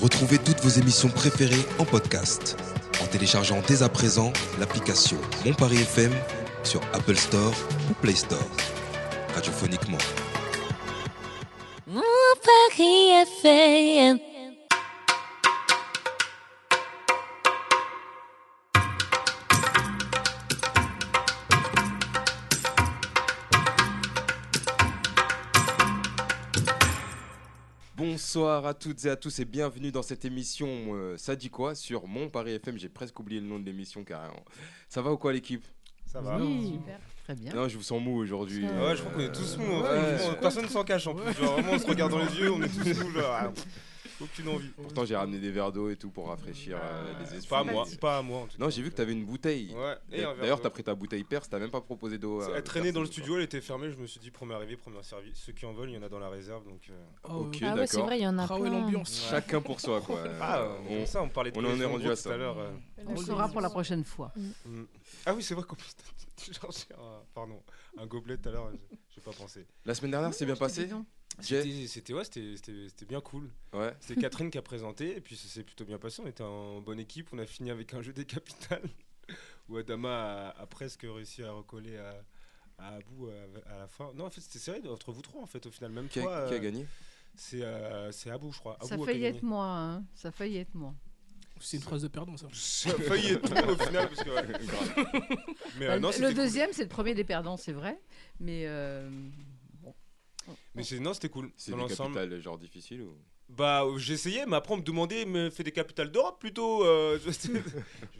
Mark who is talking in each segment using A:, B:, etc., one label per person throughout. A: Retrouvez toutes vos émissions préférées en podcast en téléchargeant dès à présent l'application Mon Paris FM sur Apple Store ou Play Store. Radiophoniquement.
B: Mon Paris FM.
C: Bonsoir à toutes et à tous et bienvenue dans cette émission euh, Ça dit quoi sur Mon Paris FM. J'ai presque oublié le nom de l'émission carrément. Ça va ou quoi l'équipe
D: Ça
E: va.
D: Oui.
E: Super, très bien.
C: Non, je vous sens mou aujourd'hui. euh.
E: Ça
D: Ouais, je crois qu'on est tous mous. hein.
C: Ouais.
D: Franchement, Personne ne s'en cache en plus. Genre, vraiment, on se regarde dans les yeux, on est tous mous. genre, ah, pff, Aucune envie.
C: Pourtant, j'ai ramené des verres d'eau et tout pour rafraîchir euh,
E: Ah.
C: les esprits.
D: Pas à moi, pas à moi en tout cas.
C: Non, j'ai vu que t'avais une bouteille.
D: Ouais, et un verre
C: D'ailleurs,
D: d'eau.
C: t'as pris ta bouteille perse, t'as même pas proposé d'eau. à
D: Elle traînait dans le
C: euh, personne,
D: studio, elle était fermée. Je me suis dit, premier arrivé, premier servi. Ceux qui en veulent, il y en a dans la réserve. Donc, euh,
C: quoi. Ok,
F: Ah ouais, c'est
C: d'accord.
F: vrai, il y en a
E: Ah ouais,
F: plein.
E: l'ambiance.
C: Chacun pour soi, quoi.
D: Ah,
C: Euh,
D: on,
C: on-
D: ça, on parlait de
C: on
D: cohésion
C: en est
D: de
C: rendu
D: groupe
C: à ça.
D: tout l'heure, euh.
F: On saura pour la prochaine fois.
D: Ah oui, c'est vrai qu'on peut- genre, j'ai un- pardon, un gobelet tout à l'heure, j'ai- j'ai pas pensé.
C: La semaine dernière, c'est bien passé Jay
D: C'était- C'était ouais, c'était- c'était c'était bien cool.
C: Ouais.
D: C'était Catherine qui a présenté et puis ça s'est plutôt bien passé. On était en bonne équipe. On a fini avec un jeu des capitales où Adama a, a presque réussi à recoller à, à Abou euh, à, à la fin. Non, en fait, c'était serré entre vous trois en fait au final. Même
C: Qui a,
D: toi,
C: qui a
D: euh,
C: gagné
D: c'est euh, c'est Abou, je crois.
F: Ça
D: Abou a
F: faillit
D: gagné.
F: être moi, hein. Ça faillit être moi.
E: C'est une phrase de perdant, ça.
D: Ça a failli être moi au final parce que. ouais. Mais euh,
F: Bah,
D: non,
F: le
D: c'était cool.
F: deuxième, c'est le premier des perdants, c'est vrai. Mais euh, bon.
D: Mais c'est- non, c'était cool.
C: C'est
D: Dans
C: des
D: l'ensemble.
C: capitales, genre difficile ou
D: Bah, euh, j'essayais, mais après, on me demandait, mais fais des capitales d'Europe plutôt. euh, je je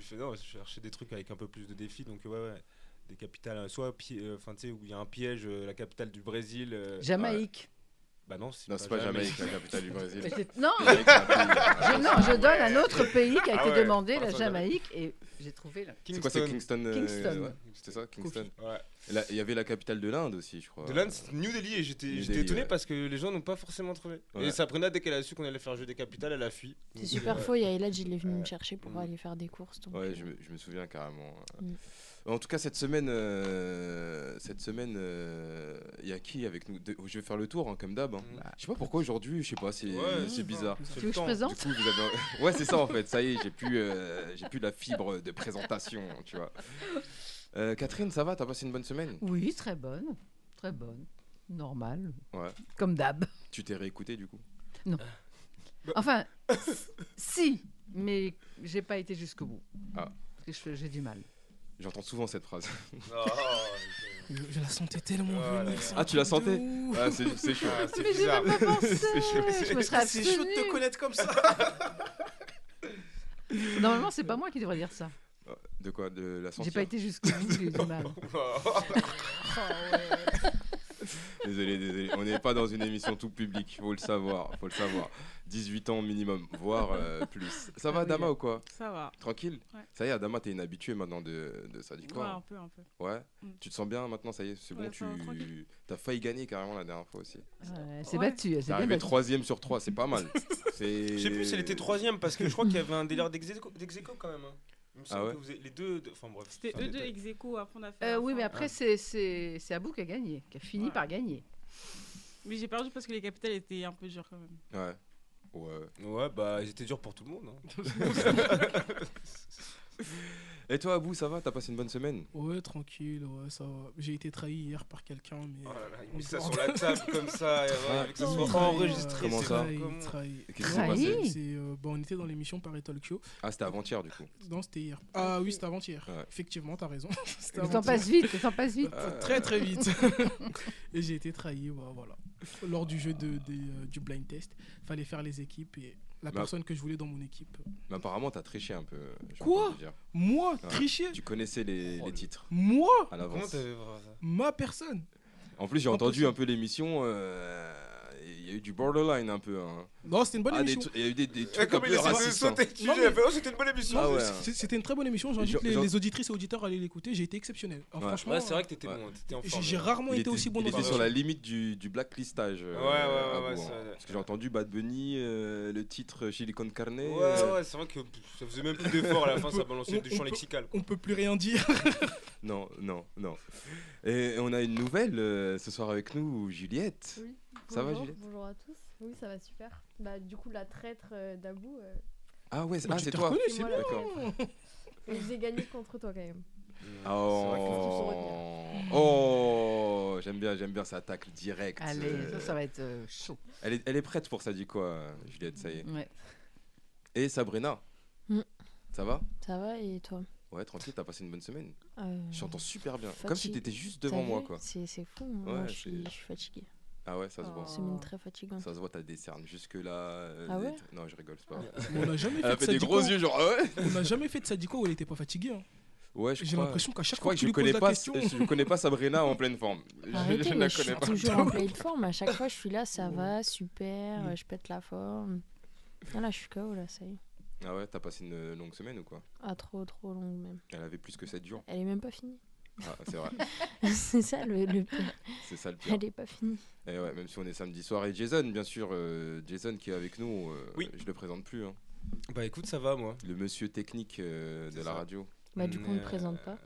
D: fais non, je cherchais des trucs avec un peu plus de défis, donc ouais, ouais. Des capitales, euh, soit, pi- euh, enfin, tu sais, où il y a un piège, euh, la capitale du Brésil. euh,
F: Jamaïque.
D: Bah non, c'est
C: Non, c'est pas
D: jamais
C: Jamaïque, la capitale du Brésil.
F: Mais c'est- Non,
C: Jamaïque, c'est un pays.
F: je, non, je donne un autre pays qui a
D: Ah
F: été
D: ouais,
F: demandé,
D: pardon,
F: la
D: ça,
F: Jamaïque, et j'ai trouvé là.
C: C'est quoi, c'est Kingston euh,
F: Kingston.
C: ouais, C'était ça, Kingston.
D: Ouais.
C: Et là, Il y avait la capitale de l'Inde aussi, je crois.
D: De l'Inde, c'est New Delhi, et j'étais
C: New
D: j'étais
C: Delhi,
D: étonné
C: ouais.
D: parce que les gens n'ont pas forcément trouvé.
C: Ouais.
D: Et Sabrina, dès qu'elle a su qu'on allait faire jeu des capitales, elle a fui.
F: C'est
D: Donc,
F: super
D: euh,
F: fou.
G: fois, il y a Eladj, il est venu
D: Ouais.
G: me chercher pour
C: Mm.
G: aller faire des courses. donc,
C: Ouais,
G: euh,
C: je me, je me souviens carrément. euh.
G: Mm.
C: En tout cas, cette semaine, euh, cette semaine, euh, il y a qui avec nous Deux- Je vais faire le tour, hein, comme d'hab. hein.
D: Mm.
C: Je sais pas pourquoi aujourd'hui, je sais pas, c'est
D: Ouais,
C: c'est bizarre.
D: c'est
F: Tu
D: le
F: veux que je
D: temps.
C: Du
F: présente
C: coup, vous avez un- Ouais, c'est ça en fait. Ça y est, j'ai plus, euh, j'ai plus la fibre de présentation, tu vois. Euh, Catherine, ça va T'as passé une bonne semaine
F: Oui, très bonne. Très bonne. Normale.
C: Ouais.
F: Comme d'hab.
C: Tu t'es réécouté du coup
E: Euh.
F: Enfin, si, mais j'ai pas été jusqu'au bout.
C: Ah.
F: Parce que je fais- j'ai du mal.
C: J'entends souvent cette phrase.
D: Oh, ok.
E: Oh, Je je la sentais tellement
D: Voilà.
E: venir. c'est un
C: Ah, tu la
E: truc de
C: sentais
E: ouf.
C: Ah, c'est c'est chaud.
D: Ah, c'est
F: Mais j'y
D: bizarre.
F: même pas pensé.
C: C'est chaud.
F: Je me serais
E: C'est chaud de te
F: abstenue.
E: connaître comme ça.
F: Normalement, c'est pas moi qui devrais dire ça.
C: De quoi De la
F: J'ai
C: sentir
F: pas été jusqu'au bout, j'ai eu du mal.
D: Oh,
E: Oh,
C: Désolé, désolé. On n'est pas dans une émission tout public, faut le savoir, faut le savoir. 18 ans minimum, voire euh, plus. Ça va,
F: Ah oui.
C: Dama ou quoi
H: Ça va.
C: Tranquille
H: Ouais.
C: Ça y est, Dama, t'es une habituée maintenant de, de ça, dit
H: Ouais, un
C: quoi
H: peu, un peu.
C: Ouais.
H: Mm.
C: Tu te sens bien maintenant, ça y est, c'est
H: Ouais,
C: bon,
H: ça va,
C: tu
H: tranquille.
C: as failli gagner carrément la dernière fois aussi.
F: Ouais, elle s'est
H: Ouais.
F: battue, elle
C: T'es
F: s'est bien
C: arrivé
F: battue.
C: troisième sur trois, c'est pas mal. C'est-
D: Je sais plus si elle était troisième parce que je crois qu'il y avait un délire d'exéco d'exéco quand même. hein. Il me semble
C: Ah ouais
D: que vous avez- les deux. de- Enfin bref.
H: C'était
D: c'est un
H: eux deux
D: détail.
H: ex aequo, après on a fait.
F: Euh,
H: un
F: oui,
H: fin.
F: mais après, c'est- c'est c'est Abou qui a gagné, qui a fini
H: Ouais.
F: par gagner.
H: Mais j'ai perdu parce que les capitales étaient un peu dures quand même.
C: Ouais. Ouais.
D: Ouais, bah ils étaient durs pour tout le monde. hein.
C: Et toi, Abou, ça va T'as passé une bonne semaine
E: Ouais, tranquille, ouais, ça va. J'ai été trahi hier par quelqu'un, mais.
D: Oh là là, il
E: on
D: met ça
E: s'en-
D: sur la table comme ça, et ouais, avec ça soit enregistré.
C: Comment
D: c'est
C: ça
D: pas
E: Trahi,
D: commun.
E: trahi.
C: Qu'est-ce qui s'est
F: Trahi.
C: passé
E: C'est, euh, bah, on était dans l'émission Paris Talk Show.
C: Ah, c'était avant-hier du coup.
E: Non, c'était hier. Ah oui, c'était avant-hier.
C: Ouais.
E: Effectivement, t'as raison. C'était
F: Le temps
E: avant-hier.
F: passe vite, le temps passe vite.
E: Euh, Très très vite. et j'ai été trahi, bah, voilà. Lors du jeu de, des, euh, du blind test, fallait faire les équipes et la
C: Bah.
E: personne que je voulais dans mon équipe.
C: Mais apparemment, t'as triché un peu. j'ai
E: Quoi
C: entendu dire.
E: Moi,
C: Ouais.
E: tricher
C: Tu connaissais les, les titres
E: Moi
C: à
D: Oh, Comment
C: l'avance.
D: t'avais voir ça
E: Ma personne
C: En plus,
E: Impossible.
C: j'ai entendu un peu l'émission. euh, Il y a eu du borderline un peu. hein.
E: Non, c'était une bonne
C: Ah, des
E: émission.
C: tru- Il y a eu des, des
D: Eh,
C: trucs un
D: Comme il
C: peu
D: a sauté-
C: racistes. hein.
D: sauté le sujet,
E: Non, mais-
D: il a fait, Oh, c'était une bonne émission.
C: Ah ouais.
D: c'est-
E: C'est- C'était une très bonne émission. J'invite
C: Je-
E: les,
C: je-
E: les auditrices et auditeurs à aller l'écouter. J'ai été exceptionnel. Alors,
C: Ouais.
E: franchement,
D: Ouais, c'est vrai que t'étais
C: Ouais.
D: bon, t'étais en
E: j'ai
D: forme.
E: j'ai rarement
C: Il
E: été aussi bon
C: il
E: dans
C: était
E: un
D: la
C: sur
E: jeu.
C: la limite du, du blacklistage. euh,
D: Ouais, ouais, ouais,
C: à
D: ouais,
C: Bourg,
D: ça-
C: hein. Parce que j'ai entendu Bad Bunny, euh, le titre Chili con Carne.
D: Ouais,
C: euh,
D: ouais, c'est vrai que pff, ça faisait même plus d'efforts à la fin, ça
E: on-
D: balançait du
E: on
D: champ
E: peut-
D: lexical. quoi.
E: On peut plus rien dire.
C: Non, non, non. Et on a une nouvelle euh, ce soir avec nous, Juliette.
F: Oui.
C: Ça va,
I: Bonjour,
C: Juliette
I: Bonjour à tous. Oui, ça va super. Bah, du coup, la traître euh, d'Abou, euh,
C: Ah ouais, c'est-
E: Bah,
C: ah,
E: tu
C: c'est
E: t'es
C: toi.
E: reconnue,
I: c'est moi la
C: D'accord.
I: traître. Et j'ai gagné contre toi quand même.
C: Oh, oh j'aime bien, j'aime bien sa tacle directe.
F: Allez,
C: Euh,
F: ça, ça va être euh, chaud.
C: Elle, est, elle est prête pour ça, dit quoi, euh, Juliette, ça y est.
F: Ouais.
C: Et Sabrina
G: Mm.
C: Ça va
G: Ça va et toi
C: Ouais, tranquille, t'as passé une bonne semaine.
G: Euh,
C: Je t'entends super bien.
G: Fatiguée.
C: Comme si t'étais juste
G: t'as
C: devant
G: vu
C: moi, quoi.
G: C'est c'est fou. hein. Moi,
C: Ouais,
G: je suis
C: c'est-
G: je suis fatiguée.
C: Ah ouais, ça se voit.
F: Oh.
G: Semaine très fatigante.
C: Ça se voit, t'as des cernes jusque-là. euh,
G: Ah
C: des
G: ouais
C: trucs- Non, je rigole, c'est pas vrai.
E: Mais Ah, on n'a jamais
C: Elle a
E: fait,
C: fait
E: de Sadiko.
C: des gros yeux, genre, ah ouais
E: On n'a jamais fait de Sadiko où elle était pas fatiguée. hein.
C: Ouais, je
E: J'ai
C: crois.
E: l'impression qu'à
C: Je
E: chaque
C: crois
E: fois que
C: que
E: tu
C: je
E: lui poses
C: connais
E: la
C: pas, je
E: question,
C: je connais pas Sabrina en pleine forme. Je- Je,
G: Arrêtez,
C: ne
G: mais
C: la
G: je suis
C: connais pas.
G: toujours en pleine forme. À chaque fois, je suis là, ça va, super,
E: Mm.
G: euh, je pète la forme. Ah là, je suis KO, là, ça y est.
C: Ah ouais, t'as passé une longue semaine ou quoi
G: Ah, trop, trop longue même.
C: Elle avait plus que 7 jours.
G: Elle est même pas finie.
C: Ah, c'est vrai,
G: c'est ça le, le pire.
C: c'est ça le pire.
G: Elle est pas finie.
C: Et ouais, même si on est samedi soir. Et Jason, bien sûr, euh, Jason qui est avec nous, euh,
D: Oui.
C: je le présente plus. hein.
D: Bah écoute, ça va moi.
C: Le monsieur technique euh, de
D: C'est
C: la
D: ça.
C: radio.
G: Bah, du coup, on ne
D: Euh,
G: présente pas.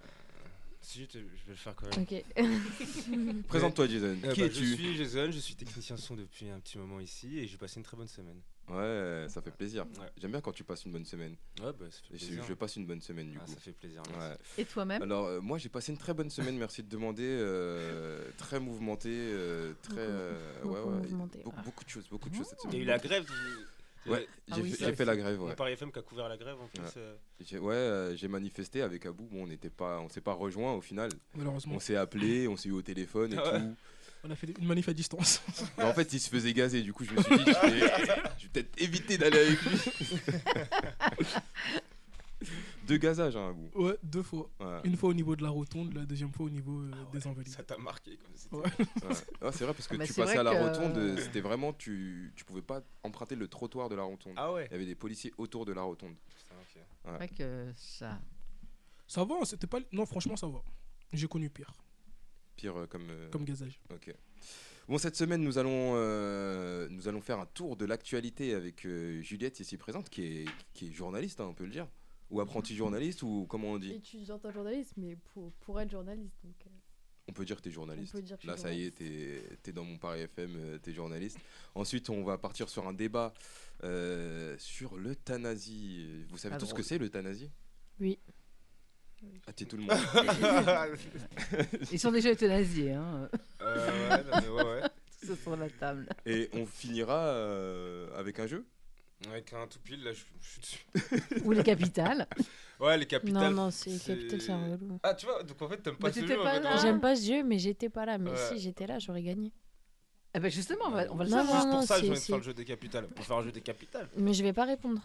D: Si, je te- euh, je vais le faire quand même.
G: Ok.
C: Présente-toi, Jason.
D: Euh,
C: qui
D: bah,
C: es-tu
D: Je suis Jason, je suis technicien son depuis un petit moment ici et j'ai passé une très bonne semaine.
C: Ouais, ça fait plaisir.
D: Ouais.
C: J'aime bien quand tu passes une bonne semaine.
D: Ouais, bah ça fait
C: Et je-
D: plaisir.
C: je passe une bonne semaine du
D: Ah,
C: coup.
D: ça fait plaisir.
C: Ouais.
D: merci.
F: Et toi-même
C: Alors, euh, moi, j'ai passé une très bonne semaine, merci de demander. euh, très mouvementée, euh, très.
G: Beaucoup,
C: euh, ouais,
G: beaucoup
C: ouais,
G: mouvementée,
C: beaucoup-
G: ouais.
C: beaucoup de choses, beaucoup de choses cette
D: Il y
C: semaine.
D: a eu la grève. du-
C: Ouais,
F: Ah
C: j'ai
F: oui,
C: fait,
F: ça
C: j'ai fait la
D: c'est-
C: grève,
D: Il y a
C: ouais.
D: Paris FM qui a couvert la grève en plus.
C: Ouais.
D: euh,
C: J'ai- ouais, euh, j'ai manifesté avec Abou. Bon, on n'était pas, on s'est pas rejoint au final.
E: malheureusement.
C: On s'est appelé, on s'est eu au téléphone et
D: Ah ouais.
C: tout.
E: On a fait une manif à distance.
C: Mais Bah, en fait, il se faisait gazer. Du coup, je me suis dit, je vais, je vais peut-être éviter d'aller avec lui. Deux gazages, hein, Abou.
E: Ouais, deux fois.
C: Ouais.
E: Une fois au niveau de la rotonde, la deuxième fois au niveau euh,
D: ah ouais,
E: des invalides.
D: Ça t'a marqué comme c'était-
E: Ouais.
C: Ouais. Ah, c'est vrai parce que
F: Ah bah,
C: tu
F: c'est
C: passais à
F: vrai
C: la
F: que- euh,
C: rotonde, euh, c'était vraiment tu tu pouvais pas emprunter le trottoir de la rotonde.
D: Ah ouais.
C: Il y avait des policiers autour de la rotonde.
D: Putain, ok.
F: C'est vrai que ça.
E: Ça va, hein, c'était pas. Non, franchement, ça va. J'ai connu pire
C: Pire euh, comme, euh,
E: comme gazage.
C: Ok. Bon, cette semaine, nous allons, euh, nous allons faire un tour de l'actualité avec euh, Juliette ici présente, qui est, qui est journaliste, hein, on peut le dire. Ou apprenti journaliste, ou comment on dit
I: Étudiante en journaliste, mais pour, pour être journaliste. Donc, euh,
C: On peut dire que t'es
I: on
C: journaliste.
I: peut dire que
C: Là,
I: je suis
C: ça y est,
I: journaliste.
C: t'es es dans mon Paris FM, euh, t'es journaliste. Ensuite, on va partir sur un débat euh, sur l'euthanasie. Vous savez
I: Ah,
F: Pas
C: tout ce
F: drôle.
C: que c'est, l'euthanasie
G: Oui.
C: Ah, t'es tout le monde.
F: Ils sont déjà euthanasiés, hein, euh,
D: Euh, ouais, non, mais ouais, ouais.
F: tous autour de la table.
C: Et on finira euh, avec un jeu
D: Avec un tout pile là, je je suis dessus.
F: Ou les capitales.
D: Ouais, les capitales.
G: Non, non, c'est
D: c'est-
G: Capital, c'est un relou.
D: Ah, tu vois, donc en fait, t'aimes pas
F: Mais
D: ce
F: t'étais
D: jeu, en
F: pas
D: fait, hein.
F: là. Ah.
D: ouais.
G: J'aime pas ce jeu, mais j'étais pas là. Mais
D: Ouais.
G: si j'étais là, j'aurais gagné.
F: Eh ben justement, on va, on va le
G: Non,
F: savoir.
D: Juste pour ça,
G: c'est-
D: je viens de
G: c'est-
D: faire le jeu des capitales. Pour faire un jeu des capitales.
G: Mais je vais pas répondre.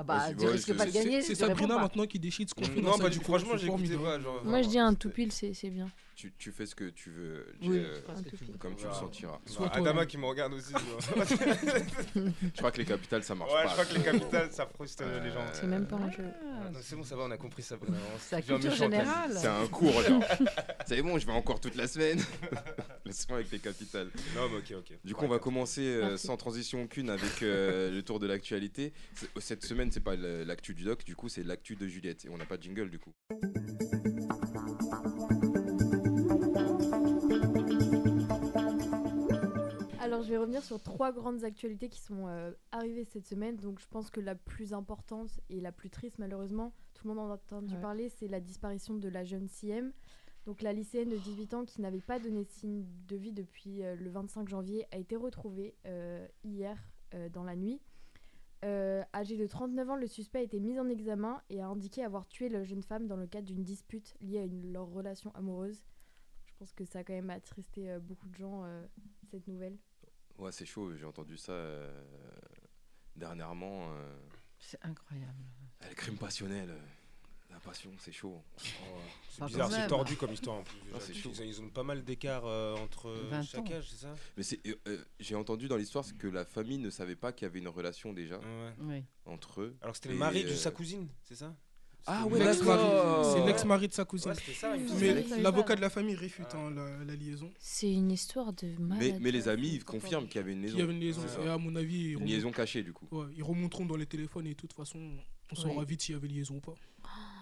F: Ah bah,
C: Vas-y,
F: tu
C: ouais,
F: risques
C: je-
F: pas de
E: C'est-
F: gagner.
E: C'est
F: si tu réponds
E: Sabrina
F: pas.
E: maintenant qui décide ce qu'on fait dans
D: Non,
E: sa
D: bah
E: vie,
D: du
E: c'est
D: coup, franchement, j'écoutais
E: formidable.
D: pas. genre,
G: Moi, je
D: vraiment,
G: dis un
D: c'était-
G: tout pile, c'est c'est bien.
C: Tu, tu fais ce que tu veux,
E: Oui.
C: euh,
G: Un tout pile.
C: comme tu le
D: Voilà.
C: sentiras.
D: Bah,
E: Soit toi,
D: Adama
E: ouais.
D: qui me regarde aussi. tu vois.
C: Je crois que les capitales, ça marche
D: Ouais,
C: pas.
D: je crois que les capitales, ça frustre euh, les gens.
C: Euh,
G: C'est même pas un jeu.
D: Ah, non, c'est bon, ça va, on a compris ça.
F: C'est la culture générale.
C: C'est un cours, genre. C'est bon, je vais encore toute la semaine. Laisse-moi avec les capitales.
D: Non, mais ok, ok.
C: Du coup, on va
D: Ouais.
C: commencer euh,
G: Merci.
C: sans transition aucune avec euh, le tour de l'actualité. C'est- Cette semaine, c'est pas le- l'actu du doc, du coup, c'est l'actu de Juliette. Et on n'a pas de jingle, du coup.
I: euh. Alors, je vais revenir sur trois grandes actualités qui sont euh, arrivées cette semaine. Donc, je pense que la plus importante et la plus triste, malheureusement, tout le monde en a entendu
G: Ouais.
I: parler, c'est la disparition de la jeune CM. Donc, la lycéenne de 18 ans qui n'avait pas donné signe de vie depuis euh, le 25 janvier a été retrouvée euh, hier euh, dans la nuit. Euh, âgé de 39 ans, le suspect a été mis en examen et a indiqué avoir tué la jeune femme dans le cadre d'une dispute liée à une- leur relation amoureuse. Je pense que ça a quand même attristé euh, beaucoup de gens, euh, cette nouvelle.
C: Ouais, c'est chaud, j'ai entendu ça euh, dernièrement. euh,
F: C'est incroyable.
C: ah, les crimes passionnels. euh, La passion, c'est chaud.
D: Oh, C'est
F: Pas
D: bizarre,
F: quand
D: c'est
F: même.
D: tordu comme histoire en plus.
C: Ah, c'est
D: Ils-
C: chaud.
D: Ils, ont pas mal d'écart euh, entre euh,
F: 20
D: chaque
F: ans.
D: âge, c'est ça
C: Mais c'est- euh, euh, j'ai entendu dans l'histoire que la famille ne savait pas qu'il y avait une relation déjà
D: Ouais.
F: Oui.
C: entre eux.
D: Alors que c'était le
C: Et,
D: mari de
C: euh,
D: sa cousine, c'est ça
C: Ah
D: C'était
C: ouais,
D: le mari-
C: d'accord.
E: C'est
C: Oh.
E: l'ex-mari de sa cousine.
D: Ouais, c'était ça. il me semble.
E: Mais
G: c'est vrai.
E: l'avocat de la famille réfute hein, la, la liaison.
G: C'est une histoire de malade.
C: Mais, mais les amis ils confirment qu'il y avait une
E: Il
C: liaison.
E: y avait une liaison.
C: C'est ça.
E: Et à mon avis, ils,
C: Une
E: remont-
C: liaison cachée, du coup.
E: ouais, ils remonteront dans les téléphones et de toute façon, on saura
G: Ouais.
E: vite s'il y avait liaison ou pas.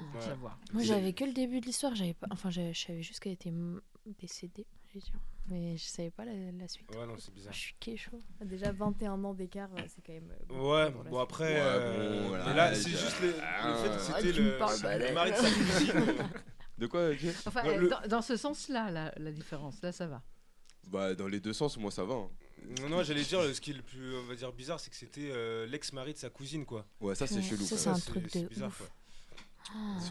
F: On va
D: Ouais.
F: savoir.
G: Moi, j'avais que le début de l'histoire. J'avais pas. Enfin, je je savais juste qu'elle était m- décédée. réfléchir. Mais je savais pas la, la suite.
D: Ouais, non, c'est bizarre.
G: Je Ah, suis kécho.
I: Déjà 21 ans d'écart, euh, c'est quand même. euh, beaucoup
D: Ouais,
I: de relations.
D: bon après.
C: Ouais,
D: euh,
C: bon, voilà,
D: mais là, c'est
C: déjà.
D: juste le, le
C: Ah,
D: fait que
C: ouais.
D: c'était
I: Ah, tu me
D: le,
I: parles
D: le
I: balègue.
D: mari de sa cousine.
C: De quoi, Jay
F: Enfin,
D: Non,
F: euh,
D: le-
F: dans, dans ce sens-là, la, la différence, là, ça va.
C: Bah, dans les deux sens, moi, ça va. hein.
D: Non, non, j'allais dire, ce qui est le plus, on va dire, bizarre, c'est que c'était euh, l'ex-mari de sa cousine, quoi.
C: Ouais, ça, c'est
G: Ouais,
C: chelou.
G: ça,
C: quand
G: c'est un
D: c'est-
G: truc
D: c'est
G: de
D: bizarre,
G: ouf.
D: quoi.
C: même.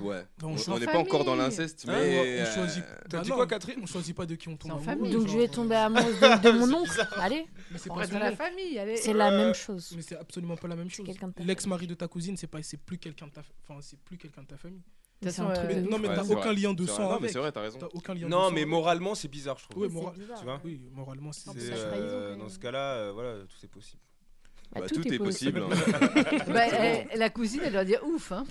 C: Ouais.
E: Bon,
C: On-
E: c'est
C: on
F: en
C: n'est pas encore
F: famille.
C: dans l'inceste,
D: Ah,
E: Hein,
C: mais.
E: on choisit.
C: euh,
D: T'as
E: Bah
D: dit
E: non,
D: quoi, Catherine
E: On choisit pas de qui on tombe
F: C'est en
E: amoureux.
F: famille.
G: Donc
E: genre,
G: je vais
E: euh,
G: tomber amoureuse de, de mon
D: C'est
G: oncle. Allez,
E: Mais c'est
F: On
E: pas
F: reste
E: son
F: dans la
E: oncle.
F: famille, allez. Ah,
G: c'est
J: Euh,
G: la même chose.
E: Mais c'est absolument pas la même chose.
G: quelqu'un de ta
E: L'ex-mari de ta cousine, c'est pas, c'est plus quelqu'un de ta, enfin, c'est plus quelqu'un de ta famille.
G: Mais
F: façon,
G: c'est un
F: euh,
G: truc
E: Mais
G: de
E: non,
G: ouf.
E: mais
C: Ouais,
E: t'as
C: c'est vrai.
E: aucun lien de
C: c'est vrai.
E: sang
C: Non, mais
E: avec.
C: c'est vrai, t'as raison.
E: T'as aucun lien.
D: Non,
E: de
D: mais
E: sang.
D: moralement, c'est bizarre, je trouve.
E: Oui,
I: C'est
E: moral-
I: bizarre,
D: tu vois.
I: ouais.
E: Oui, moralement, c'est.
I: En
D: C'est,
I: plus, la
D: euh,
I: trahison, quand
D: dans
I: même.
D: ce cas-là, euh, voilà, tout est possible.
G: Bah,
C: Bah, tout est possible. hein.
F: Bah, eh, la cousine, elle doit dire ouf, hein.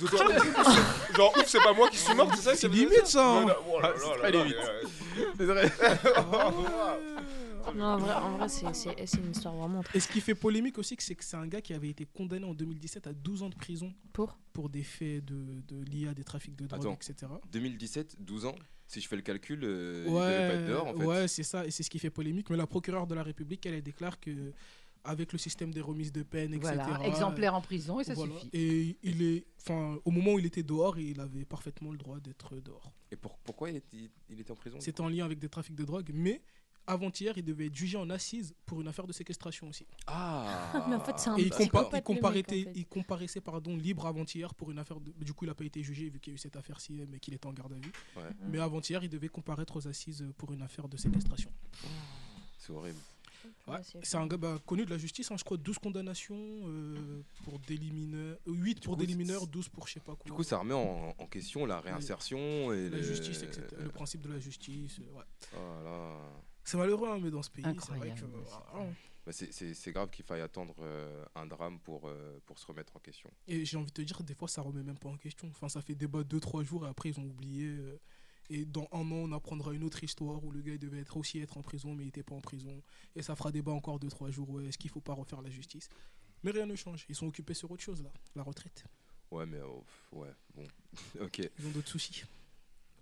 D: D'autant- Genre, ouf, c'est pas moi qui suis mort, c'est ça que
E: C'est
D: ça veut dire
E: limite, ça, hein.
D: Ouais, non, oh
C: Ah,
D: là là
C: c'est
D: là
C: très
D: là,
C: limite.
D: mais, euh,
C: C'est vrai.
G: Non, en vrai, en vrai c'est- c'est c'est une histoire vraiment très
E: Ah, Et ce qui fait polémique aussi, c'est que c'est un gars qui avait été condamné en 2017 à 12 ans de prison
G: pour.
E: pour des faits de, de l'IA, des trafics de drogue,
C: Attends.
E: etc.
C: 2017, 12 ans. Si je fais le calcul, euh, il devait pas être
E: Ouais,
C: dehors, en fait.
E: ouais, c'est ça, et c'est ce qui fait polémique. Mais la procureure de la République, elle, elle déclare que, avec le système des remises de peine, etc.
F: Voilà,
E: euh,
F: exemplaire en prison et ça
E: voilà.
F: suffit.
E: Et il est, enfin, au moment où il était dehors, il avait parfaitement le droit d'être dehors.
C: Et pour- pourquoi il était, il était en prison
E: C'était en lien avec des trafics de drogue, mais avant-hier, il devait être jugé en assises pour une affaire de séquestration aussi.
C: Ah
G: Mais en fait, c'est un
E: et il,
G: petit
E: compa-
G: psychopathe, le
E: il,
G: mec, en
E: comparaissait,
G: fait.
E: il comparaissait pardon, libre avant-hier pour une affaire. De... Du coup, il n'a pas été jugé vu qu'il y a eu cette affaire-ci, mais qu'il était en garde à vue.
C: Ouais.
G: Mm-hmm.
E: Mais avant-hier, il devait comparaître aux assises pour une affaire de séquestration.
C: C'est horrible.
E: Ouais,
G: Ouais, Ah, c'est-
E: C'est un gars bah, connu de la justice, hein, je crois 12 condamnations euh, pour des mineurs, 8 pour
C: coup,
E: des
C: c'est-
E: mineurs, 12 pour je sais pas quoi.
C: Du coup, ça remet en, en question la réinsertion et
E: la
C: le- euh,
E: justice, etc. Le principe de la justice. euh, ouais.
C: Oh là.
E: C'est malheureux, hein, mais dans ce pays, c'est vrai
F: Incroyable,
E: que. euh, ah,
F: ouais,
E: voilà.
F: c'est vrai.
C: Bah, c'est- c'est c'est grave qu'il faille attendre euh, un drame pour, euh, pour se remettre en question.
E: Et j'ai envie de te dire, des fois, ça remet même pas en question. Enfin, ça fait débat 2-3 jours et après, ils ont oublié. euh, et dans un an, on apprendra une autre histoire où le gars il devait être aussi être en prison, mais il était pas en prison. Et ça fera débat encore 2-3 jours. ouais, Est-ce qu'il faut pas refaire la justice Mais rien ne change. Ils sont occupés sur autre chose, là. La retraite.
C: Ouais, mais oh, pff, ouais, bon. ok.
E: Ils ont d'autres soucis.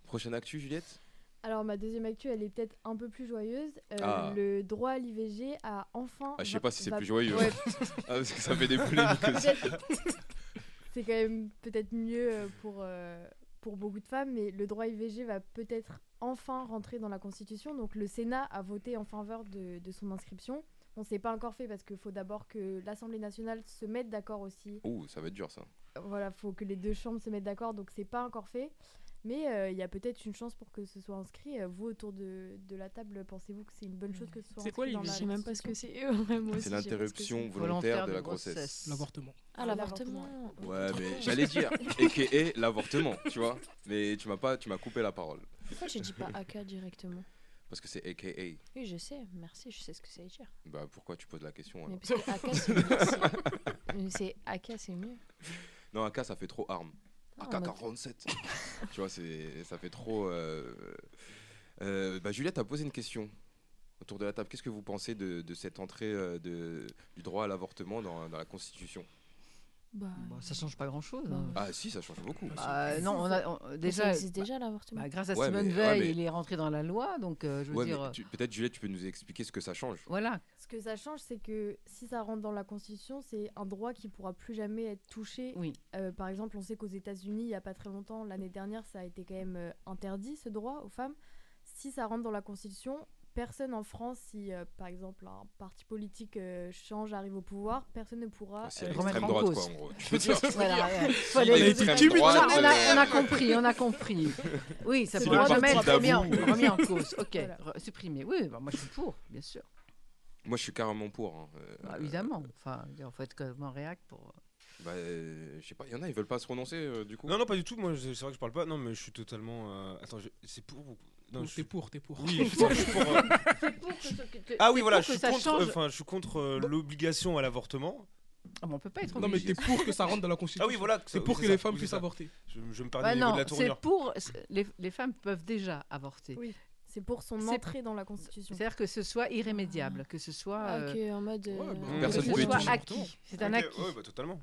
C: Prochaine actu, Juliette
I: Alors ma deuxième actu, elle est peut-être un peu plus joyeuse. Euh,
C: Ah.
I: Le droit à l'IVG a enfin.
C: Ah, je sais
I: va-
C: pas si c'est
I: va-
C: plus joyeux.
I: Ouais,
C: Ah, parce que ça fait des polémiques aussi.
I: c'est quand même peut-être mieux euh, pour, euh, pour beaucoup de femmes, mais le droit IVG va peut-être enfin rentrer dans la Constitution. Donc le Sénat a voté en faveur de, de son inscription. On ne s'est pas encore fait parce qu'il faut d'abord que l'Assemblée nationale se mette d'accord aussi.
C: Ouh, ça va être dur ça.
I: Voilà, faut que les deux chambres se mettent d'accord, donc c'est pas encore fait. Mais euh, il y a peut-être une chance pour que ce soit inscrit. Euh, Vous, autour de, de la table, pensez-vous que c'est une bonne chose que ce soit
H: C'est
I: inscrit
H: quoi
I: dans
G: Je
I: la
G: sais même pas ce que
I: Constitution
G: c'est. Ouais, moi aussi, je sais
C: C'est
G: pas ce que
C: l'interruption
G: c'est.
C: volontaire de la Ah, grossesse.
E: L'avortement.
G: Ah, l'avortement.
C: Ouais, mais j'allais dire, a.k.a. l'avortement, tu vois. Mais tu m'as pas, tu m'as coupé la parole.
G: Pourquoi j'ai dit pas AK directement
C: Parce que c'est a.k.a.
G: Oui, je sais, merci, je sais ce que ça veut dire.
C: Bah, pourquoi tu poses la question
G: Mais
C: alors
G: parce que AK, c'est mieux. c'est- Mais c'est AK, c'est mieux.
C: Non, AK, ça fait trop arme.
G: Ah, en mode-
C: AK-47. tu vois, c'est, ça fait trop. euh, euh, bah, Juliette a posé une question autour de la table. Qu'est-ce que vous pensez de, de cette entrée euh, de, du droit à l'avortement dans, dans la Constitution
G: Bah,
F: Bah, ça change pas grand-chose.
G: Bah,
F: hein.
G: ouais.
C: Ah, si, ça change beaucoup.
F: Bah, non, on a, on-
G: déjà, ça
F: déjà,
G: existe déjà l'avortement.
F: bah, grâce à
C: Ouais,
F: Simone
C: mais- ouais,
F: Veil,
C: mais-
F: il est rentré dans la loi, donc euh, je veux
C: Ouais,
F: dire,
C: mais
F: euh,
C: tu- peut-être, Juliette, tu peux nous expliquer ce que ça change.
F: voilà.
I: Ce que ça change, c'est que si ça rentre dans la Constitution, c'est un droit qui pourra plus jamais être touché.
F: Oui.
I: Euh, par exemple, on sait qu'aux États-Unis, il n'y a pas très longtemps, l'année dernière, ça a été quand même euh, interdit, ce droit aux femmes. Si ça rentre dans la Constitution, personne en France, si euh, par exemple un parti politique euh, change, arrive au pouvoir, personne ne pourra...
C: Ah, C'est
I: euh,
F: remettre
C: l'extrême
F: en
C: droite,
F: cause.
C: quoi, en gros. Je veux dire,
F: voilà ouais.
C: si
F: Voilà,
C: l'extrême
E: été timide,
F: on,
C: droite,
F: a, on a- on a
C: euh,
F: compris, on a compris. Oui, ça
E: C'est
F: pourra
E: le
F: remettre
C: parti
F: remis en,
C: d'Abou.
F: remis en cause. Ok,
I: Voilà.
F: re- supprimé. Oui, bah, moi je suis pour, bien sûr.
C: Moi, je suis carrément pour. hein, euh,
F: Bah, évidemment. Enfin, il faut être comme en réac pour.
C: Bah, euh, je sais pas, il y en a, ils veulent pas se renoncer euh, du coup.
D: Non, non, pas du tout. Moi, je- c'est vrai que je parle pas. Non, mais je suis totalement. euh, Attends, je- c'est pour. ou- Non,
E: Donc,
D: je
E: T'es
D: suis.
E: pour, t'es pour.
D: Oui, putain, je suis pour. euh, Ah oui, voilà, je suis
F: ça
D: contre.
F: change.
D: Enfin, je suis contre euh,
E: Bah
D: l'obligation à l'avortement.
F: Ah, mais on peut pas être
E: Non, mais
F: obligé.
E: t'es pour que ça rentre dans la Constitution.
D: Ah oui, voilà.
E: C'est pour que
D: ça,
E: les femmes
D: oui,
E: puissent
D: c'est ça.
E: avorter.
D: Je, je me parle
F: Bah
D: au niveau
F: non,
D: de la
F: c'est
D: tournure.
F: pour. c'est- Les, les femmes peuvent déjà avorter.
I: Oui. C'est pour son
F: C'est-
I: entrée dans la Constitution.
F: C'est-à-dire que ce soit irrémédiable, que ce soit.
G: Ah,
F: euh,
G: ok, en mode.
E: Ouais, bah,
G: euh,
D: que
F: que
C: Personne
F: ce
C: peut
F: soit
C: être-
F: acquis. C'est un
D: Ok,
F: acquis.
D: ouais, bah, totalement.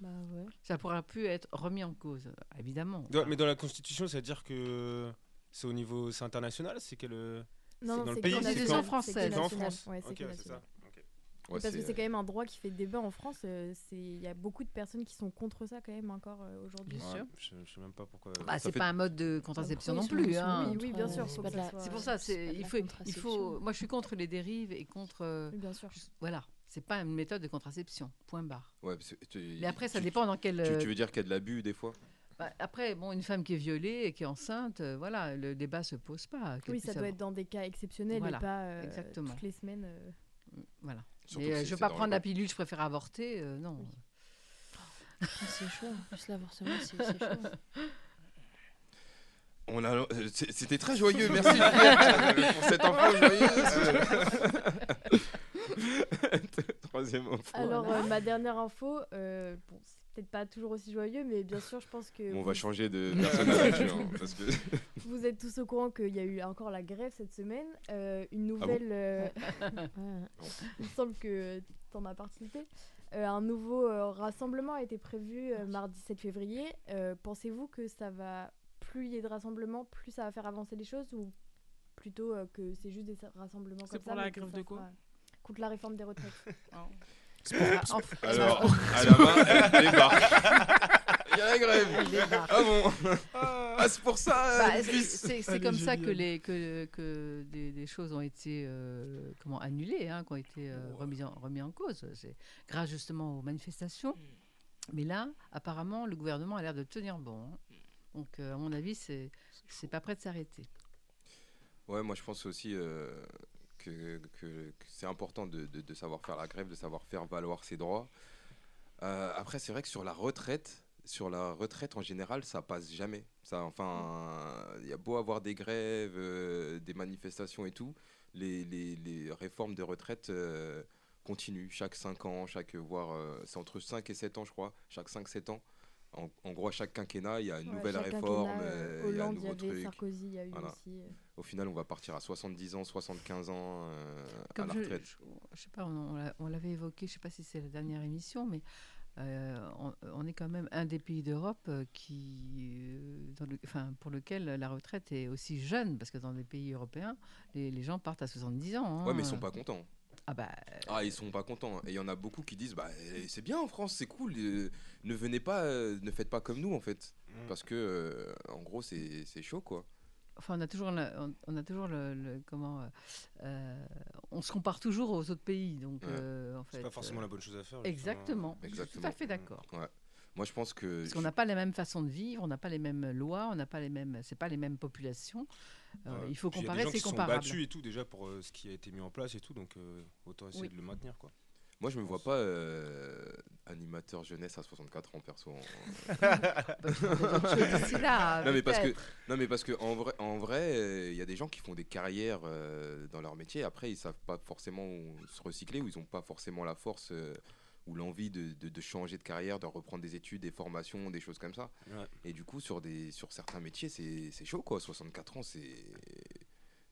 G: Bah ouais.
F: Ça pourra plus être remis en cause, euh, évidemment.
D: Dans- mais dans la Constitution, c'est à dire que C'est au niveau c'est international C'est quel euh,
I: Non,
D: c'est
I: non,
D: dans le
I: c'est
D: pays
I: que
D: c'est
I: national,
D: qu'en-
I: c'est que
F: française.
D: C'est en
I: national,
D: France.
I: euh, ouais, c'est
D: Ok,
I: que
D: ouais, c'est
I: national.
D: ça. Ok.
C: Ouais,
I: Parce que c'est
C: c'est-
I: quand même un droit qui fait débat en France. euh, c'est- Il y a beaucoup de personnes qui sont contre ça quand même encore euh, aujourd'hui.
D: Ouais,
F: sûr.
D: Je je sais même pas pourquoi.
C: ça
F: Bah, c'est
C: fait-
F: pas un mode de contraception non
I: Ah, Oui,
F: plus.
I: oui,
F: hein.
I: Oui, oui, bien sûr.
G: C'est
I: faut
G: pas
I: que
G: de la-
I: soit-
F: C'est pour ça,
G: C'est pas
F: c'est,
G: de
F: il,
G: la
F: faut, il
G: contraception.
F: faut. Moi, je suis contre les dérives et contre. euh,
I: Oui, bien sûr.
F: juste- voilà, c'est pas une méthode de contraception, point barre.
C: Ouais, parce que tu-
F: Mais après, ça
C: tu-
F: dépend dans quel.
C: Tu,
F: euh,
C: tu veux dire qu'il y a de l'abus des fois
F: bah, après, bon, une femme qui est violée et qui est enceinte, euh, voilà, le débat se pose pas. qu'elle
I: Oui,
F: puisse
I: ça doit
F: avoir-
I: être dans des cas exceptionnels
F: Voilà,
I: et pas euh,
F: exactement.
I: toutes les semaines. euh.
F: Mm, Voilà.
C: Surtout
F: Mais,
C: que
F: euh,
C: c'est-
F: je veux
C: c'est
F: pas
C: dans
F: prendre
C: le-
F: la pilule, je préfère avorter. euh, non.
I: Oui. Ah,
G: C'est chaud. En plus, l'avortement, c'est c'est chaud.
C: On a- euh, c'est- C'était très joyeux, merci Juliette, euh, pour cet enfant joyeux. Euh, Troisième enfant.
I: Alors, euh, ma dernière info, euh, bon, c'est peut-être pas toujours aussi joyeux, mais bien sûr, je pense que
C: Bon, on va
I: vous-
C: changer de personnage. hein, parce que-
I: vous êtes tous au courant qu'il y a eu encore la grève cette semaine. Euh, une
C: Ah bon
I: nouvelle. euh,
G: Ouais.
I: il semble que tu en as participé. Euh, un nouveau euh, rassemblement a été prévu euh, mardi 7 février. Euh, Pensez-vous que ça va plus il y ait de rassemblements, plus ça va faire avancer les choses ou plutôt euh, que c'est juste des sa- rassemblements
H: C'est
I: comme
H: pour
I: ça,
H: la
I: mais que
H: grève
I: ça
H: de quoi Oh.
I: sera Contre la réforme des retraites.
F: Ah, enfin,
C: Alors, à la main, elle débarque. Il y a la grève.
F: elle démarre.
C: Ah bon Ah, c'est pour ça
F: Bah,
C: euh,
F: c'est-
C: Elvis.
F: c'est c'est
E: Allez,
F: comme ça que,
E: Julienne.
F: les, que, que des, des choses ont été euh, comment, annulées, hein, qui ont été euh, remises en, remis en cause. C'est grâce justement aux
C: Mm.
F: manifestations. Mais là, apparemment, le gouvernement a l'air de tenir bon. hein. Donc, euh, à mon avis, c'est c'est pas prêt de s'arrêter.
C: Ouais, moi je pense aussi euh, que, que- que c'est important de, de- de savoir faire la grève, de savoir faire valoir ses droits. Euh, après, c'est vrai que sur la retraite, sur la retraite en général, ça passe jamais. Ça, enfin, il y a beau avoir des grèves, euh, des manifestations et tout, les, les- les réformes de retraite euh, continuent chaque 5 ans, chaque voire euh, c'est entre 5 et 7 ans, je crois, chaque 5-7 ans. En, en gros, à chaque quinquennat, il y a une
I: Ouais,
C: nouvelle
I: chaque
C: réforme,
I: quinquennat,
C: euh,
I: euh,
C: il y a un
I: Hollande, il y
C: nouveau
I: avait
C: truc.
I: Sarkozy, il y a eu
C: Voilà.
I: aussi. euh,
C: Au final, on va partir à 70 ans, 75 ans euh, à
F: Comme
C: la
F: je,
C: retraite.
F: je- je sais pas, on, on l'a- on l'avait évoqué, je sais pas si c'est la dernière émission, mais euh, on, on est quand même un des pays d'Europe euh, qui, euh, dans le- enfin, pour lequel la retraite est aussi jeune, parce que dans les pays européens, les, les gens partent à 70 ans. hein.
C: Ouais, mais ils sont pas contents.
F: Ah bah,
C: Ah, ils sont pas contents. Et il y en a beaucoup qui disent, bah, eh, c'est bien en France, c'est cool. euh, ne venez pas, euh, ne faites pas comme nous en fait,
D: Mm.
C: parce que euh, en gros, c'est c'est chaud quoi.
F: enfin, on a toujours, la- on, on a toujours le, le- comment, euh, euh, on se compare toujours aux autres pays, donc
C: Ouais.
F: euh, en fait.
D: C'est pas forcément
F: euh,
D: la bonne chose à faire. justement.
F: Exactement. Je suis tout à
C: Exactement.
F: fait d'accord.
C: Moi, je pense que
F: Parce qu'on n'a pas la même façon de vivre, on n'a pas les mêmes lois, on n'a pas les mêmes, c'est pas les mêmes populations. Euh,
D: Ouais.
F: il faut
D: Puis y a des
F: comparer,
D: gens
F: c'est
D: qui se sont
F: comparable.
D: battus et tout déjà pour euh, ce qui a été mis en place et tout, donc euh, autant essayer
F: Oui.
D: de le maintenir quoi.
C: moi, je me vois pas euh, animateur jeunesse à 64 ans perso. en-
F: Bah, tu feras d'autres choses d'ici là,
C: Non mais parce que
F: peut-être.
C: non mais parce que en vrai en vrai euh, il y a des gens qui font des carrières euh, dans leur métier après ils savent pas forcément où se recycler ou ils ont pas forcément la force euh, ou l'envie de, de- de changer de carrière de reprendre des études des formations des choses comme ça
D: Ouais.
C: et du coup sur des sur certains métiers c'est c'est chaud quoi 64 ans c'est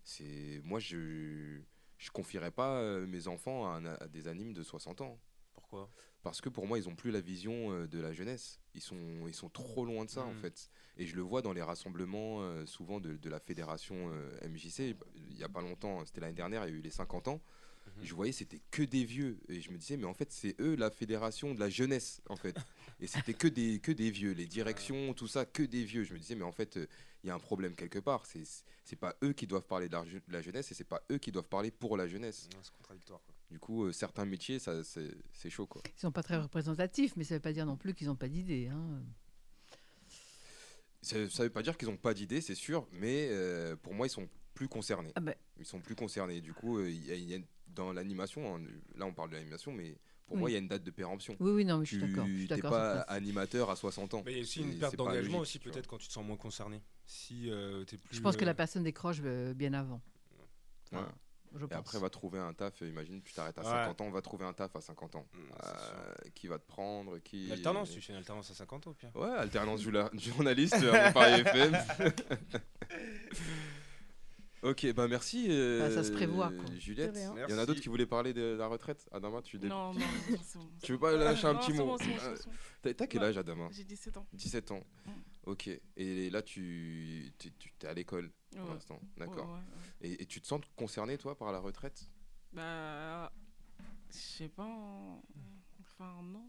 C: c'est moi je je confierais pas euh, mes enfants à, un- à des animes de 60 ans
D: Pourquoi
C: parce que pour moi, ils ont plus la vision euh, de la jeunesse. Ils sont, ils sont trop loin de ça, en
D: Mhm.
C: fait. Et je le vois dans les rassemblements, euh, souvent, de, de la fédération euh, MJC. Il n'y a pas longtemps, c'était l'année dernière, il y a eu les 50 ans.
D: Mhm.
C: Je voyais, c'était que des vieux. Et je me disais, mais en fait, c'est eux la fédération de la jeunesse, en fait. Et c'était que des, que des vieux. Les directions, tout ça, que des vieux. Je me disais, mais en fait, euh, il y a un problème quelque part. C'est c'est pas eux qui doivent parler de la, je- de la jeunesse et c'est pas eux qui doivent parler pour la jeunesse.
D: Non, C'est contradictoire. quoi.
C: Du coup, euh, certains métiers, ça, c'est c'est chaud, quoi.
F: Ils sont pas très représentatifs, mais ça veut pas dire non plus qu'ils n'ont pas d'idées. hein.
C: Ça ne veut pas dire qu'ils n'ont pas d'idées, c'est sûr, mais euh, pour moi, ils sont plus concernés.
F: Ah ben.
C: Ils sont plus concernés. Du coup, euh, il y a- il y a- dans l'animation, hein, là on parle de l'animation, mais pour
F: Oui.
C: moi, il y a une date de péremption.
F: Oui, oui, non, mais je
C: Tu
F: suis d'accord. Je suis
C: n'es
F: d'accord. sur
C: pas
F: le principe.
C: animateur à 60 ans.
D: Mais il y a aussi
C: C'est-
D: une perte
C: c'est pas
D: d'engagement
C: logique,
D: aussi
C: tu vois.
D: peut-être quand tu te sens moins concerné. Si tu es plus.
F: Je pense que
D: euh,
F: la personne décroche euh, bien avant.
C: Ouais.
F: Enfin, Je
C: Et
F: pense.
C: après, va trouver un taf. euh, Imagine, tu t'arrêtes à
D: Ouais.
C: 50 ans, va trouver un taf à 50 ans.
D: Mm,
C: Euh, qui va te prendre qui...
D: Une alternance, tu fais une alternance à 50 ans, Pierre.
C: Ouais, alternance joula- journaliste à Paris FM. ok, bah merci. euh,
F: Bah, ça se prévoit, quoi.
C: Juliette,
I: De rien.
C: il y en a
D: Merci.
C: d'autres qui voulaient parler de la retraite. Adama, tu, dé-
H: Non, non, non, c'est bon.
C: tu veux pas euh, lâcher un
H: Non,
C: petit
H: c'est
C: mot
H: bon, c'est bon, c'est
C: Euh,
H: bon, c'est bon.
C: T'as t'as quel
H: Ouais.
C: âge, Adama
H: J'ai 17 ans.
C: 17 ans.
H: Mm.
C: Ok. Et là, tu t'es- tu- t'es à l'école. pour
H: Ouais.
C: l'instant. D'accord.
H: Ouais, ouais, ouais.
C: Et, et tu te sens concerné, toi, par la retraite
H: Bah, je sais pas. en- Enfin, non.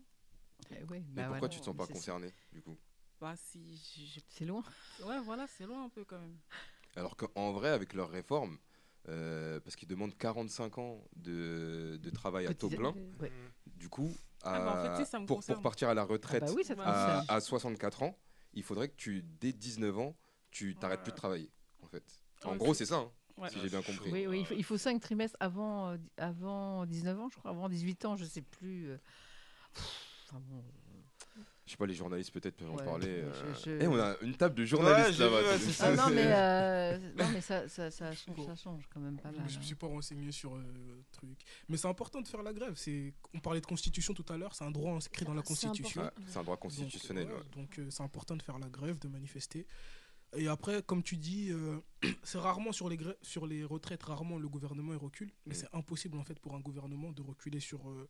F: Eh ouais,
C: Mais
F: bah
C: pourquoi
F: voilà.
C: tu te sens pas
F: C'est-
C: concerné, du coup
H: Bah, si. j'ai- j'ai-
F: C'est loin.
H: Ouais, voilà, c'est loin un peu quand même.
C: Alors qu'en vrai, avec leur réforme, euh, parce qu'ils demandent 45 ans de, de travail à taux
F: Petit- Euh.
C: plein,
F: Ouais.
C: du coup,
H: Ah bah, en fait,
C: à-
H: si, ça me
C: pour, pour
H: concerne.
C: partir à la
F: Ah
C: retraite
F: bah oui, ça te
H: Ah,
C: à-
F: concerne.
C: à, 64 ans, il faudrait que tu, dès 19 ans, tu t'arrêtes plus de travailler, en fait. En
H: Ouais,
C: gros,
H: c'est-
C: c'est ça, hein,
H: Ouais.
C: si j'ai bien compris.
F: Oui, oui, il faut, il faut 5 trimestres avant, euh, di- avant 19 ans, je crois, avant 18 ans, je sais plus. euh. Pff, enfin bon,
C: Je sais pas, les journalistes peut-être peuvent en
F: Ouais,
C: parler.
F: je-
C: euh.
F: je-
C: Eh, on a une table de journalistes
D: j'ai vu,
C: là-bas.
D: ouais, c'est
F: Ah
D: ça.
F: non,
D: c'est-
F: mais, euh, non, mais ça, ça, ça, change, ça change quand même pas mal.
E: Je
F: hein.
E: me suis pas renseigné sur euh, le truc. Mais c'est important de faire la grève. C'est... On parlait de constitution tout à l'heure, c'est un droit inscrit dans la
I: C'est
E: constitution.
C: Ouais, Ah, c'est un droit
E: Donc,
C: constitutionnel.
E: ouais,
C: ouais.
E: Donc euh, c'est important de faire la grève, de manifester. Et après, comme tu dis, euh, c'est rarement sur les, grè- sur les retraites, rarement le gouvernement il recule. Mais
C: Mm.
E: c'est impossible en fait pour un gouvernement de reculer sur, euh,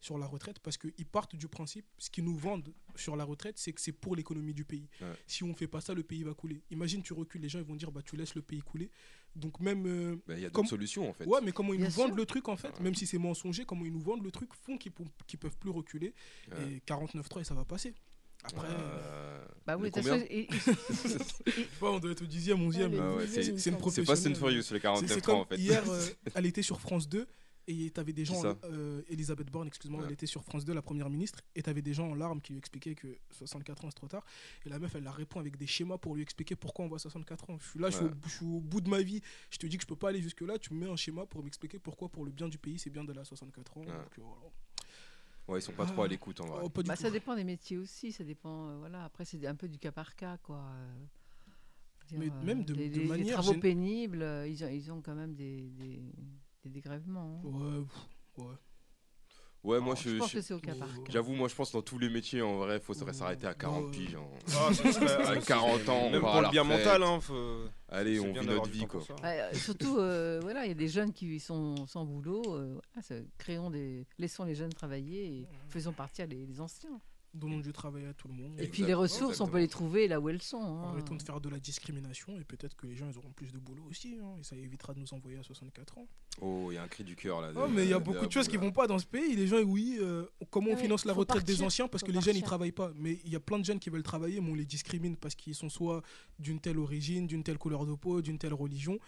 E: sur la retraite parce qu'ils partent du principe, ce qu'ils nous vendent sur la retraite, c'est que c'est pour l'économie du pays.
C: Ouais.
E: Si on fait pas ça, le pays va couler. Imagine, tu recules, les gens ils vont dire, bah tu laisses le pays couler. Donc même... euh,
C: Bah, Il y a
E: Comme-
C: d'autres solutions, en fait.
E: Ouais, mais comment ils
F: Bien
E: nous
F: sûr.
E: vendent le truc en fait,
C: Ouais.
E: même si c'est mensonger, comment ils nous vendent le truc font qu'ils pou- qu'ils peuvent plus reculer.
C: Ouais.
E: Et 49.3 et ça va passer. Après, euh,
C: Euh,
F: Bah oui,
C: mais
F: de toute
C: combien
F: façon, et- et-
E: je sais pas, on doit être au 10e, 11e.
C: Ah
I: le
C: ouais,
I: dixième,
C: c'est-
I: il me
E: c'est une
I: semble.
E: pro-
C: C'est pas Fast and Furious, les
E: C'est- c'est
C: 49
E: comme
C: ans, en fait.
E: Hier, euh, elle était sur France 2 et t'avais des gens.
C: Qui ça
E: en- euh, Elisabeth Borne, excuse-moi,
C: Ouais.
E: elle était sur France 2, la première ministre, et t'avais des gens en larmes qui lui expliquaient que 64 ans c'est trop tard. Et la meuf, elle la répond avec des schémas pour lui expliquer pourquoi on voit 64 ans. Je suis là, je, suis au,
C: Ouais.
E: je suis au bout de ma vie. Je te dis que je peux pas aller jusque-là. Tu me mets un schéma pour m'expliquer pourquoi, pour le bien du pays, c'est bien d'aller à 64 ans.
C: Ouais.
E: donc, euh, voilà.
C: Ouais, ils sont pas trop à l'écoute, en vrai.
E: Oh, pas du
F: bah,
E: tout.
F: ça dépend des métiers aussi, ça dépend. euh, voilà, après c'est un peu du cas par cas, quoi. euh, je veux euh,
E: Mais même de-
F: des,
E: de
F: des- des
E: manière
F: travaux
E: gén-
F: pénibles, euh, ils ont, ils ont quand même des, des, des dégrèvements. hein.
E: Ouais, pff, ouais.
C: Ouais, moi,
F: Alors,
C: je,
F: Oh, pense
C: je-
F: que c'est au cas par cas. Oh.
C: j'avoue, moi, je pense dans tous les métiers, en vrai, faut
E: Ouais.
C: s'arrêter à 40
E: Bah, Ouais.
C: piges. hein.
D: Ah, c'est- c'est-
C: À
D: c'est-
C: 40 ans, on
D: Même
C: part à
D: pour
C: la
D: le bien
C: retraite.
D: mental, hein. faut-
C: Allez,
D: c'est
C: on
D: bien
C: vit
D: d'avoir
C: notre
D: du
C: vie,
D: temps
C: quoi.
D: pour ça.
F: Ouais, euh, surtout, euh, voilà, il y a des jeunes qui sont sans boulot. euh, voilà, ça- créons des, laissons les jeunes travailler et faisons partir les, les anciens.
E: Donnons du travail à tout le monde.
F: Et
C: Exact-
F: puis les ressources, on
C: exactement.
F: peut les trouver là où elles sont. hein.
E: Arrêtons de faire de la discrimination et peut-être que les gens ils auront plus de boulot aussi. hein, et ça évitera de nous envoyer à 64 ans.
C: Oh, il y a un cri du cœur, là.
E: Non,
C: de-
E: mais il y a beaucoup de choses qui
C: Abou, là.
E: vont pas dans ce pays. Les gens, oui, euh, comment on
I: Ouais,
E: finance la
I: faut
E: retraite des
I: partir,
E: anciens parce
I: faut
E: que les jeunes ils
I: partir.
E: travaillent pas. Mais il y a plein de jeunes qui veulent travailler, mais on les discrimine parce qu'ils sont soit d'une telle origine, d'une telle couleur de peau, d'une telle religion.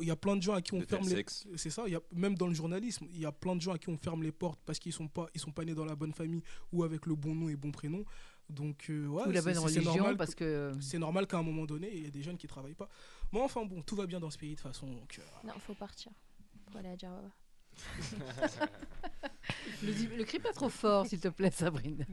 E: Il y a plein de gens à qui on
C: De tel
E: ferme les
C: sexe.
E: c'est ça, il y a, même dans le journalisme, il y a plein de gens à qui on ferme les portes parce qu'ils sont pas ils sont pas nés dans la bonne famille ou avec le bon nom et bon prénom. Donc euh, ouais,
F: Ou la
E: c'est-
F: bonne
E: c'est- c'est
F: religion,
E: normal
F: parce que.
E: c'est normal qu'à un moment donné, il y a des jeunes qui travaillent pas. Mais enfin bon, tout va bien dans ce pays de toute façon. Donc, euh,
G: Non, faut partir. Pour aller à Djerba.
F: Ne dis- ne crie pas trop fort, s'il te plaît, Sabrine.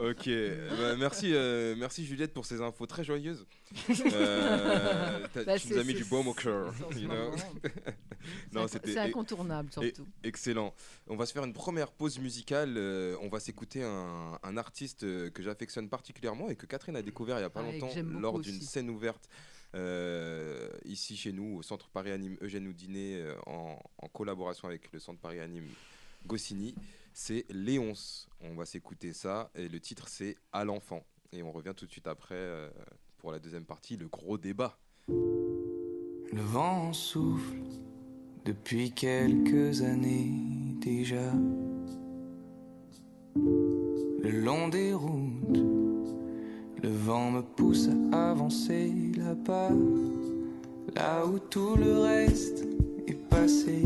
C: Ok, bah, merci, euh, merci Juliette pour ces infos très joyeuses. Euh, t'as-
F: Bah,
C: tu
F: c'est-
C: nous as mis
F: c'est-
C: du baume au cœur.
F: c'est en ce
C: you know.
F: moment.
C: Non,
F: C'est inco-
C: c'était-
F: c'est incontournable,
C: et-
F: surtout.
C: Excellent. On va se faire une première pause musicale. euh, on va s'écouter un, un artiste euh, que j'affectionne particulièrement et que Catherine a découvert il n'y a pas
F: Ah, et que
C: longtemps
F: j'aime beaucoup
C: lors d'une
F: aussi.
C: scène ouverte euh, ici chez nous au Centre Paris Anime Eugène Houdinet euh, en, en collaboration avec le Centre Paris Anime Goscinny. C'est Léonce. On va s'écouter ça et le titre c'est À l'enfant. Et on revient tout de suite après euh, pour la deuxième partie, le gros débat.
K: Le vent souffle depuis quelques années déjà. Le long des routes, le vent me pousse à avancer là-bas, là où tout le reste est passé,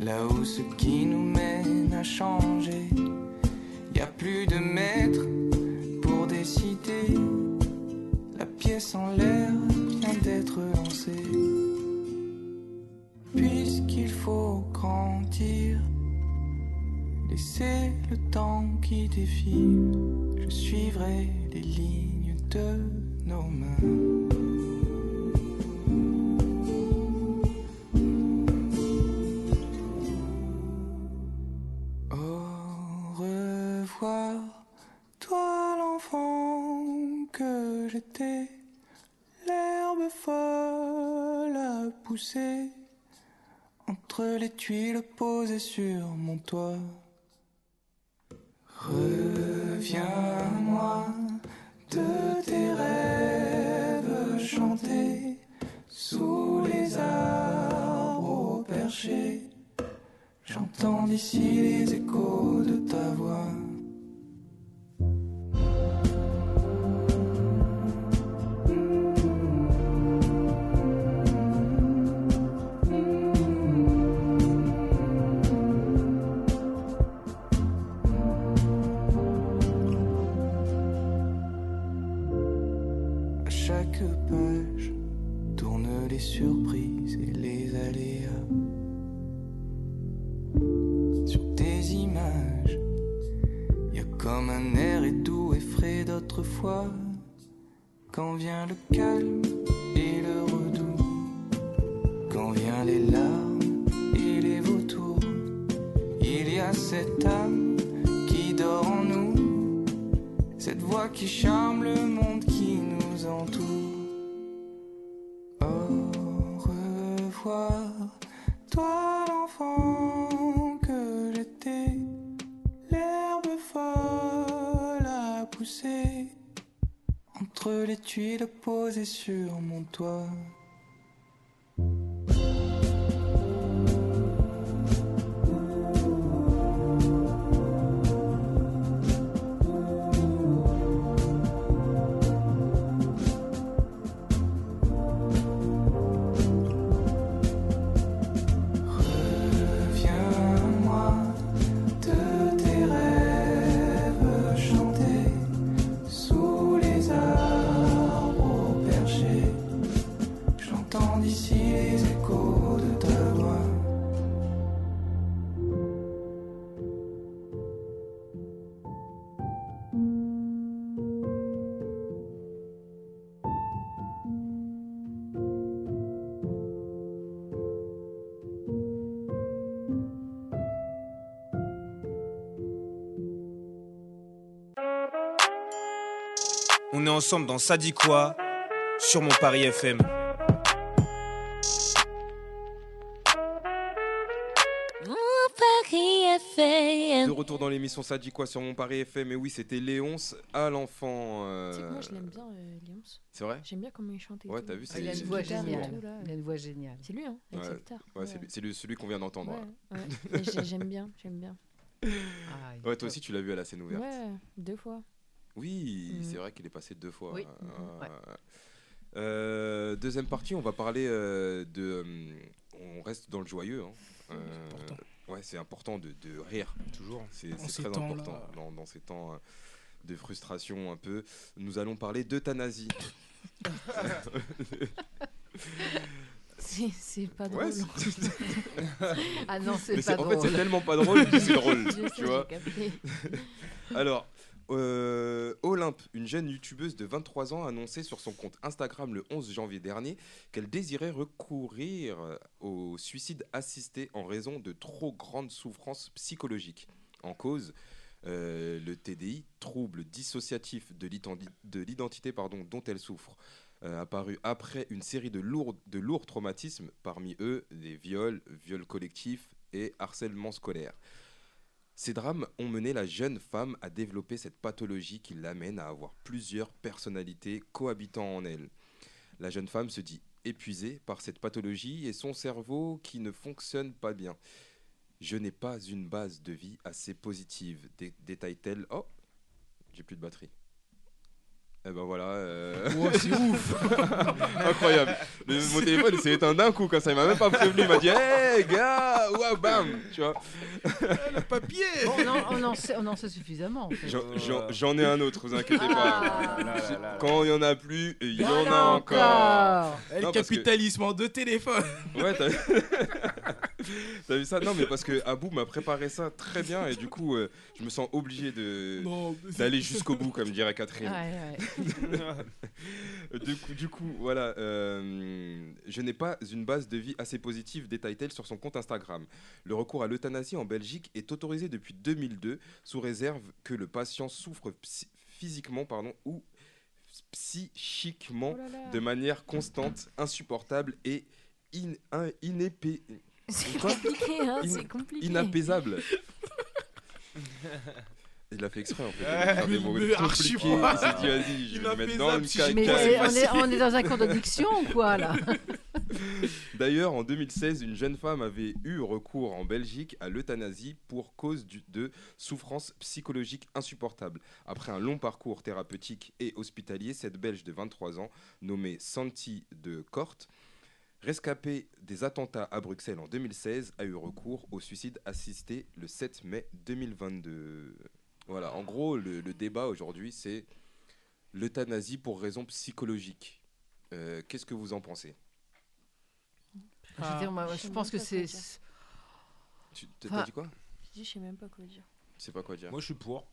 K: là où ce qui nous mène a changé. Y a plus de maître pour décider. La pièce en l'air vient d'être lancée. Puisqu'il faut grandir, laissez le temps qui défile. Je suivrai les lignes de nos mains. Au revoir. Toi l'enfant que j'étais, l'herbe folle a poussé entre les tuiles posées sur mon toit. Reviens-moi de tes rêves chantés, Sous les arbres perchés, j'entends d'ici les échos de ta voix.
L: À chaque page tourne les surprises et les aléas.
K: sur tes images. Y a comme un air et doux et frais d'autrefois. Quand vient le calme et le redoux, quand vient les larmes et les vautours, il y a cette âme qui dort en nous, cette voix qui charme le monde qui nous entoure. Au revoir. Toi l'enfant que j'étais, l'herbe folle a poussé entre les tuiles posées sur mon toit. Reviens-moi de tes rêves chantés sous les arbres perchés. J'entends d'ici les échos de ta voix.
M: On est ensemble dans Ça dit quoi sur mon Paris FM.
C: De retour dans l'émission, ça dit quoi sur mon Paris FM Et oui, c'était Léonce à l'enfant. euh,
G: C'est que moi, je l'aime bien, euh, Léonce.
C: C'est vrai
G: J'aime bien comment il chante. et
C: Ouais,
G: tout.
C: t'as vu, c'est-
F: Ah, Il a une
C: c'est-
F: voix
C: c'est-
F: géniale. Il a une voix géniale.
G: C'est lui, hein, avec sa
C: Ouais,
G: guitare.
C: ouais, c'est lui- c'est le- celui qu'on vient d'entendre.
G: Ouais,
C: là.
G: ouais. Mais j'ai- J'aime bien, j'aime bien.
D: Ah,
C: Ouais, toi aussi, tu l'as vu à la scène ouverte.
G: Ouais, deux fois.
C: Oui,
G: Mhm.
C: c'est vrai qu'il est passé deux fois.
G: Oui, Mm.
C: hein. Euh, deuxième partie, on va parler euh, de. hum, on reste dans le joyeux. hein. Euh, ouais, c'est important de, de rire.
D: Toujours.
C: C'est
D: En
C: c'est
D: ces
C: très
D: temps-là.
C: important dans, dans ces temps euh, de frustration un peu. Nous allons parler d'euthanasie.
G: C'est- C'est pas drôle.
C: Ouais,
G: ah non,
C: Mais
G: c'est pas
C: en
G: drôle.
C: fait, c'est tellement pas drôle que c'est drôle.
G: Je sais,
C: tu vois.
G: j'ai capté.
C: Alors, euh, Olympe, une jeune youtubeuse de 23 ans, a annoncé sur son compte Instagram le 11 janvier dernier qu'elle désirait recourir au suicide assisté en raison de trop grandes souffrances psychologiques. En cause, euh, le TDI, trouble dissociatif de l'identi- de l'identité pardon, dont elle souffre. euh, apparu après une série de lourds, de lourds traumatismes, parmi eux des viols, viols collectifs et harcèlement scolaire. Ces drames ont mené la jeune femme à développer cette pathologie qui l'amène à avoir plusieurs personnalités cohabitant en elle. La jeune femme se dit épuisée par cette pathologie et son cerveau qui ne fonctionne pas bien. Je n'ai pas une base de vie assez positive, dé- détaille-t-elle. Oh, j'ai plus de batterie. Eh ben voilà. euh.
D: Wow, c'est ouf.
C: Incroyable. Le- mon téléphone il s'est éteint d'un coup comme ça. Il m'a même pas prévenu. Il m'a dit Hey gars, ouah, bam Tu vois
F: Le papier on, en, on en sait, on en sait suffisamment. En fait.
C: J'en- J'en j'en ai un autre, vous inquiétez
F: Ah.
C: pas. Quand il n'y en a plus, il y en a
E: Voilà
C: encore.
E: Eh, Ah, Le
C: Non, parce que-
E: capitalisme en deux téléphones.
C: Ouais, t'as t'as vu ça Non, mais parce que Abou m'a préparé ça très bien et du coup, euh, je me sens obligé de
E: Non, mais-
C: d'aller jusqu'au bout, comme dirait Catherine.
E: Ouais,
C: du, coup, du coup, voilà. euh, je n'ai pas une base de vie assez positive, détaille-t-elle sur son compte Instagram. Le recours à l'euthanasie en Belgique est autorisé depuis 2002, sous réserve que le patient souffre psy- physiquement pardon, ou psychiquement
J: Oh là là.
C: de manière constante, insupportable et in, in- inépé-
G: C'est
C: Quoi
G: compliqué, hein,
C: In-
G: c'est compliqué.
C: Inapaisable. Il l'a fait exprès en fait. Il a
E: Ouais.
C: fait des
E: Mais-
C: mots
E: mais archi
C: compliqués. Il
E: froid.
C: s'est dit vas-y, je vais le mettre dans
E: Inapaisable,
C: une
E: si je
C: cage.
F: Mais
E: Car-
D: Ah.
F: c'est- on, est, on est dans un cours de diction ou quoi là
C: D'ailleurs, en 2016, une jeune femme avait eu recours en Belgique à l'euthanasie pour cause du- de souffrances psychologiques insupportables. Après un long parcours thérapeutique et hospitalier, cette Belge de 23 ans, nommée Santi de Corte, rescapée des attentats à Bruxelles en 2016, a eu recours au suicide assisté le 7 mai 2022. Voilà, en gros, le, le débat aujourd'hui, c'est l'euthanasie pour raison psychologique. Euh, Qu'est-ce que vous en pensez
F: Je, veux dire, moi, je pense que c'est.
C: Tu t'as
F: Enfin,
C: dit quoi
J: Je dis, je sais même pas quoi dire.
C: Je sais pas quoi dire.
D: Moi, je suis pour.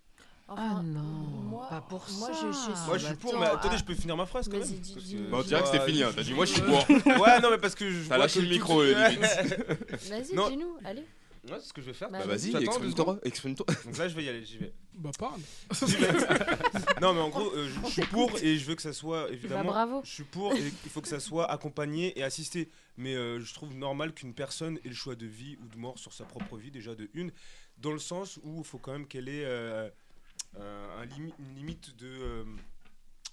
J: Enfin,
F: ah non,
J: moi-
F: pas pour
J: moi,
F: ça.
J: je- je-
D: Moi, je suis pour, mais attendez,
F: ah.
D: je peux finir ma phrase quand
J: Vas-y,
D: même
J: dis-
D: Parce
J: dis-
D: que-
C: Bah, on dirait que c'était fini, hein. T'as dit, moi, je suis pour.
D: Ouais, non, mais parce que je.
C: T'as
D: vois
C: lâché
D: que
C: le
D: tout-
C: micro, euh, limite.
J: Vas-y,
D: Non.
J: dis-nous, allez.
D: Ouais, c'est ce que je vais faire.
J: Bah,
D: Bah,
J: vas-y.
D: vas-y, J'attends deux
C: exprime-toi,
D: secondes.
C: exprime-toi.
D: Donc là, je vais y aller, j'y vais.
E: Bah, parle.
D: J'y vais. non, mais en gros, euh, je- je suis pour et je veux que ça soit évidemment.
J: Bah, bravo.
D: Je suis pour et il faut que ça soit accompagné et assisté. Mais euh, je trouve normal qu'une personne ait le choix de vie ou de mort sur sa propre vie, déjà de une, dans le sens où il faut quand même qu'elle ait euh, euh, un limi- une limite de. euh,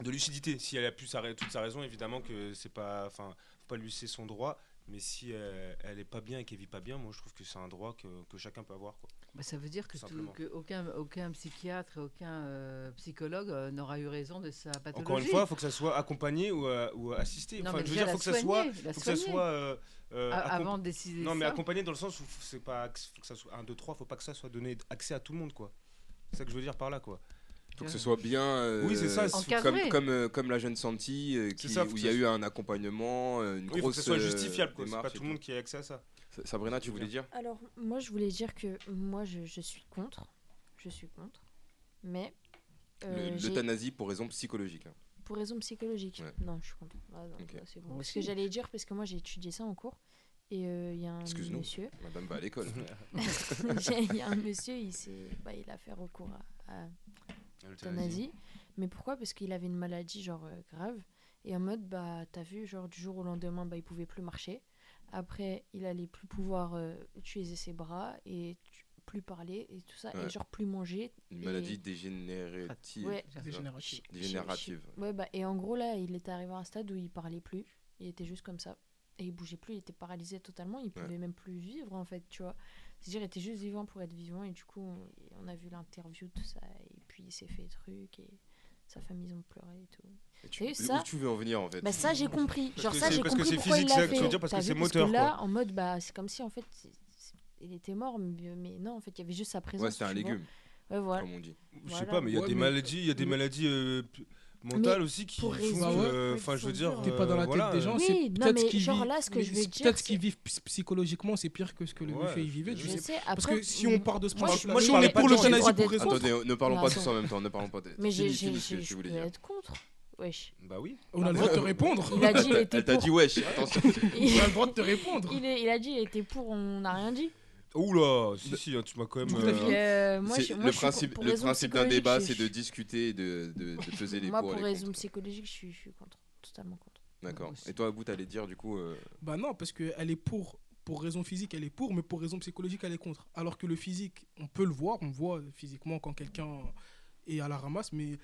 D: de lucidité, si elle a pu sa ra- toute sa raison, évidemment que c'est pas, enfin, faut pas lui laisser son droit, mais si euh, elle est pas bien et qu'elle vit pas bien, moi je trouve que c'est un droit que, que chacun peut avoir. Quoi.
F: Bah, ça veut dire que,
D: Tout
F: tout-
D: simplement.
F: que aucun, aucun psychiatre, aucun euh, psychologue euh, n'aura eu raison de sa pathologie.
D: Encore une fois, il faut que ça soit accompagné ou, euh, ou assisté.
F: Non,
D: Enfin,
F: mais
D: je veux
F: déjà,
D: dire, faut
F: la
D: que ça soit,
F: soigner, la
D: faut que ça
F: soigner.
D: soit euh, euh,
F: A-
D: accom-
F: avant de décider
D: Non, mais
F: ça.
D: accompagné dans le sens où c'est pas, faut que ça soit 1, 2, 3, faut pas que ça soit donné accès à tout le monde, quoi. C'est ça que je veux dire par là, quoi.
C: Faut que ce soit bien. euh,
D: Oui, c'est ça. c'est-
C: Comme, comme, euh, comme la jeune Santi, euh, qui-
D: C'est ça, faut
C: où
D: que
C: il y a
D: ça-
C: eu un accompagnement, euh, une
D: Oui, faut que
C: grosse.
D: ça soit
C: euh,
D: justifiable, quoi. C'est
C: démarche
D: pas
C: et
D: tout le monde qui a accès à ça.
C: Sa- Sabrina, tu voulais dire
J: Alors, moi, je voulais dire que moi, je, je suis contre. Je suis contre. Mais. euh,
C: Le-
J: j'ai-
C: L'euthanasie pour raison psychologique. hein.
J: Pour raison psychologique.
C: Ouais.
J: Non, je suis contre. Ah, non,
C: Ok.
J: bah, c'est bon.
C: Moi
J: Ce que
C: aussi.
J: j'allais dire, parce que moi, j'ai étudié ça en cours. Et euh, il y a un
C: Excuse-nous.
J: monsieur.
C: Madame va à l'école.
J: J'ai- Il y a un monsieur, il, s'est- bah, il a fait recours à, à l'euthanasie. Mais pourquoi Parce qu'il avait une maladie genre euh, grave. Et en mode, bah, t'as vu, genre du jour au lendemain, bah, il pouvait plus marcher. Après, il allait plus pouvoir euh, utiliser ses bras et tu- plus parler et tout ça.
C: Ouais.
J: Et genre plus manger.
C: Une
J: et-
C: maladie dégénérative.
J: Ouais.
C: c'est ça
E: Dégénérative.
C: Dégénérative.
J: Ouais, bah, et en gros, là, il était arrivé à un stade où il parlait plus. Il était juste comme ça. Et il bougeait plus, il était paralysé totalement. Il pouvait même plus vivre, en fait, tu vois. C'est-à-dire, il était juste vivant pour être vivant. Et du coup, on, on a vu l'interview, tout ça. Et puis, il s'est fait truc. Et sa famille, ils ont pleuré et tout.
C: Et tu-
J: Et
C: où tu veux en venir, en fait
J: Bah, ça, j'ai compris.
C: Parce
J: Genre,
C: que
J: ça,
C: c'est-
J: j'ai
C: parce que
J: compris
C: c'est
J: pourquoi il
C: physique,
J: l'a
C: ça,
J: fait.
C: tu veux dire, parce
J: T'as
C: que
J: vu,
C: c'est moteur,
J: là,
C: quoi.
J: en mode, bah, c'est comme si, en fait, c'est- c'est- il était mort. Mais mais non, en fait, il y avait juste sa présence.
C: Ouais, c'était un
J: tu vois.
C: légume.
J: Ouais, voilà.
C: Comme on dit.
D: Je sais
J: Voilà.
D: pas, mais il y a
J: Ouais,
D: des
J: mais-
D: maladies, il y a des maladies euh, p- mentales
J: Mais
D: aussi qui font
J: pour
D: que,
J: résoudre-
D: euh,
J: Bah
D: enfin, je veux dire,
E: T'es pas dans la tête
D: euh, voilà,
E: des gens,
D: euh,
J: Oui,
E: c'est
J: non,
E: peut-être
J: mais
E: qu'ils
J: genre
E: vivent-
J: là, ce que
E: mais
J: je veux
E: c'est
J: dire,
E: Peut-être qu'ils vivent psy- psychologiquement, c'est pire que ce que le
D: Ouais,
E: monsieur il vivait. tu
J: je
E: sais.
J: sais,
E: Parce
J: après,
E: que si on part de ce
J: moi,
E: principe,
J: je- moi, je parlais pas d'euthanasie pour raison-
C: Attendez, euh, ne parlons
J: Non,
C: pas tous
J: attends.
C: en même temps. Ne parlons pas. de-
J: Mais j'ai-
C: Finis,
J: j'ai-
C: finis ce que
J: j'ai-
C: tu
J: je
C: voulais
J: peux
C: dire.
J: être contre. Wesh.
D: Bah oui.
E: On a le droit de Oh te répondre.
J: Il a dit, il était
C: Elle t'a
J: pour.
C: dit wesh, attention.
E: On a le droit de te répondre.
J: Il, est- il a dit, il était pour, on n'a rien dit.
D: Oula, si, si, hein, tu m'as quand même.
J: Tout à fait. Euh, moi,
C: Bah, C'est-
J: je- moi,
C: le
J: je suis pour-
C: principe,
J: pour
C: le
J: raison
C: principe d'un
J: psychologique,
C: débat,
J: je-
C: c'est de
J: je-
C: discuter et de, de, de peser les
J: Moi,
C: pour et
J: pour
C: les
J: raison
C: contre.
J: psychologique, je suis, je suis contre. Totalement contre.
C: D'accord. Et toi, Abou, t'allais dire du coup. euh,
E: Bah non, parce qu'elle est pour. Pour raison physique, elle est pour, mais pour raison psychologique, elle est contre. Alors que le physique, on peut le voir, on voit physiquement quand quelqu'un est à la ramasse, mais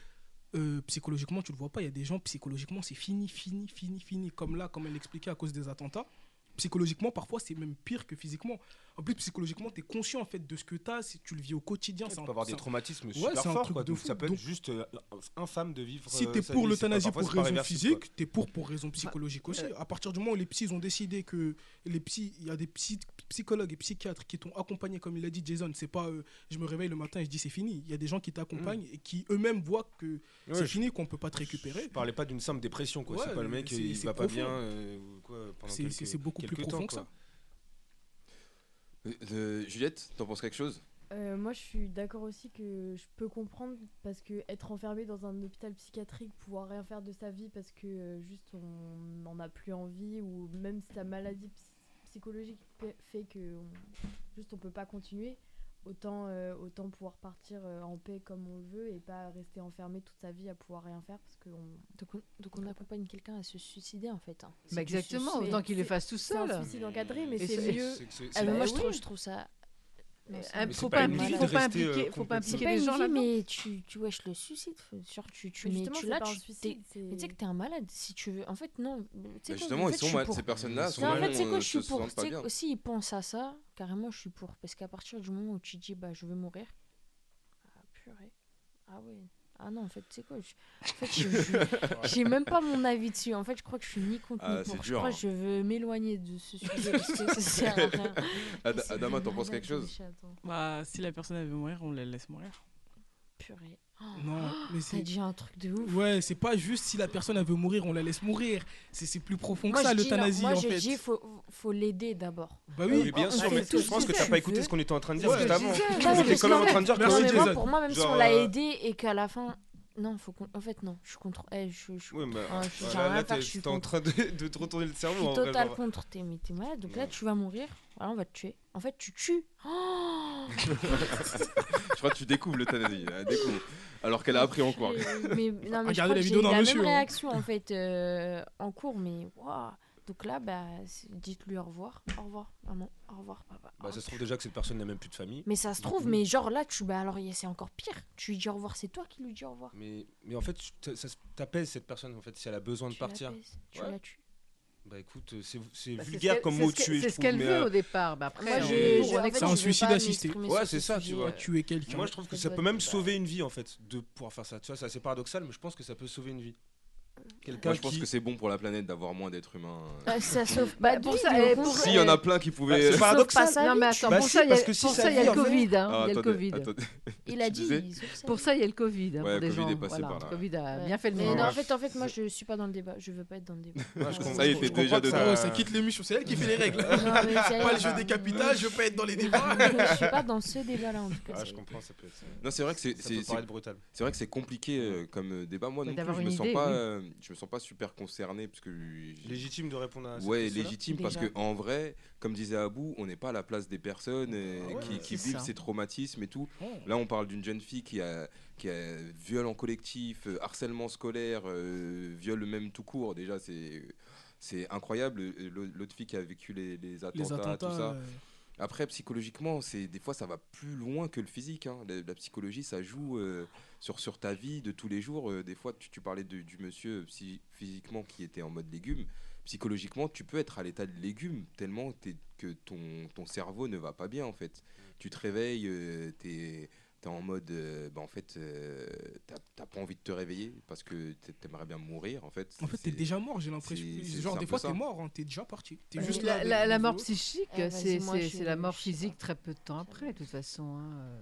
E: euh, psychologiquement, tu le vois pas. Il y a des gens, psychologiquement, c'est fini, fini, fini, fini. Comme là, comme elle l'expliquait à cause des attentats. Psychologiquement, parfois, c'est même pire que physiquement. En plus, psychologiquement, tu es conscient en fait de ce que tu as, tu le vis au quotidien.
D: Tu
E: c'est un-
D: peux avoir
E: c'est
D: des
E: un-
D: traumatismes
E: Ouais,
D: super
E: c'est un
D: forts,
E: truc
D: quoi.
E: de
D: Donc,
E: fou.
D: ça peut être
E: Donc,
D: juste euh, infâme de vivre.
E: si
D: euh,
E: t'es
D: sa
E: pour
D: vie, c'est pas-
E: l'euthanasie
D: parfois,
E: pour
D: c'est pas
E: raison
D: réversible, quoi. Bah,
E: physique, t'es pour pour raison psychologique aussi. À partir du moment où les psys ont décidé que les psys, il y a des psy- psychologues et psychiatres qui t'ont accompagné, comme il l'a dit Jason, c'est pas euh, je me réveille le matin et je dis c'est fini. Il y a des gens qui t'accompagnent et qui eux-mêmes voient que c'est
D: Mm. je-
E: fini, qu'on peut pas te récupérer.
D: Je parlais pas d'une simple dépression, quoi.
E: Ouais,
D: c'est pas le mec,
E: c'est-
D: il
E: c'est
D: va
E: profond.
D: pas bien. euh, ou quoi, pendant
E: C'est- c'est-
D: quelques-
E: c'est beaucoup plus
D: quelques
E: profond
D: temps,
E: que
D: quoi.
E: ça.
C: euh, euh, Juliette, t'en penses quelque chose
I: Euh, moi, je suis d'accord aussi que je peux comprendre parce que être enfermé dans un hôpital psychiatrique, pouvoir rien faire de sa vie parce que euh, juste on n'en a plus envie ou même si ta maladie psy- psychologique pe- fait que on- juste on peut pas continuer, autant euh, autant pouvoir partir euh, en paix comme on le veut et pas rester enfermé toute sa vie à pouvoir rien faire parce que on-
J: Donc on, donc on accompagne quelqu'un à se suicider en fait. hein.
F: Bah,
J: C'est du
F: exactement,
J: suicide.
F: autant qu'il le
J: C'est-
F: fasse tout
J: c'est un
F: seul.
J: suicide encadré, mais
F: Et
J: c'est
F: c'est-
J: mieux.
F: c'est- c'est-
J: Ah, mais
F: c'est-
J: moi je
F: oui.
J: trouve, je trouve ça.
F: Mais
J: c'est-
F: un-
J: Mais
F: faut
J: c'est
F: pas
J: pas
F: impli-
J: une
F: faut
J: vie
F: pas
J: de rester,
F: impliquer,
J: euh,
F: faut pas
J: complètement-
F: impliquer les
J: C'est pas
F: gens
J: une
F: là.
J: vie, mais tu, tu wesh le suicide. faut- Genre, tu, tu
I: Mais
J: mets,
I: justement,
J: tu
I: c'est
J: là,
I: pas un
J: tu
I: suicide,
J: t'es-
I: c'est-
J: Mais tu sais que t'es un malade si tu veux. En fait, non. mais tu sais
C: Bah
J: quoi,
C: justement,
J: en
C: ils
J: fait,
C: sont
J: je suis
C: mal-
J: pour.
C: ces personnes-là
J: Non,
C: sont
J: En fait,
C: vraiment,
J: c'est quoi,
C: euh,
J: je suis
C: se
J: pour.
C: sentent
J: Tu
C: pas
J: sais,
C: bien.
J: aussi, ils pensent à ça. Carrément, je suis pour. Parce qu'à partir du moment où tu te dis, bah, je veux mourir. Ah, purée. Ah, ouais. Ah non, en fait, tu sais quoi je... En fait, je- je- j'ai même pas mon avis dessus. En fait, je crois que je suis ni contre
C: Ah,
J: ni
C: c'est
J: pour. Je
C: dur,
J: crois
C: hein.
J: que je veux m'éloigner de ce sujet. parce que ça sert à rien.
C: Ad-
J: C'est
C: Adama, t'en
J: malade,
C: penses quelque chose
J: wesh, attends.
H: Bah, si la personne elle veut mourir, on la laisse mourir.
J: Purée.
E: Non, mais c'est.
J: déjà un truc de ouf.
E: Ouais, c'est pas juste si la personne elle veut mourir, on la laisse mourir. C'est c'est plus profond que
J: Moi,
E: ça,
J: je dis non.
E: l'euthanasie
J: Moi,
E: en
J: je
E: fait.
J: dis, faut, faut l'aider d'abord.
E: Bah oui.
D: bien
E: on
D: sûr,
E: fait
D: mais
E: tout
D: je pense
E: ce
D: que
E: que
D: t'as
E: je
D: pas écouté
E: veux.
D: ce qu'on était en train de dire
E: Ouais.
D: juste avant.
E: Je disais,
J: Non, mais
D: T'étais
J: parce
D: quand même en
J: qu'en
D: train de dire
J: fait- non, mais
D: que
J: moi, pour moi, même si
D: Genre,
J: on l'a
D: euh,
J: aidé et qu'à la fin. Non, faut qu'on. En fait, non, je suis contre. eh, je, je suis
D: Oui,
J: contre.
D: mais
J: Ah, je suis-
D: voilà,
J: j'ai rien
D: là,
J: à faire,
D: t'es
J: je suis
D: t'es en
J: contre.
D: train de, de te retourner le
J: Je
D: cerveau.
J: suis
D: en vrai,
J: total
D: genre.
J: contre, t'es mais t'es malade. Donc là,
D: Ouais.
J: tu vas mourir. Voilà, on va te tuer. En fait, tu tues. Oh
C: Je crois que tu découvres l'euthanasie. hein, découvre. Alors qu'elle a appris en cours.
J: mais, non, mais je
E: Regardez
J: crois
E: la
J: que j'ai
E: vidéo
J: eu
E: d'un
J: la
E: monsieur,
J: même
E: hein.
J: réaction en fait euh, en cours, mais waouh. Donc là, bah, c'est- dites-lui au revoir. Au revoir, maman. Au revoir, papa.
D: Bah, ça se trouve déjà que cette personne n'a même plus de famille.
J: Mais ça se trouve,
D: Mhm.
J: mais genre là, tu. Bah alors, c'est encore pire. Tu lui dis au revoir, c'est toi qui lui dis au revoir.
D: Mais, mais en fait, tu- t'as- ça se- t'apaises cette personne en fait si elle a besoin de
J: la
D: partir.
J: pèses, tu
D: Ouais.
J: la tues.
D: Bah écoute, euh, c'est c'est
F: Bah, c'est ce
D: vulgaire
F: qu'elle-
D: comme
F: c'est
D: mot
F: ce qu'elle-
D: tuer. je
F: c'est ce
D: trouve,
F: qu'elle
D: mais,
F: veut
D: euh,
F: au départ. Bah, après,
J: Moi,
F: on-
J: j'ai-
F: on
J: j'ai- en
F: est
J: fait,
E: C'est un
J: je veux
E: suicide
J: pas
E: assisté.
J: m'exprimer
D: Ouais,
J: sur
D: c'est
J: ce
D: ça, tu
J: sujet,
D: vois.
J: euh,
E: Tuer quelqu'un.
D: Moi, je trouve que
J: Ça
D: ça
J: doit
D: peut
J: être
D: même
J: débat.
D: sauver une vie en fait de pouvoir faire ça. Tu vois, c'est assez paradoxal, mais je pense que ça peut sauver une vie. Quelqu'un
C: Moi, je pense
D: qui
C: que c'est bon pour la planète d'avoir moins d'êtres humains. euh.
J: Euh, ça sauve
F: Bah,
J: pas de
F: pour
J: vie, hein.
F: ça,
J: mais
F: eh,
J: au
F: pour-
J: contraire.
C: S'il y en a plein qui pouvaient.
D: Ah, c'est
C: euh,
F: Sauf
D: paradoxal.
F: pas ça, Non, mais attends,
D: Bah
F: pour
D: si,
F: ça, il y a
D: parce que si
F: pour
D: sa
F: ça, il y a
D: vie,
F: le
D: en fait-
F: Covid. hein,
C: Ah,
F: Il y a le
C: attendez,
F: Covid.
C: attendez.
J: Il a
C: Tu disais
J: dit. sauf
F: Pour ça, il y a le Covid. hein,
C: Ouais,
F: pour des
C: Covid
F: gens.
C: est passé
F: voilà,
C: par là,
F: Le Covid a
J: Ouais.
F: bien fait le
J: Mais
F: monde.
J: non, en fait, en fait, moi, je suis pas dans le débat. Je veux pas être dans le débat.
D: Ouais, je
J: Vraiment.
D: comprends-
C: Ça, il
D: je
C: était
D: comprends
C: déjà
D: que ça-
C: dedans.
E: Oh, ça quitte l'émission, c'est elle qui fait les règles.
J: Non, mais sérieux,
E: Pas le jeu des capitales, je peux être dans les débats.
J: Je suis pas dans ce débat-là, en tout cas.
D: Ah, je
J: sérieux.
D: comprends, ça peut être.
C: Non, c'est vrai que c'est-
D: Ça peut
C: c'est
D: paraître brutal.
C: C'est vrai que c'est compliqué euh, comme euh, débat. Moi,
F: Bah,
C: non plus,
F: d'avoir
C: je me
F: une
C: sens
F: idée,
C: pas,
F: oui.
C: euh, je me sens pas super concerné parce que j'ai-
D: Légitime de répondre à cette
C: ouais,
D: question-là
C: légitime parce
F: Déjà.
C: que en vrai, comme disait Abou, on n'est pas à la place des personnes euh,
D: Ah ouais,
C: qui, qui
F: c'est
C: vivent
F: ça.
C: ces traumatismes et tout. Là, on parle d'une jeune fille qui a qui a viol en collectif, euh, harcèlement scolaire, euh, viol même tout court. Déjà, c'est c'est incroyable. Euh, l'au- L'autre fille qui a vécu les, les attentats,
E: Les attentats.
C: tout ça.
E: euh,
C: Après, psychologiquement, c'est des fois ça va plus loin que le physique. hein. La, la psychologie, ça joue euh, sur, sur ta vie de tous les jours. Euh, des fois, tu, tu parlais de- du monsieur euh, psy- physiquement qui était en mode légume. Psychologiquement, tu peux être à l'état de légume tellement t'es- que ton, ton cerveau ne va pas bien en fait. Tu te réveilles, euh, t'es t'es en mode, euh, bah, en fait, euh, t'as- t'as pas envie de te réveiller parce que t'a- t'aimerais bien mourir en fait.
E: En fait, t'es
C: C'est-
E: déjà mort, j'ai l'impression.
C: c'est- c'est- c'est
E: Genre,
C: un
E: des
C: peu
E: fois,
C: ça.
E: t'es mort, hein, t'es déjà parti. T'es
F: Mais
E: juste
F: Bah, la,
E: là.
F: la- la
E: avec
F: mort
E: les autres.
F: psychique,
J: Eh, vas-y,
F: c'est
J: moi,
F: c'est-
J: je-
F: c'est la mort
J: je sais
F: physique
J: pas.
F: très peu de temps après, de toute façon. hein, euh.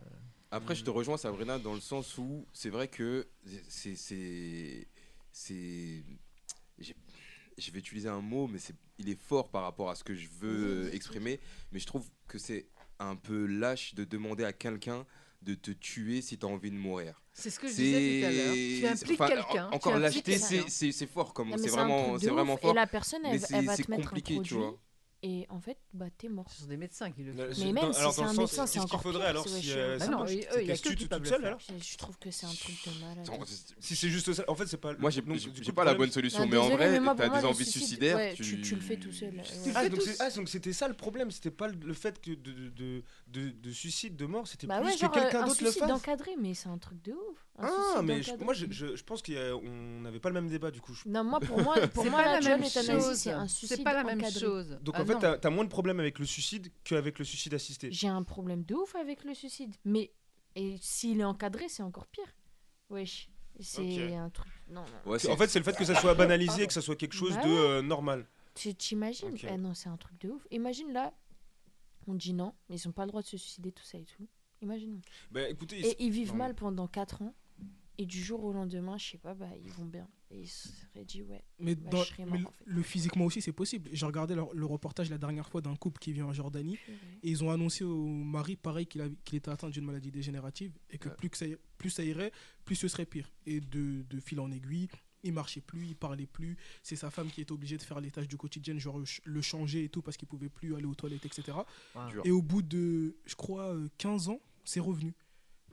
C: Après, je te rejoins, Sabrina, dans le sens où c'est vrai que c'est. c'est- c'est- j'ai- Je vais utiliser un mot, mais c'est- il est fort par rapport à ce que je veux euh, exprimer. Mais je trouve que c'est un peu lâche de demander à quelqu'un de te tuer si tu as envie de mourir.
F: C'est ce que je disais tout à l'heure. Tu
C: C'est-
F: impliques
C: enfin, en-
F: quelqu'un. tu
C: Encore
F: impliques
C: lâcheté,
F: quelqu'un.
C: c'est c'est- c'est fort. comme-
J: Non, mais
C: C'est
J: c'est un
C: vraiment,
J: truc de
C: c'est
J: ouf.
C: vraiment fort.
J: Et la personne,
C: mais
J: elle,
C: c'est-
J: elle va
C: c'est
J: te mettre un
C: compliqué, tu
J: produit.
C: vois.
J: Et en fait, bah, t'es mort.
F: Ce sont des médecins qui le
D: Là,
F: font.
J: Mais même
D: dans-
J: si
D: alors,
J: c'est
D: dans le
J: un
D: sens,
J: médecin, c'est
D: Qu'est-ce qu'il
J: encore
D: faudrait
J: pire,
D: alors
J: c'est
D: si
J: wesh,
D: euh,
J: euh,
F: Bah
D: ça
F: non,
D: marche,
F: eux,
D: c'est
F: il y a
D: qu'elle se
F: que
D: tue
F: qui
D: toute
F: peuvent le
D: seule,
F: faire.
D: alors
J: Je je trouve que c'est un truc de malade.
C: Attends,
D: Si c'est juste ça, en fait, c'est pas.
C: Moi, j'ai
D: donc, du coup,
C: j'ai
D: le
C: pas la bonne
D: problème,
C: solution,
J: Non,
C: mais en
J: désolé,
C: vrai,
J: mais moi,
C: tu
J: pour
C: as
J: moi,
C: des
J: le
C: envies
J: suicide,
C: suicidaires.
J: ouais, tu- tu le fais tout seul,
C: Tu-
J: ouais.
D: Ah,
F: fais
D: donc
F: tous.
D: c'est- ah, donc c'était ça le problème, c'était pas le fait que de, de, de, de- de suicide, de mort, c'était
J: Bah
D: plus
J: ouais, genre,
D: que quelqu'un
J: euh, un
D: d'autre le
J: suicide
D: fasse.
J: d'encadrer, mais c'est un truc de ouf. Un
D: Ah,
J: suicide
D: mais je-
J: d'encadré.
D: moi je, je, je pense qu'on n'avait pas le même débat du coup. Je-
J: Non, moi, pour moi, pour
F: C'est
J: moi,
F: pas
J: la
F: la même
J: jeune euthanasie,
F: chose.
J: c'est un
F: C'est
J: suicide
F: pas la même
J: encadré.
F: chose.
D: Donc
F: Ah
D: en fait,
F: non.
D: t'as t'as moins de problèmes avec le suicide qu'avec le suicide assisté.
J: J'ai un problème de ouf avec le suicide. Mais et s'il est encadré, c'est encore pire. Wesh. C'est
D: Ok.
J: un truc. Non, non.
C: Ouais, c'est-
D: En fait, c'est le fait que ça soit banalisé et que ça soit quelque chose
J: Bah
D: de
J: ouais.
D: euh, normal.
J: Tu t'imagines
D: Ok.
J: Ah non, c'est un truc de ouf. Imagine là, on dit non, mais ils ont pas le droit de se suicider, tout ça et tout. Imagine.
D: Bah écoutez,
J: Et ils vivent
D: non, mais-
J: mal pendant 4 ans. Et du jour au lendemain, je sais pas, bah ils vont bien. Et ils se seraient dit ouais.
E: Mais,
J: Bah,
E: dans-
J: je serais mort,
E: mais le-
J: en fait.
E: le physiquement aussi, c'est possible. J'ai regardé le, le reportage la dernière fois d'un couple qui vient en Jordanie
J: purée.
E: et ils ont annoncé au mari, pareil, qu'il avait- qu'il était atteint d'une maladie dégénérative et que,
C: Ouais.
E: plus, que ça, i- plus ça irait, plus ce serait pire. Et de, de fil en aiguille, il marchait plus, il parlait plus. C'est sa femme qui est obligée de faire les tâches du quotidien, genre le ch- le changer et tout parce qu'il pouvait plus aller aux toilettes, etc.
F: Wow.
C: Dur.
E: Et au bout de, je crois, euh, 15 ans, c'est revenu.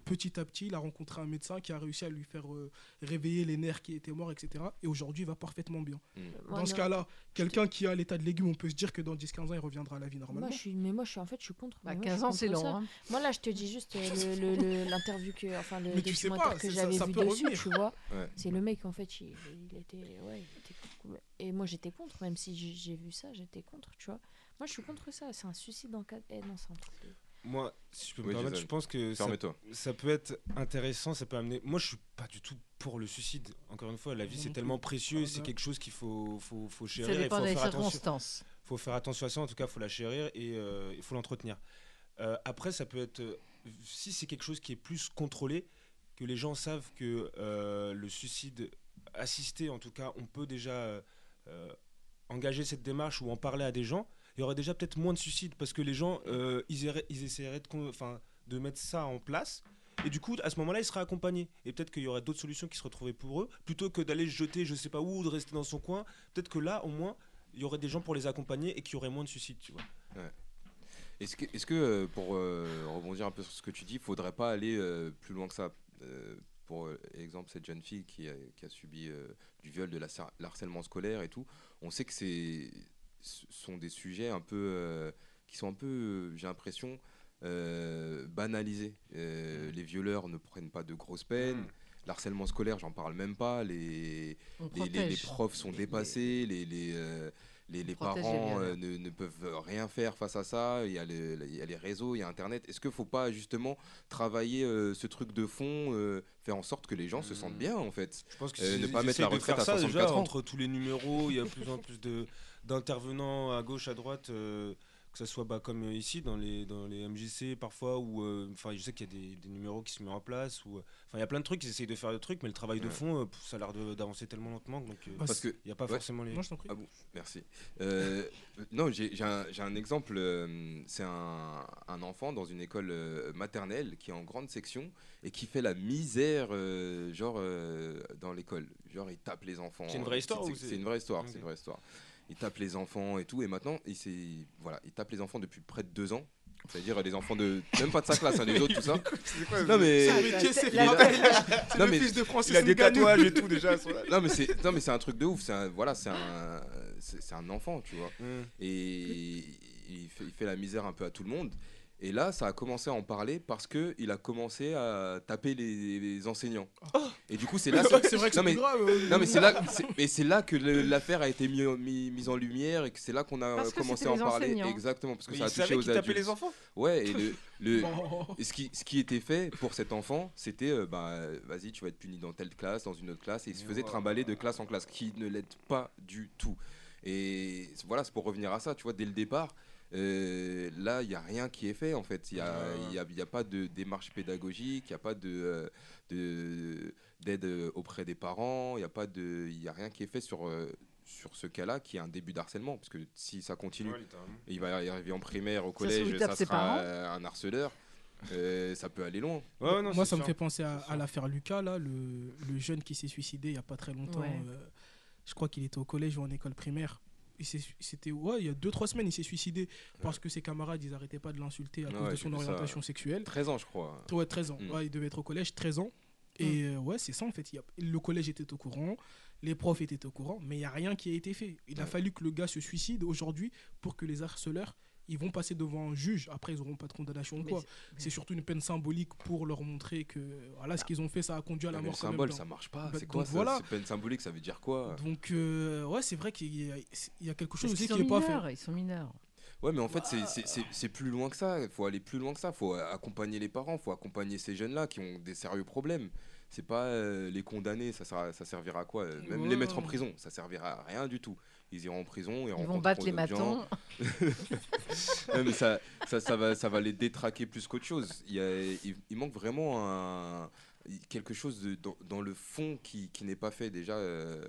E: petit à petit, il a rencontré un médecin qui a réussi à lui faire euh, réveiller les nerfs qui étaient morts, etc. Et aujourd'hui, il va parfaitement bien.
J: Moi,
E: Dans ce
J: non.
E: cas-là, quelqu'un qui a l'état de légume, on peut se dire que dans 10-15 ans, il reviendra à la vie normalement.
J: Moi, je suis, mais moi, je suis en fait, je suis contre. mais
F: Bah,
J: moi, je suis
F: 15 ans,
J: contre
F: c'est lent,
J: ça.
F: hein.
J: Moi, là, je te dis juste euh, le- le- le- l'interview que, enfin, le
E: Mais tu sais
J: documentaire
E: pas,
J: que
E: c'est- ça-
J: j'avais
E: ça
J: vu
E: peut
J: dessus,
E: revenir.
J: tu vois.
E: Ouais.
J: C'est le mec, en fait, il, il était, ouais, il était con- Et moi, j'étais contre, même si j'ai- j'ai vu ça, j'étais contre, tu vois. Moi, je suis contre ça. C'est un suicide en cas. Eh non, c'est un truc. de-
D: Moi, si je peux me
C: Oui,
D: permettre,
C: Jason.
D: je pense que ça,
C: Permets-toi.
D: ça peut être intéressant, ça peut amener. Moi, je suis pas du tout pour le suicide. Encore une fois, la vie
F: Moi
D: c'est
F: non
D: tellement
F: plus.
D: précieux,
F: Ah,
D: c'est
F: bah.
D: quelque chose qu'il faut, faut, faut chérir. et
F: dépend
D: faut
F: des
D: faire attention-
F: circonstances.
D: faut faire attention à ça, en tout cas, faut la chérir et euh, il faut l'entretenir. Euh, après, ça peut être. euh, Si c'est quelque chose qui est plus contrôlé, que les gens savent que euh, le suicide assisté, en tout cas, on peut déjà euh, euh, engager cette démarche ou en parler à des gens, il y aurait déjà peut-être moins de suicides parce que les gens, euh, ils, iraient- ils essaieraient de, con- enfin, de mettre ça en place. Et du coup, à ce moment-là, ils seraient accompagnés. Et peut-être qu'il y aurait d'autres solutions qui se retrouvaient pour eux, plutôt que d'aller se jeter je sais pas où, ou de rester dans son coin. Peut-être que là, au moins, il y aurait des gens pour les accompagner et qu'il y aurait moins de suicides, tu vois.
C: Ouais. Est-ce que, est-ce que euh, pour euh, rebondir un peu sur ce que tu dis, faudrait pas aller euh, plus loin que ça Euh, Pour euh, exemple, cette jeune fille qui a, qui a subi euh, du viol, de la har- l'harcèlement scolaire et tout, on sait que c'est ce sont des sujets un peu euh, qui sont un peu, euh, j'ai l'impression, euh, banalisés. Euh,
F: Mmh.
C: les violeurs ne prennent pas de grosses peines. L'harcèlement scolaire, j'en parle même pas. Les,
F: On
C: les, les- les
F: protège.
C: profs sont dépassés. Les, les, euh, les- les
F: protège les
C: parents
F: violeurs.
C: euh, ne, ne peuvent rien faire face à ça. Il y a, le- il y a les réseaux, il y a Internet. Est-ce qu'il ne faut pas justement travailler euh, ce truc de fond, euh, faire en sorte que les gens se sentent bien en fait
D: Je pense que
C: Euh,
D: si-
C: ne
D: ils
C: pas mettre la
D: essayent de
C: retraite
D: faire
C: à
D: ça,
C: 64
D: déjà,
C: ans.
D: entre tous les numéros, il y a plus en plus de d'intervenants à gauche, à droite, euh, que ce soit bah, comme euh, ici dans les dans les MJC parfois ou euh, enfin je sais qu'il y a des, des numéros qui se mettent en place ou euh, enfin il y a plein de trucs ils essayent de faire le truc mais le travail de
C: Ouais.
D: fond euh, pff, ça a l'air de- d'avancer tellement lentement donc euh,
C: Parce que
D: il y a pas
C: ouais.
D: forcément les
C: Ah bon, merci. Euh, non, j'ai j'ai un, j'ai un exemple. euh, C'est un, un enfant dans une école euh, maternelle qui est en grande section et qui fait la misère, euh, genre euh, dans l'école. Genre, il tape les enfants.
D: C'est une vraie histoire
C: C'est-
D: ou
C: c'est-
D: c'est-
C: C'est une vraie histoire. C'est
D: Ok.
C: une vraie histoire. Il tape les enfants et tout. Et maintenant, il s'est- voilà, il tape les enfants depuis près de deux ans. C'est-à-dire euh, les enfants de même pas de sa classe, hein, les autres, tout ça.
D: C'est quoi,
C: non mais
D: c'est un métier, c'est
C: Il a-
D: frapper, là. C'est
C: Non,
D: le
C: mais-
D: fils de Francis Il a des Ngannou. tatouages et tout, déjà, à ce moment-là.
C: non mais c'est non mais c'est un truc de ouf c'est un- voilà c'est un c'est c'est un enfant tu vois
D: Mm.
C: et il fait, il fait la misère un peu à tout le monde et là ça a commencé à en parler parce que il a commencé à taper les, les enseignants et du coup c'est là
E: Oh. Mais c'est- c'est vrai que
C: non,
E: c'est
C: mais-
E: plus grave, euh,
C: non mais c'est là c'est- mais c'est là que le- l'affaire a été mise mise en lumière et que c'est là qu'on a
D: Parce que
C: commencé
D: c'était
C: à en
D: les
C: parler
D: enseignants.
C: exactement parce que
D: Mais
C: ça a
D: ils savaient
C: touché aux
D: qu'ils tapaient
C: adultes
D: les enfants
C: ouais et le, le-
D: Oh.
C: et ce qui, ce qui était fait pour cet enfant, c'était euh, bah, euh, vas-y, tu vas être puni dans telle classe, dans une autre classe, et il se
E: Oh.
C: faisait trimballer de classe en classe, qui ne l'aide pas du tout. Et c- voilà, c'est pour revenir à ça, tu vois, dès le départ, euh, là, il n'y a rien qui est fait, en fait. Il n'y a, il y a- il y a pas de démarche pédagogique, il n'y a pas de, euh, de- d'aide euh, auprès des parents, il n'y a, pas de- il y a rien qui est fait sur. euh, sur ce cas-là, qui est un début d'harcèlement, parce que si ça continue,
D: Ouais, littéralement.
C: il va y arriver en primaire, au
D: Ça se trouve,
C: collège,
D: il
C: ça,
D: tape ses
C: sera
D: parents.
C: euh, un harceleur. Euh, ça peut aller loin.
E: Moi, ça me fait penser à, à l'affaire Lucas, là, le, le jeune qui s'est suicidé il n'y a pas très longtemps.
C: Ouais.
E: euh, je crois qu'il était au collège ou en école primaire. Il s'est su- C'était ouais, il y a 2-3 semaines, il s'est suicidé parce que ses camarades ils arrêtaient pas de l'insulter à cause
C: Ouais,
E: de
C: j'ai
E: son
C: vu ça.
E: orientation sexuelle.
C: 13 ans, je crois.
E: Ouais, 13 ans.
C: Mm.
E: Ouais, il devait être au collège, 13 ans. Et euh, ouais, c'est ça en fait. Il y a- Le collège était au courant, les profs étaient au courant, mais il n'y a rien qui a été fait. Il a
C: Ouais.
E: fallu que le gars se suicide aujourd'hui pour que les harceleurs ils vont passer devant un juge. Après, ils n'auront pas de condamnation ou quoi. C'est surtout une peine symbolique pour leur montrer que voilà, ce qu'ils ont fait, ça a conduit à la
C: Mais le
E: mort. quand même
C: symbole,
E: dans-
C: ça marche pas.
E: Bah,
C: c'est quoi
E: donc
C: ça
E: voilà.
C: C'est peine symbolique, ça veut dire quoi
E: Donc, euh, ouais, c'est vrai qu'il y, a- il y a quelque chose
F: Parce
E: aussi
F: qu'ils
E: qui
F: sont
E: n'est pas fait.
F: mineurs, Ils sont mineurs.
C: Ouais, mais en fait, c'est- c'est- c'est c'est plus loin que ça. Il faut aller plus loin que ça. Il faut accompagner les parents, il faut accompagner ces jeunes-là qui ont des sérieux problèmes. C'est pas euh, les condamner, ça, sera- ça servira à quoi Euh, Même les mettre en
F: Ouais.
C: prison, ça servira à rien du tout. Ils iront en prison, ils,
F: vont
C: rencontreront
F: battre les
C: d'autres gens.
F: matons.
C: Ouais, mais ça, ça, ça va, ça va les détraquer plus qu'autre chose. Il, y a- il- il manque vraiment un- quelque chose de- dans, dans le fond qui, qui n'est pas fait déjà. euh,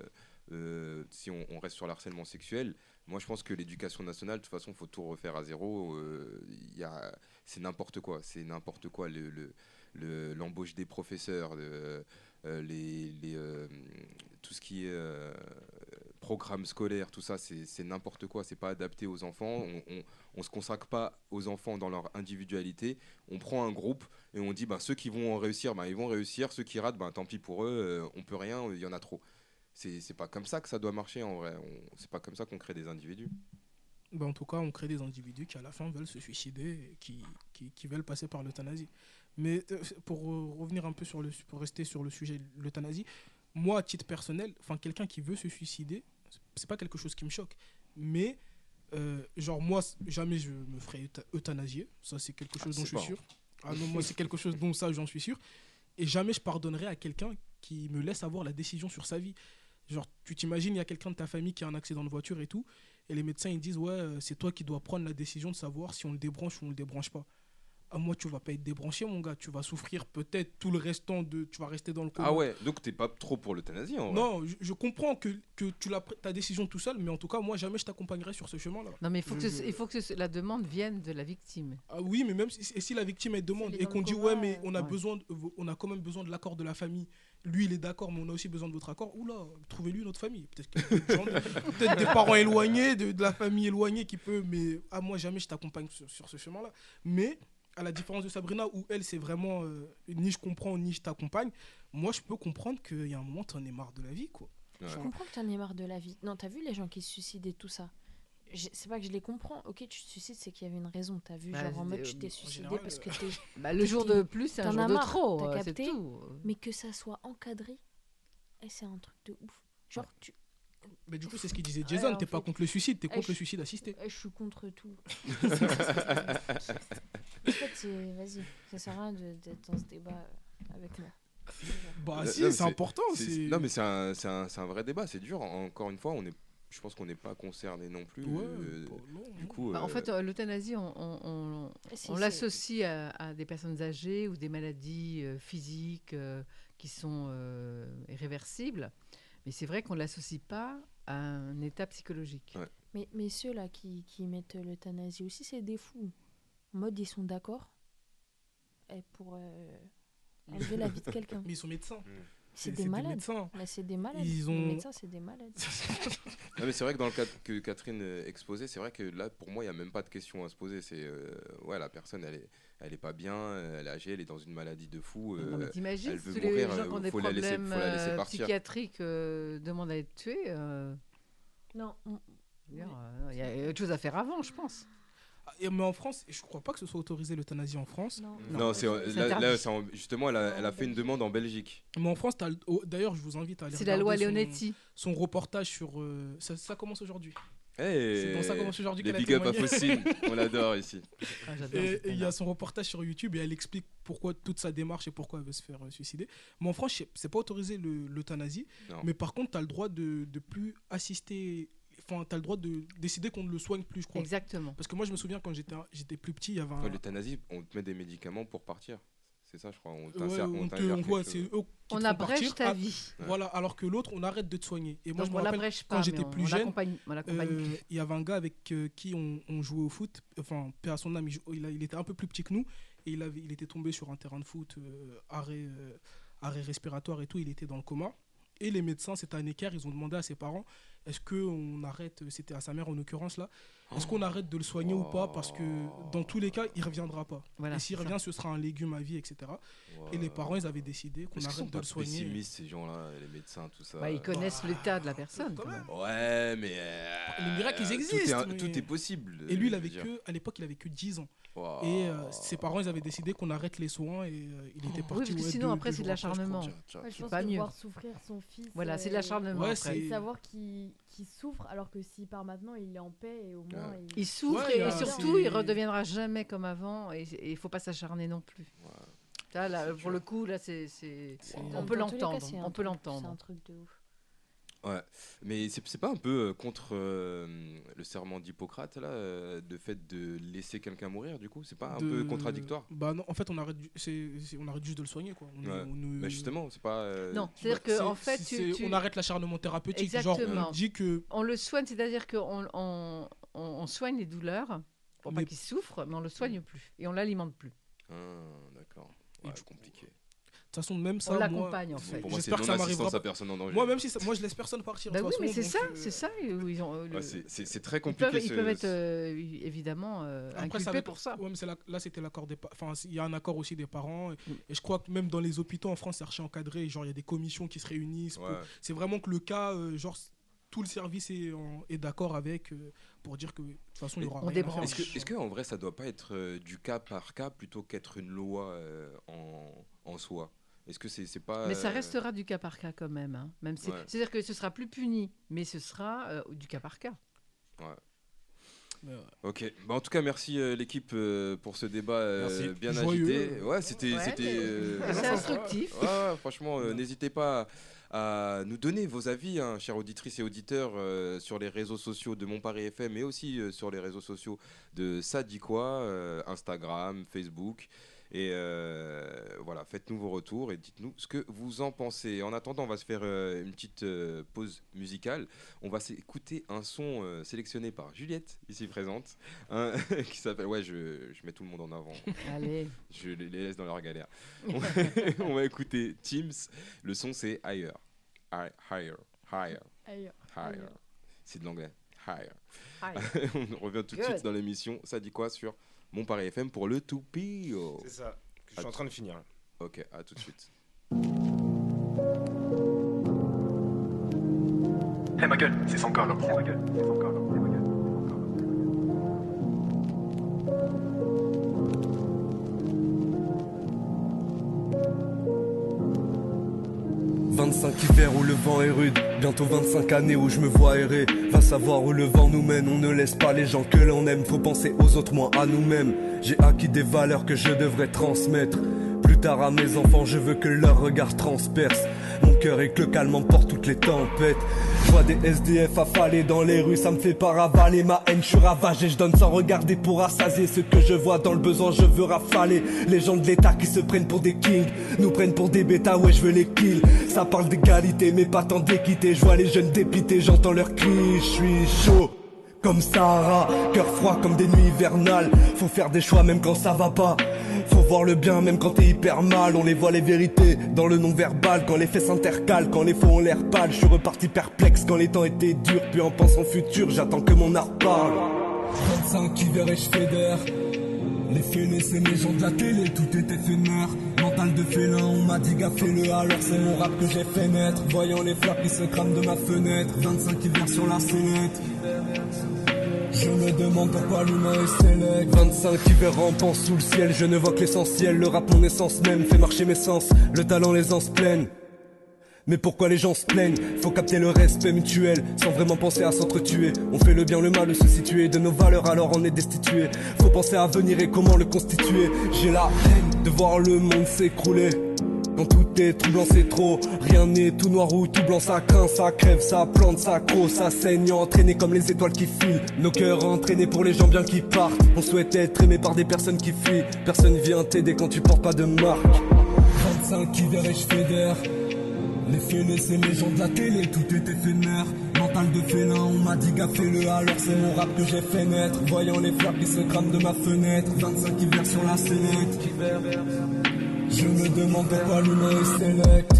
C: euh, si on, on reste sur l'harcèlement sexuel, moi je pense que l'éducation nationale, de toute façon, faut tout refaire à zéro. euh, il y a- c'est n'importe quoi, c'est n'importe quoi. Le, le- le- l'embauche des professeurs, le- euh, les, les, euh, tout ce qui est euh, programme scolaire, tout ça, c'est c'est n'importe quoi. C'est pas adapté aux enfants. On, on, on se consacre pas aux enfants dans leur individualité. On prend un groupe et on dit, bah, ceux qui vont réussir, bah, ils vont réussir. Ceux qui ratent, bah, tant pis pour eux. euh, on peut rien. Il y en a trop. C'est c'est pas comme ça que ça doit marcher en vrai. On- C'est pas comme ça qu'on crée des individus.
E: Ben, en tout cas, on crée des individus qui, à la fin, veulent se suicider, et qui, qui, qui veulent passer par l'euthanasie. Mais euh, pour euh, revenir un peu sur le, su- pour rester sur le sujet de l'euthanasie, moi, à titre personnel, enfin, quelqu'un qui veut se suicider, c'est- c'est pas quelque chose qui me choque. Mais, euh, genre, moi, c- jamais je me ferai eutha- euthanasier. Ça, c'est quelque
N: Ah,
E: chose dont
N: c'est
E: je suis
N: pas, hein.
E: sûr. Ah non, moi, c'est quelque chose dont ça, j'en suis sûr. Et jamais je pardonnerai à quelqu'un qui me laisse avoir la décision sur sa vie. Genre, tu t'imagines, il y a quelqu'un de ta famille qui a un accident de voiture et tout, et les médecins, ils disent, ouais, euh, c'est toi qui dois prendre la décision de savoir si on le débranche ou on le débranche pas. Ah, moi, tu vas pas être débranché, mon gars. Tu vas souffrir peut-être tout le restant de. Tu vas rester dans le coma.
C: Ah ouais, donc t'es pas trop pour l'euthanasie en vrai.
E: Non, je, je comprends que, que tu l'as pris- ta décision tout seul, mais en tout cas, moi, jamais je t'accompagnerai sur ce chemin-là.
F: Non, mais il faut que,
E: Je-
F: ce- il faut que ce- la demande vienne de la victime.
E: Ah oui, mais même si, et si la victime elle demande
F: est
E: et
F: dans
E: qu'on
F: le
E: dit
F: coma,
E: ouais mais on a
F: ouais.
E: besoin, de- on a quand même besoin de l'accord de la famille. Lui il est d'accord, mais on a aussi besoin de votre accord. Oula, trouvez-lui une autre famille. Peut-être qu'il y a d'autres gens, peut-être des parents éloignés, de, de la famille éloignée qui peut. Mais à moi jamais je t'accompagne sur, sur ce chemin-là. Mais à la différence de Sabrina où elle c'est vraiment euh, ni je comprends ni je t'accompagne. Moi je peux comprendre qu'il y a un moment t'en es marre de la vie quoi.
J: Je
E: Genre,
J: comprends que t'en aies marre de la vie. Non, t'as vu les gens qui se suicident et tout ça Je- C'est pas que je les comprends. Ok, tu te suicides, c'est qu'il y avait une raison. T'as vu,
F: Bah,
J: genre en mode
F: euh,
J: tu t'es
F: en
J: suicidé
F: général,
J: parce que
F: euh,
J: t'es.
F: bah, le
J: que
F: jour
J: t'es-
F: de plus, c'est un
J: t'en
F: jour
J: as
F: de
J: marre,
F: trop,
J: t'as
F: euh, c'est
J: capté
F: tout.
J: Mais que ça soit encadré, et c'est un truc de ouf. Genre, tu.
E: Mais du coup c'est ce qu'il disait
J: Ouais,
E: Jason.
J: en
E: T'es pas
J: fait.
E: contre le suicide, t'es
J: Eh,
E: contre
J: je-
E: le suicide assisté.
J: eh, Je suis contre tout. en fait, c'est- vas-y, ça sert à rien de- d'être dans ce débat euh, avec moi.
E: Bah
C: Euh, Non,
E: si,
C: mais
E: c'est important, c'est-
C: Non, mais c'est un, c'est un- c'est un vrai débat, c'est dur. En- Encore une fois, on est, je pense qu'on n'est pas concerné non plus.
F: Ouais,
C: euh, du coup,
F: Bah, En
C: euh,
F: fait, euh, l'euthanasie, on, on- on-
J: Si,
F: on
J: c'est-
F: l'associe à, à des personnes âgées ou des maladies euh, physiques euh, qui sont euh, irréversibles. Mais c'est vrai qu'on ne l'associe pas à un état psychologique.
J: Mais, mais ceux-là qui, qui mettent l'euthanasie aussi, c'est des fous. En mode, ils sont d'accord eh, pour euh, enlever la vie de quelqu'un.
E: Mais ils sont médecins.
D: Hmm.
J: C'est
E: C'est-
J: des
E: c'est des
J: malades.
E: médecins.
J: Mais c'est des malades.
E: Ils
J: Les
E: ont-
J: médecins, c'est des malades.
C: Non, mais c'est vrai que dans le cas que Catherine euh, exposait, c'est vrai que là, pour moi, il n'y a même pas de question à se poser. C'est euh, ouais, la personne, elle est, elle est pas bien, euh, elle est âgée, elle est dans une maladie de fou.
F: Non, mais
C: euh,
F: t'imagines,
C: elle
F: tous
C: veut
F: les
C: mourir,
F: gens
C: euh,
F: qui ont des
C: faut la laisser, faut
F: problèmes
C: la laisser
F: euh,
C: partir.
F: psychiatriques euh, demandent à être tués. euh,
J: non.
F: je veux dire, euh, il y a autre chose à faire avant, je pense.
E: Ah, et- mais en France, je crois pas que ce soit autorisé l'euthanasie en France.
C: Non, c'est, euh, là, là, c'est en- justement, elle a, elle a fait une demande en Belgique.
E: Mais en France, t'as le- oh, d'ailleurs, je vous invite à aller
F: C'est la loi
E: regarder son-
F: Leonetti.
E: Son, reportage sur. euh, ça, ça commence aujourd'hui.
C: Hey,
E: c'est dans ça commence aujourd'hui
C: les
E: qu'elle a
C: big up à
E: témoigné.
C: Faucine, on l'adore ici.
F: Ah, j'adore
E: Et
F: cette
E: et il y
F: nana.
E: a son reportage sur YouTube et elle explique pourquoi toute sa démarche et pourquoi elle veut se faire euh, suicider. Mais en France, c'est- c'est pas autorisé le- l'euthanasie.
C: Non.
E: Mais par contre, t'as le droit de, de plus assister. Enfin, t'as le droit de décider qu'on ne le soigne plus, je crois.
F: Exactement.
E: Parce que moi, je me souviens quand j'étais j'étais plus petit, il y avait un.
C: Ouais, L'euthanasie, on te met des médicaments pour partir. C'est ça, je crois. On
E: Ouais,
C: t'insère-
E: on te-
C: t'ingère
E: on voit,
C: quelque
E: c'est
C: chose.
E: eux qui
F: On
E: te font
F: abrège
E: partir.
F: ta
E: Ah,
F: vie.
C: Ouais.
E: Voilà, alors que l'autre, on arrête de te soigner. Et moi,
F: Donc,
E: je me
F: on
E: rappelle
F: l'abrège pas,
E: quand j'étais
F: mais on-
E: plus
F: on
E: jeune,
F: l'accompagne- on l'accompagne
E: euh,
F: plus.
E: il y avait un gars avec euh, qui on, on jouait au foot. Enfin, paix à son âme, il, jou- il a- il était un peu plus petit que nous et il, avait, il était tombé sur un terrain de foot, euh, arrêt, euh, arrêt respiratoire et tout. Il était dans le coma. Et les médecins, c'était un équerre, ils ont demandé à ses parents est-ce qu'on arrête, c'était à sa mère en l'occurrence là,
C: Oh.
E: est-ce qu'on arrête de le soigner ou pas Parce que dans tous les cas, il reviendra pas.
F: Voilà,
E: et s'il
F: c'est
E: revient,
F: ça.
E: ce sera un légume à vie, etc. Et les parents, ils avaient décidé qu'on
C: Est-ce qu'ils sont
E: arrête de
C: pas
E: le soigner.
C: pessimistes, euh, ces gens-là, les médecins, tout ça Ah.
F: Bah, ils connaissent l'état de la personne. quand même.
C: Ouais, mais. euh,
E: Les miracles, ils
C: tout est
E: existent.
C: un- Tout
E: mais-
C: est, possible.
E: Et lui, il
C: je
E: avait
C: veux dire.
E: que, à l'époque, il avait que 10 ans.
C: Wow.
E: Et euh, ses parents, ils avaient décidé qu'on arrête les soins et euh,
F: Oh.
E: il était
F: Oui,
E: parti.
F: parce que
E: ouais,
F: sinon,
E: deux-
F: après,
E: deux
F: c'est de
E: jours je crois.
F: l'acharnement.
I: Ouais, je
F: C'est
I: pense
F: pas
I: que
F: mieux.
I: voir souffrir son fils. euh,
F: Voilà, c'est de l'acharnement,
I: et-
F: Ouais,
I: et
F: c'est-
I: savoir qu'il qu'il souffre alors que si par maintenant il est en paix et au moins.
F: Il souffre
I: Ouais,
F: et,
I: il a-
F: surtout, il
I: c'est-
F: redeviendra jamais comme avant et et il faut pas s'acharner non plus. Ça, là, pour le coup, là, c'est, c'est-
J: Dans-
F: on peut
J: dans tous les cas,
F: l'entendre.
J: c'est un
F: On peut
J: truc- C'est
F: l'entendre.
J: un truc de ouf.
C: Ouais. Mais c'est c'est pas un peu euh, contre euh, le serment d'Hippocrate, là, euh, de fait de laisser quelqu'un mourir, du coup C'est pas un
E: De-
C: peu contradictoire
E: Bah non, en fait, on arrête, ju- c'est- c'est- on arrête juste de le soigner, quoi. On-
C: Ouais.
E: on nous-
C: Bah, justement, c'est pas. euh,
F: Non,
C: tu
F: c'est-à-dire
C: vois,
F: que en
E: c'est-
F: fait, tu,
E: c'est-
F: tu-
E: on arrête l'acharnement thérapeutique. Genre,
F: Exactement.
E: on dit que
F: On le soigne, c'est-à-dire qu'on on, on- on soigne les douleurs pour pas
E: Mais-
F: qu'il souffre, mais on le soigne plus et on l'alimente plus.
C: Ah, d'accord. Ouais, compliqué.
E: De toute façon, même ça,
F: On
E: moi,
F: l'accompagne, en fait. Pour moi, c'est
E: J'espère que ça
C: non-assistance
E: m'arrivera.
C: à personne en danger.
E: Moi, même si ça- moi, je laisse personne partir. de
F: Bah
E: toute
F: oui, mais
E: façon,
F: c'est ça,
E: donc, euh,
F: c'est ça. euh, Ils ont, euh, le-
C: Ouais, c'est- c'est- c'est très
F: ils peuvent-
C: compliqué,
F: Ils
C: ce-
F: peuvent être euh, évidemment euh,
E: Après, ça
F: inculpés
E: va-
F: pour
E: Ouais, mais c'est la- là, c'était l'accord des pa- Enfin, il y a un accord aussi des parents.
F: Mm.
E: Et, et je crois que même dans les hôpitaux en France, c'est archi encadré. Genre, il y a des commissions qui se réunissent. pour-
C: Ouais.
E: C'est vraiment que le cas, euh, genre, c- tout le service est, en- est d'accord avec euh, pour dire que de toute façon, il y
C: Mais
E: aura rien à faire.
C: Est-ce que, est-ce que, en vrai, ça doit pas être euh, du cas par cas plutôt qu'être une loi euh, en, en soi Est-ce que c'est c'est pas
F: Mais ça
C: euh,
F: restera du cas par cas quand même. hein, même si-
C: Ouais.
F: C'est-à-dire que ce sera plus puni, mais ce sera euh, du cas par cas.
C: ouais.
E: Mais ouais.
C: Ok. Bah, en tout cas, merci euh, l'équipe euh, pour ce débat euh,
D: Merci.
C: bien
D: Joyeux.
C: agité. Ouais, c'était,
D: Ouais,
C: c'était.
D: mais- mais c'est
C: non,
D: instructif.
C: ouais, ouais, franchement, euh, n'hésitez pas à nous donner vos avis, hein, chères auditrices et auditeurs, euh, sur les réseaux sociaux de Montparis FM, mais aussi euh, sur les réseaux sociaux de Ça dit quoi, euh, Instagram, Facebook. Et euh, voilà, faites-nous vos retours et dites-nous ce que vous en pensez. En attendant, on va se faire euh, une petite euh, pause musicale. On va s'écouter un son euh, sélectionné par Juliette, ici présente, hein, qui s'appelle... Ouais, je, je mets tout le monde en avant.
F: Allez.
C: Je les les laisse dans leur galère. On, on va écouter Teams. Le son, c'est Higher. Hi- Higher. Higher.
I: Higher.
C: Higher.
I: Higher.
C: C'est de l'anglais. Higher.
F: Higher.
C: on revient tout de
F: Good.
C: suite dans l'émission. Ça dit quoi sur Mon Paris FM pour le Toupio
D: C'est ça, que je suis en train de finir.
C: Ok, à tout de suite.
N: Eh ma gueule, c'est sans colle.
O: « 25 hivers où le vent est rude, bientôt 25 années où je me vois errer. Va savoir où le vent nous mène, on ne laisse pas les gens que l'on aime, faut penser aux autres moins à nous-mêmes. J'ai acquis des valeurs que je devrais transmettre. Plus tard à mes enfants, je veux que leur regard transperce. Mon cœur et que le calme emporte toutes les tempêtes. Je vois des SDF affalés dans les rues, ça me fait pas ravaler ma haine, je suis ravagé, je donne sans regarder pour assasier ce que je vois dans le besoin, je veux rafaler. Les gens de l'État qui se prennent pour des kings, nous prennent pour des bêtas, ouais je veux les kills. Ça parle d'égalité mais pas tant d'équité, je vois les jeunes dépités, j'entends leurs cris, je suis chaud. Comme Sahara, cœur froid comme des nuits hivernales. Faut faire des choix même quand ça va pas. Faut voir le bien même quand t'es hyper mal. On les voit les vérités dans le non-verbal. Quand les faits s'intercalent, quand les faux ont l'air pâle. Je suis reparti perplexe quand les temps étaient durs. Puis en pensant futur, j'attends que mon art parle.
P: 25 hiver et je fédère. Les fêlés, c'est les gens de la télé, tout est éphémère. Mental de félin, on m'a dit gars fais-le, alors c'est mon rap que j'ai fait naître. Voyant les flaques qui se crament de ma fenêtre, 25 hiver sur la sellette. Je me demande pourquoi l'humain est sélect.
O: 25 hiver rampant sous le ciel. Je ne vois que l'essentiel. Le rap, mon essence même. Fait marcher mes sens. Le talent, les anses pleines. Mais pourquoi les gens se plaignent Faut capter le respect mutuel Sans vraiment penser à s'entretuer On fait le bien, le mal, se situer De nos valeurs alors on est destitué Faut penser à venir et comment le constituer J'ai la haine de voir le monde s'écrouler quand tout est troublant c'est trop Rien n'est tout noir ou tout blanc Ça craint, ça crève, ça plante, ça crosse Ça saigne, entraîné comme les étoiles qui filent Nos cœurs entraînés pour les gens bien qui partent On souhaite être aimé par des personnes qui fuient Personne vient t'aider quand tu portes pas de marque
P: 25 hiver et je fédère. Les fêlés, c'est les gens de la télé, tout est éphémère. Mental de félin, on m'a dit gars fais-le, alors c'est mon rap que j'ai fait naître. Voyant les flaques qui se crament de ma fenêtre, 25 hiver sur la sellette. Je me demande pourquoi l'humain est sélect.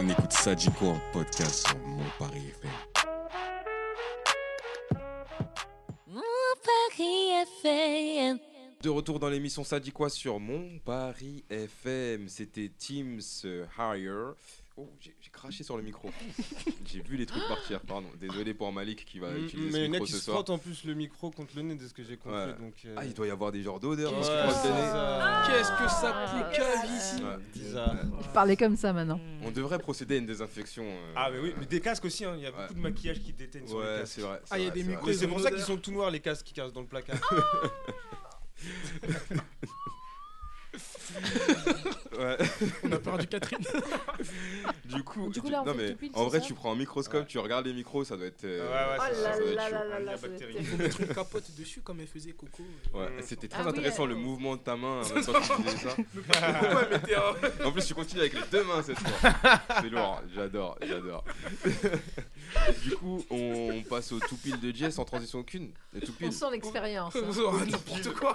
Q: On écoute ça, dit quoi en podcast sur Mon Paris FM.
B: Mon Paris FM.
C: De retour dans l'émission Ça dit quoi sur Mon Paris FM. C'était Teams euh, Higher. Oh, j'ai j'ai craché sur le micro. j'ai vu les trucs partir, pardon. Désolé pour Malik qui va
D: Mm,
C: utiliser
D: Mais
C: ce
D: il y en a
C: micro
D: qui
C: ce
D: se
C: soir.
D: frottent en plus le micro contre le nez de ce que j'ai compris.
C: Ouais.
D: Donc,
C: Ah, il doit y avoir des genres d'odeurs
D: Qu'est-ce
C: qui se
D: que
C: frottent le nez.
D: ça
E: Qu'est-ce que ça
D: Ah,
E: pécave ici
C: Ouais.
D: Bizarre.
F: Parler comme ça maintenant.
C: On devrait procéder à une désinfection. euh,
D: Ah, mais oui, mais des casques aussi, hein, il y a
C: Ouais.
D: beaucoup de maquillage qui déteigne sur
C: Ouais,
D: les casques.
C: c'est vrai, c'est
E: Ah, il y a vrai, des c'est vrai. muqueuses
D: Mais C'est
E: dans
D: pour ça qu'ils
E: l'odeur.
D: sont tout noirs les casques qui cassent dans le placard.
E: Ah.
C: Ouais.
E: On a perdu Catherine.
C: du coup,
J: Du coup,
C: tu-
J: là, on
C: non
J: fait
C: mais
J: tout pile,
C: en
J: c'est
C: vrai,
J: ça
C: tu prends un microscope, tu regardes les micros, ça doit être. euh,
D: Ouais, ouais,
E: Oh
C: ça,
D: c'est ça.
C: ça doit être
D: là
C: chaud.
D: là là
E: ça
D: là,
E: doit être-
D: bactérie.
E: Faut mettre une capote dessus comme elle faisait Coco. euh,
C: Ouais,
E: euh,
C: c'était
E: sans-
C: très intéressant le mouvement de ta main en même temps que tu disais ça.
E: Pourquoi elle mettait un-
C: En plus, tu continues avec les deux mains cette fois. C'est lourd, j'adore, j'adore. du coup, on, on passe au tout pile de Jay sans transition aucune. Le tout
F: On
C: pile.
F: sent l'expérience. hein.
E: N'importe quoi.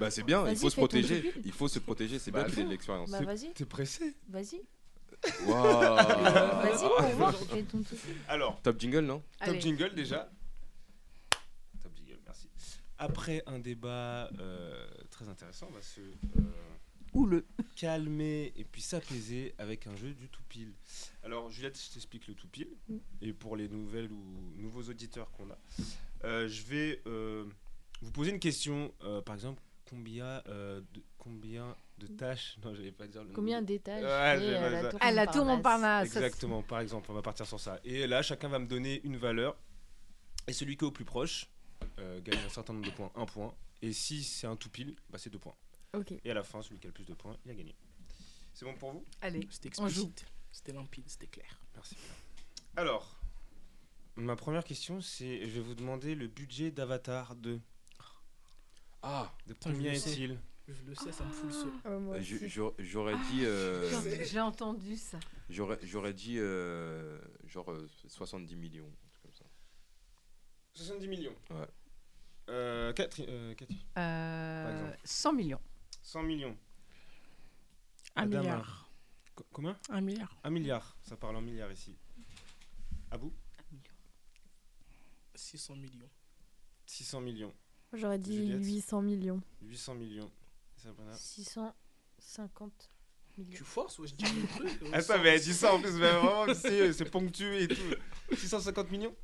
C: Bah, c'est bien, il
F: Vas-y,
C: faut se
F: fais ton
C: protéger.
F: tout pile.
C: Il faut se protéger, c'est bien
D: Bah,
C: qu'il ait de
D: faut.
C: l'expérience.
J: Bah, vas-y.
D: T'es pressé
J: Vas-y.
C: Waouh.
J: Vas-y, on voir. Fais ton tout.
D: Alors,
C: Top jingle, non
J: Allez.
D: Top jingle déjà. Top jingle, merci. Après un débat euh, très intéressant, on va se euh,
F: le
D: calmer et puis s'apaiser avec un jeu du tout pile. Alors Juliette, je t'explique le tout pile
J: Mm.
D: et pour les nouvelles ou nouveaux auditeurs qu'on a, euh, je vais euh, vous poser une question. euh, par exemple, combien euh, de, combien de tâches Non, j'allais pas dire le nombre
J: Mm. Combien
D: de-
J: d'étages
D: Ouais,
J: fait,
D: j'allais
J: euh,
D: pas
J: la
D: dire ça.
J: tour
F: À la tour Montparnasse.
D: Exactement, par exemple, on va partir sur ça. Et là, chacun va me donner une valeur. Et celui qui est au plus proche euh, gagne un certain nombre de points, un point. Et si c'est un tout pile, bah, c'est deux points.
J: Ok.
D: Et à la fin, celui qui a le plus de points, il a gagné. C'est bon pour vous
F: Allez,
E: C'était
F: on joue.
E: explicite. C'était limpide, c'était clair.
D: Merci. Alors, ma première question, c'est je vais vous demander le budget d'Avatar 2.
C: Ah,
D: De
E: Putain, je
D: combien
E: le sais.
D: est-il
E: Je le sais, ça me fout le seum.
J: Euh, moi
D: Bah,
C: Euh,
J: aussi.
C: je- j'aurais- J'aurais dit. euh,
F: Ah, J'ai j'ai entendu ça.
C: J'aurais j'aurais dit euh, genre euh, 70 millions, un truc comme ça.
D: 70 millions.
C: Ouais.
D: Euh, Catherine, euh, Cathy,
F: Euh,
D: Par exemple.
F: 100 millions.
D: 100 millions.
H: Un
D: Adama.
H: milliard.
D: euh, Co- combien
H: Un milliard.
D: Un milliard. Ça parle en milliards ici. À vous
E: 600 millions.
D: 600 millions.
J: J'aurais dit
D: Juliette.
J: 800 millions.
D: 800 millions. Sabrina
J: 650 millions.
E: Tu forces ou je dis le truc euh,
D: Attends, Ah, mais elle dit Eh, ça en plus, mais vraiment, que c'est c'est ponctué et tout. 650 millions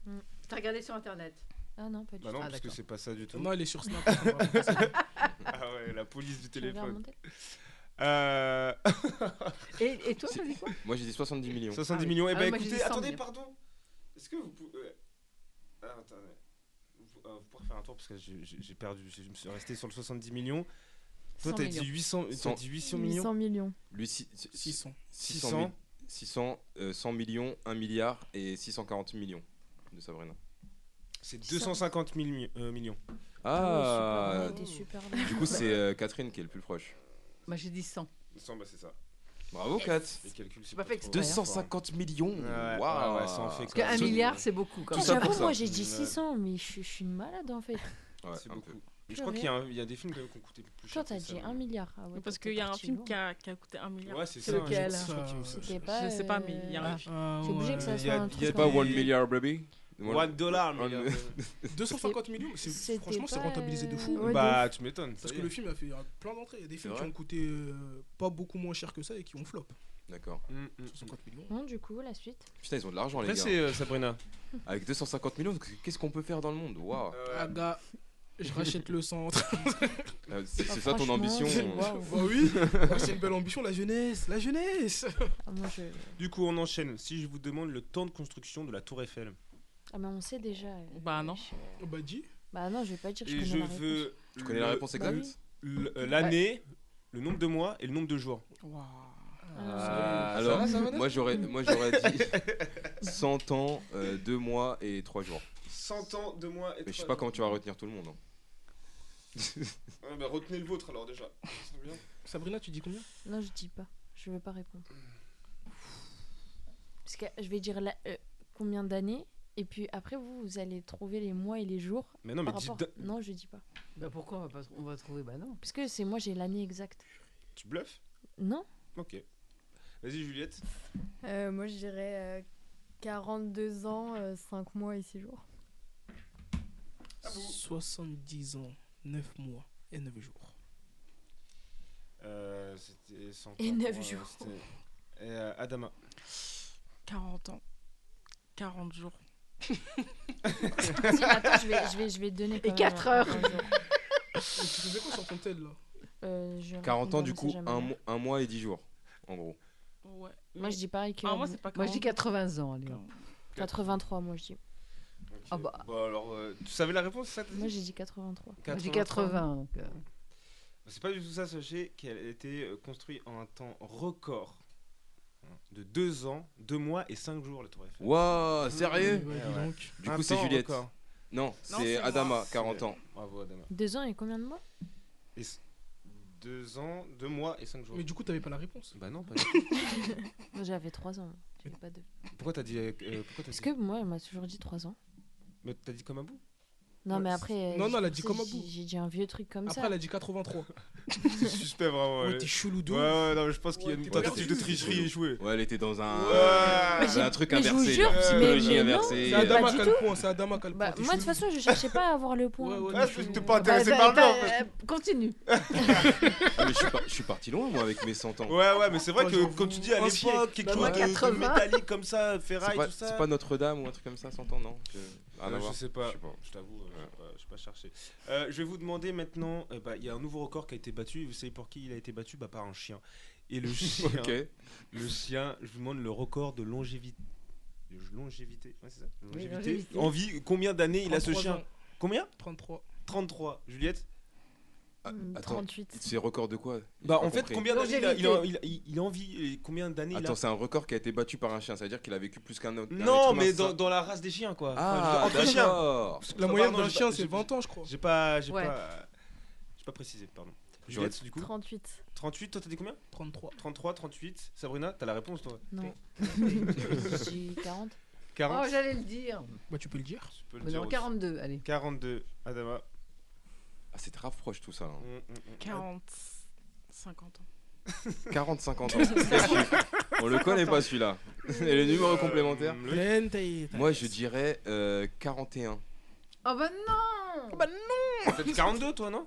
F: T'as regardé sur internet
J: Ah non, pas du
D: Bah
J: tout.
D: non,
F: Ah,
D: parce que
F: d'accord.
D: c'est pas ça du tout.
E: Non, elle est sur Snap. on va pas passer.
D: Ah ouais, la police du
J: Tu veux
D: téléphone.
J: remonter
D: Euh...
F: Et, et toi, t'as dit quoi
C: Moi j'ai dit 70 millions.
D: 70
F: Ah oui.
D: millions. Eh
F: Ah
D: ben
F: oui, moi, j'ai
D: écoutez,
F: dit 100
D: attendez,
F: millions.
D: pardon. Est-ce que vous pouvez. euh, Ah, attendez. Vous, euh, vous pourrez faire un tour parce que j'ai- j'ai j'ai perdu. Je me suis resté sur le 70 millions.
F: 100
D: Toi, t'as dit
F: millions.
D: 800, t'as
C: Cent.
D: dit 800 millions
J: 800 millions.
C: Lui, si- si-
E: 600.
C: 600,
D: 600.
C: mi- 600, euh, 100 millions, 1 milliard et 640 millions de Sabrina.
F: Oh,
D: C'est 250 000 mi- euh, millions.
J: Ah,
C: Ah
J: ouais, super, ouais, t'es super
C: Du coup, c'est euh, Catherine qui est le plus proche.
F: Moi, j'ai dit 100.
D: 100, bah c'est ça.
C: Bravo, Kat
D: Les calculs, c'est
F: pas fait
D: trop-
F: exprès, hein.
C: 250 millions
D: Ouais,
C: Waouh
D: ouais, ouais, ça en fait
F: Parce qu'un
D: Tout-
F: milliard, c'est beaucoup quand
J: Putain,
C: Tout
F: même.
C: ça pour
J: J'avoue,
C: ça.
J: moi j'ai dit
D: Ouais.
J: 600, mais je, je suis une malade en fait.
C: Ouais,
D: C'est
C: un peu.
D: beaucoup. Mais Je crois qu'il y, a un- il y a des films qui ont coûté plus
J: Toi
D: cher.
J: t'as
D: que ça,
J: dit
D: mais-
J: 1 milliard. Ah ouais,
H: Parce
J: toi, t'es
H: qu'il y a un
J: parti
H: film
J: loin.
H: qui a, qui a coûté un milliard.
D: Ouais, c'est
F: C'est
D: ça. hein,
F: lequel
D: je crois qu'il y a aussi-
J: C'était pas.
H: je sais pas,
J: euh,
H: mais il y a un film.
E: Ah,
J: T'es obligé
E: ouais.
J: que ça
D: Il y
J: soit
D: a-
J: un
D: il y
C: C'est
J: truc.
C: pas
J: en-
C: 1 milliard, baby One-
D: One dollar,
C: Un-
D: milliard.
E: 250 millions, mais c'est-
J: C'était
E: franchement, c'est
J: pas,
E: rentabilisé de fou.
J: euh, ouais, de
D: Bah,
J: ouf.
D: tu m'étonnes. ça
E: Parce
D: y
E: que
D: est.
E: le film a fait euh, plein d'entrées. Il y a des films qui
C: vrai
E: ont coûté euh, pas beaucoup moins cher que ça et qui ont flop.
C: D'accord.
D: Mm, mm, mm.
E: 250 millions.
J: Bon, du coup, la suite.
C: Putain, ils ont de l'argent, les
D: Après,
C: gars.
D: c'est euh, Sabrina.
C: Avec 250 millions, qu'est-ce qu'on peut faire dans le monde Waouh
D: Euh,
E: Ah, gars, je rachète le centre.
C: Euh, C'est
J: Bah,
C: c'est ça ton
J: franchement,
C: ambition euh.
J: c'est-
C: on-
J: waouh.
E: bah oui, bah, c'est une belle ambition, la jeunesse, la jeunesse.
J: Ah, moi, je-
D: Du coup, on enchaîne. Si je vous demande le temps de construction de la Tour Eiffel.
J: Ah, mais on sait déjà. euh,
H: Bah non.
J: wesh, euh,
E: Bah dis,
J: Bah non, je vais pas dire que je
D: Et
J: connais
D: je
J: la réponse.
D: veux.
C: Tu connais la
D: le-
C: réponse
J: Bah oui.
C: exacte
D: l- euh, L'année, le nombre de mois et le nombre de jours.
H: Waouh.
C: Ah,
J: Euh,
C: alors, moi j'aurais, moi j'aurais dit 100 ans, 2 mois et 3 jours.
D: 100 ans, 2 mois Ah, et
C: Mais je sais pas comment tu vas retenir tout le monde. hein.
D: bah, retenez le vôtre alors déjà.
E: Sabrina, tu dis combien
J: Non, je dis pas. Je veux pas répondre. Parce que je vais dire la- euh, combien d'années, et puis après, vous, vous allez trouver les mois et les jours.
D: Mais non, mais
J: par
D: dis.
J: rapport...
D: da-
J: Non, je dis pas.
F: Bah pourquoi on va, pas, on va trouver Bah non.
J: Parce que c'est moi, j'ai l'année exacte.
D: Tu bluffes
J: Non
D: Ok. Vas-y, Juliette.
I: Euh, moi, je dirais euh, 42 ans, 5 mois et 6 jours.
E: 70 ans, 9 mois et 9 jours.
D: Euh, c'était 100
J: Et
D: ans,
J: neuf
D: euh,
J: jours.
D: c'était- Et, euh, Adama.
H: 40 ans. 40 jours.
J: Si, attends, je vais, je vais, je vais donner. quand
F: Et
J: même
F: 4
J: un-
F: heures.
J: un jour.
E: Mais tu faisais quoi sur ton tel là
J: Euh, je
C: 40 ans,
J: répondrai,
C: du
J: on sait
C: coup,
J: jamais.
E: hein.
C: un, mois- un mois et 10 jours, en gros.
H: Ouais.
J: Moi, je dis pareil que.
H: Ah, moi, c'est pas
J: Moi,
F: je dis 80 ans, allez, hop.
J: 83, moi, je dis.
F: Ah bah.
D: Bon, alors, euh, tu savais la réponse, ça t'as dit
J: Moi, j'ai dit 83.
F: Moi, j'ai 80. donc, euh,
D: Bah, C'est pas du tout ça, sachez qu'elle a été euh, construite en un temps record hein, de 2 ans, 2 mois et 5 jours, la Tour Eiffel.
C: Waouh, sérieux
D: Ouais, ouais.
C: Du
D: Un
C: coup, c'est
D: temps
C: Juliette.
D: record.
C: Non, c'est Adama, 40 ans.
D: Bravo, Adama.
J: Deux ans et combien de mois
D: 2 ans, 2 mois et 5 jours.
E: Mais du coup, t'avais pas la réponse.
D: Bah non, pas du tout.
J: Moi, j'avais 3 ans. J'avais pas deux.
D: Pourquoi t'as dit. euh, euh, pourquoi t'as
J: Parce
D: dit.
J: que moi, elle m'a toujours dit 3 ans.
D: Mais t'as dit comme un bout
J: Non,
E: Ouais,
J: mais
E: c'est-
J: après. euh,
E: Non,
J: j'ai-
E: non, elle a dit
J: j'ai-
E: comme un
J: j'ai-
E: bout.
J: J'ai dit un vieux truc comme
E: Après,
J: ça.
E: elle a dit 83.
D: C'est suspect vraiment.
E: Ouais,
D: ouais.
E: t'es chelou de
D: Ouais,
E: ouf.
D: ouais, non, mais je pense qu'il y a
E: Ouais,
D: une
E: t'es
D: tentative de
E: perdu.
D: tricherie échouée.
C: Ouais, elle était dans un,
D: Ouais.
C: dans un truc
J: mais je vous
C: inversé.
J: jure,
C: une
J: c'est- mais-
C: psychologie
J: mais non,
C: inversée.
E: C'est Ah, Adama
J: pas
E: qui
J: du
E: a le
J: tout.
E: point, c'est Adama qui a le
J: Bah,
E: point. t'es
J: moi, de toute
E: chelou.
J: façon, je cherchais pas à avoir le point.
E: Ouais, ouais,
D: Ah,
E: t'es
D: je
E: chelou.
D: t'es pas
J: Bah,
D: intéressé
J: bah,
D: par le
J: bah,
D: blanc, en fait.
J: euh, Continue.
C: Ah, mais je, suis par- je suis parti loin, moi, avec mes 100 ans.
D: Ouais, ouais, mais c'est vrai
E: Moi,
D: que
E: j'avoue.
D: quand tu dis à
E: Un siècle.
D: l'époque, quelque
F: Bah,
D: chose
F: moi,
D: de- de
F: 80.
D: métallique comme ça,
C: C'est
D: ferraille,
C: pas,
D: tout ça.
C: c'est pas Notre-Dame ou un truc comme ça, 100 ans, non Je- rien à
D: Euh, je
C: voir.
D: sais pas,
C: Je sais pas.
D: je t'avoue, euh, j'ai pas- j'ai pas cherché. Euh, je vais vous demander maintenant, euh, bah, il y a un nouveau record qui a été battu, vous savez pour qui il a été battu Bah par un chien. Et le chien,
C: Ok.
D: le chien, je vous demande le record de longévité. De longévité, ouais, c'est ça longévité.
F: longévité.
D: En vie, combien d'années il a ce
E: 33
D: chien
E: ans.
D: Combien
E: 33.
D: 33. Juliette
C: Ah,
J: Hmm,
C: attends,
J: 38.
C: C'est record de quoi J'ai
D: Bah
C: pas
D: en fait,
C: compris.
D: combien d'années il, a- il, a- il a- il- il a en vie et Combien d'années il a
C: Attends, c'est un record qui a été battu par un chien, ça veut dire qu'il a vécu plus qu'un autre. un être
D: Non,
C: humain,
D: mais
C: c'est
D: dans,
C: ça
D: dans la race des chiens, quoi.
C: hein. Ah,
D: Enfin, je veux dire, entre chiens.
C: d'accord.
E: La
D: Ah,
E: moyenne
D: pardon,
E: d'un
D: j'ai
E: chien,
D: pas-
E: c'est
D: j'ai-
E: 20 ans, je crois.
D: J'ai pas, j'ai
F: Ouais.
D: pas, j'ai pas précisé, pardon.
C: J'aurais-
D: Juliette, du coup
J: 38.
D: 38, toi t'as dit combien
E: 33.
D: 33, 38. Sabrina, t'as la réponse toi
J: Non. j'ai 40.
F: Oh,
D: 40.
F: j'allais le dire.
E: Bah, tu peux le dire.
D: tu peux le
F: Mais
D: dire
F: non,
D: aussi.
F: 42, allez.
D: 42, Adama.
C: Ah, c'est grave proche tout ça. hein.
D: Mm, mm, mm.
H: 40. 50 ans.
C: 40-50 ans. Quel chiffre On le connaît pas celui-là. Et le numéro complémentaire
D: Euh, Loïc
E: Pleine taille.
C: Moi je dirais euh, 41.
F: Oh bah non Bah,
D: T'as dit 42 toi, non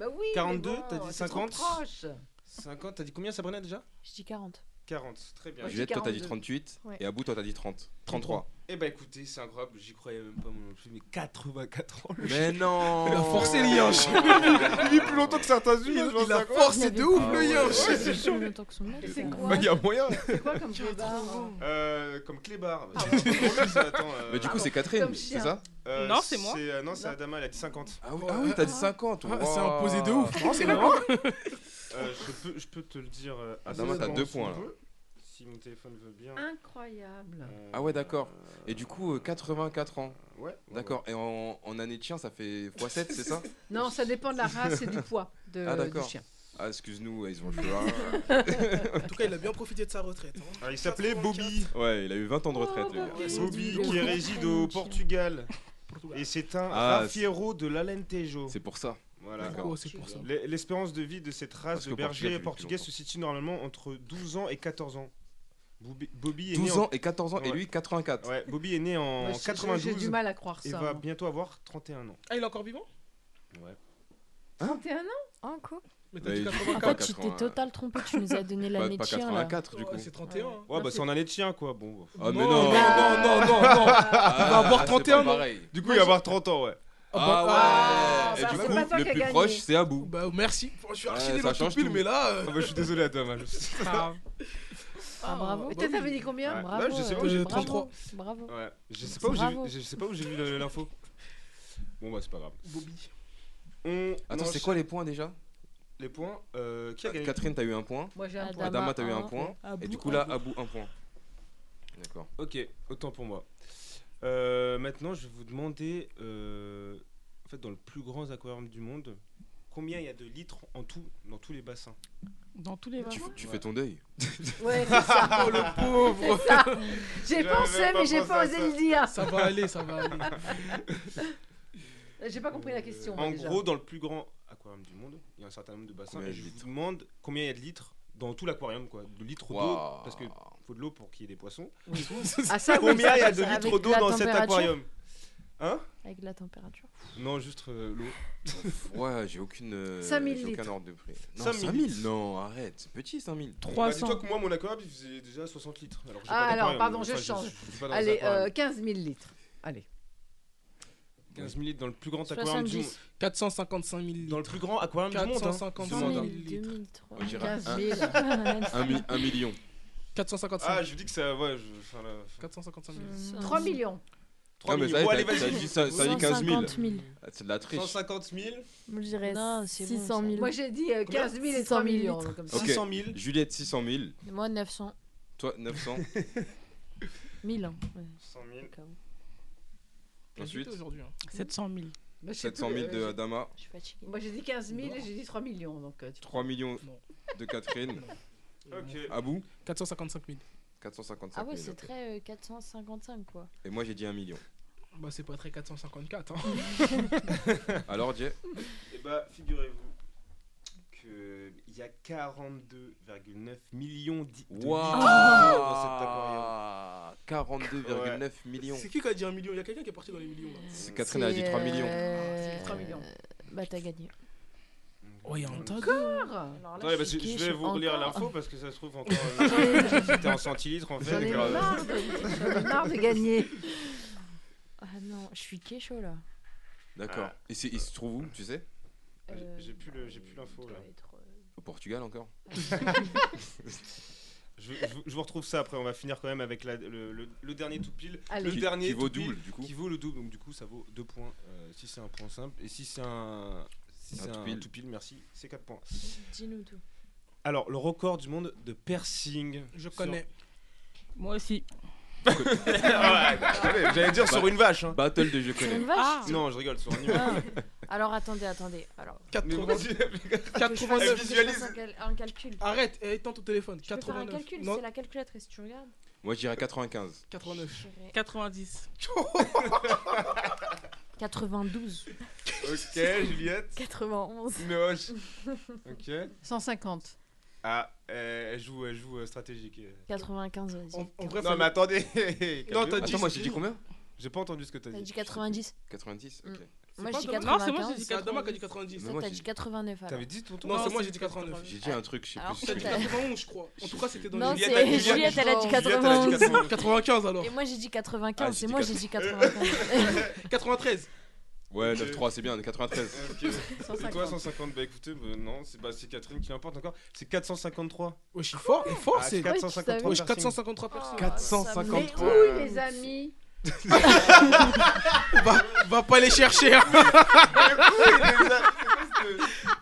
F: oui mais
D: 42,
F: bon,
D: t'as dit
F: c'est trop
D: 50.
J: Oh,
F: proche.
D: 50, t'as dit combien Sabrina déjà
J: Je dis 40.
D: 40, très bien.
F: Ouais.
C: Juliette, toi t'as dit
F: 42.
C: 38.
J: Ouais.
C: Et Abou, toi t'as dit 30. 33.
D: Eh bah écoutez, c'est incroyable, j'y croyais même pas moi non plus, mais 84 ans.
C: Mais non
E: Il a forcé les yinches.
D: Il vit plus longtemps que certains humains, je pense.
E: Il a forcé de ouf le
C: Ah ouais.
E: yinche.
J: Ouais, c'est chaud. longtemps que son mec.
F: C'est
J: ça.
F: quoi
D: Bah, il y a moyen.
F: C'est quoi comme débat hein
D: Euh, comme Clébar. Bah, c'est un problème, ça, attends, euh,
C: Mais du coup, c'est
F: Comme
C: Catherine,
F: chien.
C: c'est ça
D: euh,
H: Non, c'est moi.
D: euh, non, c'est Adama, elle a dit 50.
C: ah oui, ah oui, t'as dit 50.
E: Ah,
C: waouh.
E: c'est imposé de ouf.
D: c'est marrant. Euh, je, peux, je peux te le dire. euh, à
C: Adama,
D: deux
C: t'as
D: secondes,
C: deux
D: si
C: points,
D: on
C: là.
D: peut. Si mon téléphone veut bien.
F: Ah, Incroyable.
D: Euh,
C: Ah ouais, d'accord. Et du coup, euh, 84 ans.
D: Ouais, ouais,
C: D'accord. Et en, en année de chien, ça fait x7, c'est ça
F: Non, ça dépend de la race et du poids de,
C: Ah,
F: du
C: d'accord.
F: chien.
C: Ah, excuse-nous, ils ont joué.
E: En tout cas, il a bien profité de sa retraite. hein.
D: ouais. Ah, il s'appelait Bobby.
C: Ouais, il a eu 20 ans de retraite, le gars.
F: Bobby. Qu'est-ce que
D: Bobby
F: tu
D: Euh, qui
F: veux
D: est réside au Portugal. Et c'est un
C: Ah,
D: Rafiero de l'Alentejo.
C: C'est pour ça.
D: Voilà.
C: D'accord.
E: Oh, c'est pour ça.
D: L'e- L'espérance de vie de cette race
C: Parce
D: de
C: qu'au Portugal,
D: bergers
C: il vit plus
D: portugais se
C: longtemps.
D: situe normalement entre 12 ans et 14 ans. Bobby, Bobby est né
C: 12
D: en-
C: ans et 14 ans, et
D: Ouais.
C: lui, 84.
D: Ouais, Bobby est né en
F: Moi, j'ai- J'ai
D: 92
F: du mal à croire
D: et
F: ça.
D: va
F: hein.
D: bientôt avoir 31 ans.
E: Ah, il est encore vivant
D: Ouais.
F: 31 ans
J: Ah, quoi
E: Mais t'as
D: Bah,
C: Ouais,
E: dit
C: Hein Bah, il-
E: 84.
J: En
C: Pas
J: fait, tu
C: 80,
J: t'es total trompé. Tu nous as donné
C: Pas,
J: l'année de
C: pas
J: chien là.
C: 84, du
E: Ouais,
C: coup.
E: c'est 31. hein.
D: Ouais,
F: Ah,
D: bah
F: c'est-
D: c'est en année de chien quoi. Bon.
C: Ah,
E: Non,
C: mais
E: non,
C: non
E: non, non, non, non.
C: Ah,
E: va avoir
C: c'est
E: 31,
C: pas
E: non
C: pareil.
D: Du coup, il va avoir 30 ans, ouais.
C: Ah,
F: bah,
C: ouais Et du
F: c'est
C: coup,
F: pas toi qui
C: le
F: as
C: plus
F: gagné.
C: proche, c'est Abou.
E: Bah merci, je suis archi
C: Ouais,
E: nul
C: ça
E: en tout
C: change
E: pile,
C: tout.
E: mais là. euh,
D: Ah bah, je suis désolé à toi, man.
H: Grave.
J: Ah, bravo.
F: Mais
E: bah
F: toi,
E: oui.
F: t'avais dit combien
D: Ouais. Bah,
J: Bravo.
D: je sais pas
J: euh,
D: où j'ai
J: bravo,
E: 33.
J: Bravo.
D: Ouais. Je sais pas où j'ai
J: Bravo.
D: vu- je sais pas où j'ai vu le- l'info. Bon bah c'est pas grave.
E: Bobby.
D: On
C: Attends, c'est
D: enchaîne
C: quoi les points déjà Ah,
D: les points Euh, Qui a gagné
C: Catherine, t'as eu un point.
F: Moi, j'ai un
J: Adam.
F: point.
C: Adama, t'as eu un
J: un,
C: point.
J: Abou,
C: Et du coup, là, Abou, un point. D'accord.
D: Ok, autant pour moi. Euh, maintenant, je vais vous demander, euh, en fait, dans le plus grand aquarium du monde, combien il y a de litres en tout dans tous les bassins
H: Dans tous les
C: Tu,
H: vagues.
C: tu fais ton deuil.
F: Ouais, c'est ça.
E: Oh le pauvre
F: C'est ça. J'ai
D: J'avais
F: pensé,
D: même pas
F: mais j'ai
D: pensé
F: pas
D: à
F: osé
D: ça.
F: le dire.
E: Ça va aller, ça va aller.
F: J'ai pas compris la question. moi,
D: En
F: déjà.
D: gros, dans le plus grand aquarium du monde, il y a un certain nombre de bassins.
C: Combien
D: et
C: de
D: je vous
C: litres
D: demande combien il y a de litres dans tout l'aquarium, quoi. De litres d'eau,
C: Waouh.
D: parce qu'il faut de l'eau pour qu'il y ait des poissons.
F: Ah, ça, oui,
D: Combien
F: ça,
D: il y a
F: ça,
D: de
F: avec
D: litres d'eau
J: la
D: dans cet
J: température
D: aquarium Hein
J: Avec de la température.
D: Non, juste euh, l'eau.
C: Ouais, j'ai aucune. euh,
J: 5000
C: j'ai aucun
J: litres.
C: ordre de prix. Non,
D: 5000
C: 5000 Non, arrête, c'est petit 5000.
D: Bah, Dis-toi que moi, mon aquarium, il faisait déjà 60 litres. Alors, j'ai
F: Ah,
D: pas
F: alors,
D: d'aquarium,
F: pardon,
D: donc,
F: je
D: enfin,
F: change.
D: suis pas dans un
F: Allez,
D: aquarium.
F: euh, 15 000 litres. Allez.
D: 15 000 litres dans le plus grand aquarium du
E: 70.
D: monde.
E: 455 000 litres.
D: Dans le plus grand aquarium du monde.
E: 455 000
D: hein. Demande, hein.
E: litres.
C: On dirait
E: 15
C: un-
E: 000.
C: un mi-
E: Ah,
C: un million.
E: 455
D: Ah, je vous dis que ça. Ouais, je. Enfin, là.
E: 455 000.
F: 3 millions.
D: 3
C: Ah, mais
D: millions.
C: ça,
D: Bon,
C: t'as-
D: allez,
C: t'as
D: vas-y.
C: dit ça- ça dit 15 000. 150 000. Ah, c'est de la triche.
D: 150 000.
J: Je dirais
I: Non, c'est bon,
J: 600
I: ça.
J: 000.
F: Moi, j'ai dit euh, 15 000 et 3 millions. Comme ça.
C: Ok, Juliette, 600 000.
J: Moi, 900
C: Toi, 900.
J: 000. hein. Ouais.
D: 100 000.
C: Ensuite,
H: 700 000.
F: hein. Bah, je sais
C: 700
F: plus,
C: 000
F: euh,
C: de
F: j'ai-
C: Adama.
F: Moi, j'ai dit 15 000 et j'ai dit 3 millions. Donc, euh, tu
C: 3 millions de Catherine.
D: Ok.
C: Abou
E: 455 000.
C: 455
J: Ah ouais,
C: 000,
J: c'est
C: ok.
J: très euh, 455 quoi.
C: Et moi, j'ai dit 1 million.
E: Bah, c'est pas très 454. Hein.
C: Alors, Jay
D: Eh bah, figurez-vous qu'il y a 42,9 millions d'i- de
C: Waouh
D: litres dans cet aquarium.
C: 42,9 millions.
E: C'est qui qui a dit un million Il y a quelqu'un qui est parti dans les millions. là. Ah,
C: C'est Catherine, elle a dit 3 millions.
J: Euh,
E: C'est 3 millions.
J: Bah, t'as gagné.
E: Oh, il y a un tas de.
J: Encore
D: Attendez, parce que je vais vous relire
J: encore.
D: l'info parce que ça se trouve encore. euh, C'était en centilitres en fait.
J: J'en ai
D: donc, euh,
J: marre de- j'en ai marre de gagner. Ah non, je suis kécho là.
C: D'accord.
D: Ah.
C: Et c'est- il se trouve où, tu sais Euh,
D: j'ai- J'ai plus le- j'ai plus l'info là.
C: Au Portugal encore
D: Je, je vous- je vous retrouve ça après, on va finir quand même avec la- le, le- le dernier tout pile.
C: Allez.
D: Le
C: Qui-
D: dernier
C: qui vaut
D: tout pile
C: double, du coup.
D: Qui vaut le double, donc du coup ça vaut 2 points euh, si c'est un point simple. Et si c'est un, si
C: Un
D: c'est
C: tout
D: un
C: pile.
D: tout pile, merci, c'est 4 points.
J: Dis-nous tout.
D: Alors, le record du monde de piercing.
E: Je connais.
H: Moi aussi.
D: Ah ouais, attendez, J'allais dire sur
C: Bah-
D: une vache. Hein.
C: Battle de je connais. Ah.
J: une vache
D: Ah. Non, je rigole, sur un humain.
J: Alors attendez, attendez. Alors.
D: Mais bon, tu-
J: Que je fasse- que je
E: 89.
J: fasse un, cal- un calcul.
E: Arrête, eh, éteins ton téléphone.
J: Je peux faire un
E: 89.
J: calcul,
E: Non,
J: c'est la calculatrice, tu regardes
C: Moi, je dirais 95.
E: 89.
H: 90.
J: 92.
D: ok, Juliette.
J: 91.
D: Noche. Ok.
F: 150.
D: Ah, euh, elle joue, elle joue euh, stratégique. euh.
J: 95, vas-y.
E: en vrai,
D: non,
E: faut-
D: mais attendez.
C: Non,
D: calmez-vous.
C: t'as dit- Attends, moi, j'ai dit combien
D: J'ai pas entendu ce que t'as
J: T'as
D: dit.
J: dit 90.
C: 90 Ok.
E: c'est
J: Moi, Ah,
E: pas
J: je dis
E: Adama.
J: 95.
E: Non, c'est moi, j'ai dit C'est Adama qui a dit 90.
J: Toi,
C: Mais moi,
J: t'as
C: j'ai-
J: dit 89 alors.
D: T'avais dit ton
E: Non, c'est moi, j'ai dit 89.
C: J'ai dit un truc, je sais
J: Alors,
C: plus. ce que
J: peut-être.
C: j'ai
E: J'ai
C: dit.
E: dit 91, je crois. En tout cas, c'était dans
J: Non,
E: les-
J: c'est- Juliette, Juliette, elle a dit
E: Juliette, elle a
J: 91.
E: dit 95 alors.
J: Et moi, j'ai dit 95.
C: Ah, j'ai
J: c'est
C: dit
J: moi, j'ai dit 95.
E: 93.
C: Ouais,
D: Ok.
C: 9-3, c'est bien, 93.
D: Ok. Et toi
F: 150.
D: 150 Bah écoutez, bah, non, c'est bah, c'est Catherine qui l'importe encore. C'est 453.
E: Ouais, Oh, je suis fort, et fort,
D: Ah,
E: c'est. Oh,
J: quatre-
D: 453.
E: Ouais, je-
D: piercings.
E: 453 personnes.
F: Mais
D: 453.
F: où, les amis
E: va, va pas les chercher. hein.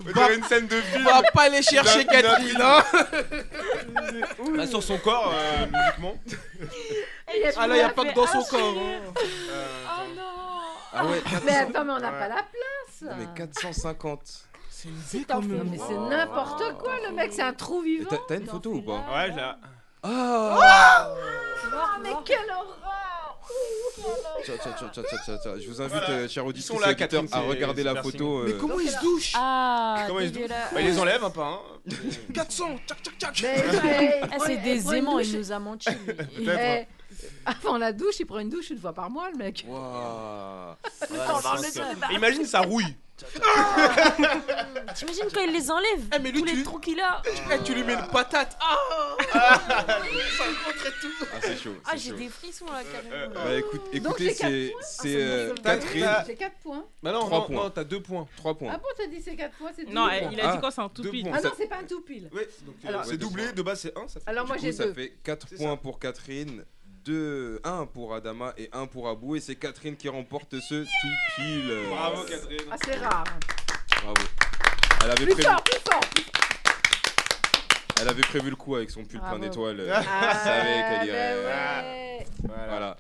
D: On dirait une scène de film.
E: va pas les chercher,
D: Une- une
E: Catherine. hein.
D: Bah, sur son corps, euh, musiquement.
E: Ah là, y a pas que dans son corps. hein.
D: Euh,
F: Oh non
C: Ah ouais,
F: Mais
C: 400.
F: attends, mais on n'a
D: Ouais.
F: pas la place
C: Non, mais oh. 450.
E: C'est une vie quand
F: Non,
E: même.
F: mais c'est n'importe quoi, le mec, c'est un trou
C: Et
F: vivant
C: t'as- T'as une photo ou pas Ah
D: Ouais, là.
F: Oh, mais quelle horreur
C: Tiens, tiens, tiens, tiens, tiens, tiens, tiens. Je vous invite,
D: Voilà.
C: euh, chers auditeurs,
D: sont là,
C: auditeurs,
D: Catherine,
C: à
D: c'est-
C: regarder la
D: c'est piercing.
C: photo.
E: Mais
C: euh,
E: comment ils se douchent
J: Ah,
D: Comment ils se
J: dégueulasse.
D: Bah, ils les enlèvent, hein, pas hein.
E: 400, tchac tchac tchac.
F: Mais-
J: Ah, c'est
F: Ouais,
J: des
F: prends une
J: aimants,
F: douche.
J: il nous a menti. lui.
D: Peut-être.
F: Eh, Avant la douche, il prend une douche une fois par mois, le mec.
C: Waouh
J: Attends, on enlève ça.
D: Et Imagine, ça rouille.
J: T'imagines quand il les enlève
E: Eh, mais
J: Tous
E: lui, tu
J: les
E: lui-
J: trous qu'il a
E: Eh, tu lui mets une patate. Ah
C: Ah, c'est chaud.
J: Ah,
C: c'est
J: j'ai
C: chaud.
J: des frissons là, carrément.
C: Bah, écoute, écoutez,
F: j'ai quatre Ah,
C: c'est c'est, euh,
D: T'as-
C: Catherine.
D: t'as-
F: J'ai 4 points.
D: Bah, non,
C: Trois
D: non,
C: points.
D: non, t'as deux points.
C: 3 points.
F: Ah bon, t'as dit c'est 4 points, c'est
H: Non,
F: double.
H: elle- il a
C: Ah,
H: dit quoi C'est un tout
D: deux
H: pile.
D: bons.
F: Ah
C: ça-
F: non, c'est pas un tout pile.
D: Ouais, donc euh,
F: Alors-
D: c'est doublé, de base c'est 1, ça fait.
F: Alors moi
C: du
F: j'ai
C: coup, ça
F: deux.
C: fait 4
D: C'est
C: points
D: ça.
C: pour Catherine, 2, 1 pour Adama et 1 pour Abou. Et c'est Catherine qui remporte ce tout pile.
D: Bravo Catherine.
F: Ah, c'est rare.
C: Bravo. Elle avait,
F: Plus
C: prévu,
F: fort, plus fort.
C: elle avait prévu le coup avec son pull plein
J: Bravo. Ah, ben
C: d'étoiles. euh, Elle savait qu'elle irait. euh,
F: ouais.
C: Voilà.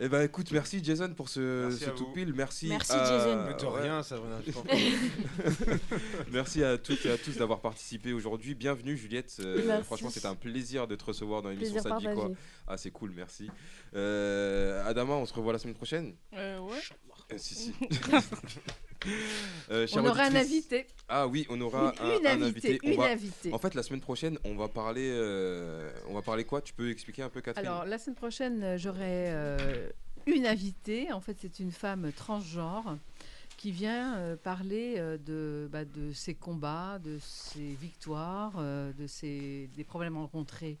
C: Et bah écoute, merci Jason pour ce,
D: Merci
C: ce
D: à
C: tout
D: vous.
C: pile. Merci,
J: Merci,
C: à...
J: Jason.
D: Mais de
C: ouais.
D: rien, Sabrina, je t'en prie.
C: Merci à toutes et à tous d'avoir participé aujourd'hui. Bienvenue Juliette. Euh,
J: Merci.
C: franchement, c'était un plaisir de te recevoir dans l'émission.
J: Plaisir
C: Ça te dit quoi
J: partagé.
C: Ah, c'est cool, merci. Euh, Adama, on se revoit la semaine prochaine
H: Euh, ouais.
C: Euh, Si, si. Euh, chère
F: On aura un
C: auditrice-
F: invité.
C: Ah oui, on
F: Une,
C: aura un,
F: une
C: un
F: invitée.
C: On
F: Une
C: va-
F: invitée.
C: En fait, la semaine prochaine, on va parler. euh, On va parler quoi Tu peux expliquer un peu, Catherine
F: Alors, la semaine prochaine, euh, j'aurai euh, une invitée. En fait, c'est une femme transgenre qui vient euh, parler euh, de, bah, de ses combats, de ses victoires, euh, de ses, des problèmes rencontrés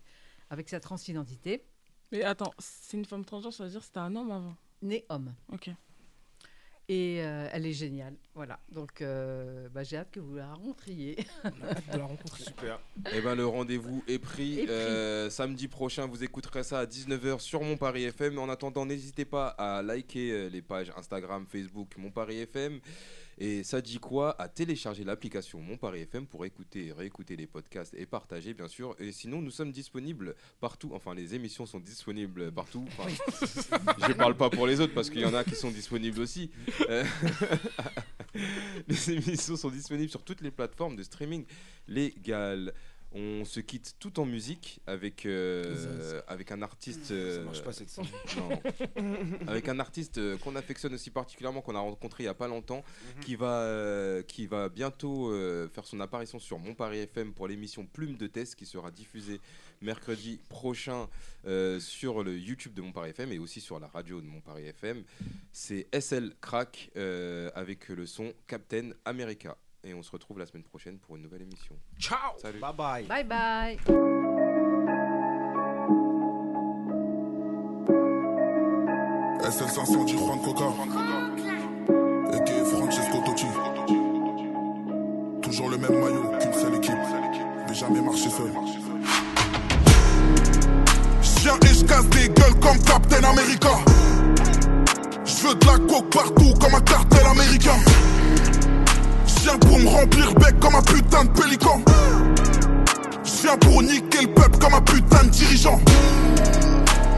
F: avec sa transidentité.
H: Mais attends, c'est une femme transgenre, ça veut dire que c'était un homme avant
F: Né homme.
H: Ok.
F: Et euh, elle est géniale. Voilà. Donc, euh, bah, j'ai hâte que vous la rencontriez.
C: Super. Et ben le rendez-vous est pris.
F: Est pris.
C: Euh, samedi prochain, vous écouterez ça à 19h sur Mon Paris FM. En attendant, n'hésitez pas à liker euh, les pages Instagram, Facebook Mon Paris FM. Et ça dit quoi À télécharger l'application Mon Paris FM pour écouter, et réécouter les podcasts et partager, bien sûr. Et sinon, nous sommes disponibles partout. Enfin, les émissions sont disponibles partout. Enfin, je parle pas pour les autres parce qu'il y en a qui sont disponibles aussi. Euh, les émissions sont disponibles sur toutes les plateformes de streaming légales. On se quitte tout en musique avec, euh, avec un artiste. euh,
D: marche pas, cette scène.
C: Non. avec un artiste euh, qu'on affectionne aussi particulièrement, qu'on a rencontré il y a pas longtemps, qui, va, euh, qui va bientôt euh, faire son apparition sur Mon Paris FM pour l'émission Plume de Test qui sera diffusée mercredi prochain euh, sur le YouTube de Mon Paris FM et aussi sur la radio de Mon Paris FM. C'est SL Crack euh, avec le son Captain America. Et on se retrouve la semaine prochaine pour une nouvelle émission.
D: Ciao
C: Salut.
D: Bye
F: Bye bye.
R: SF510 Juan Coca A.K.A. Francesco Totti Toujours le même maillot qu'une seule équipe Mais jamais marché seul
S: Je viens et je casse des gueules comme Captain America. Je veux de la coke partout comme un cartel américain. Je viens pour me remplir le bec comme un putain de pélican. Je viens pour niquer le peuple comme un putain de dirigeant.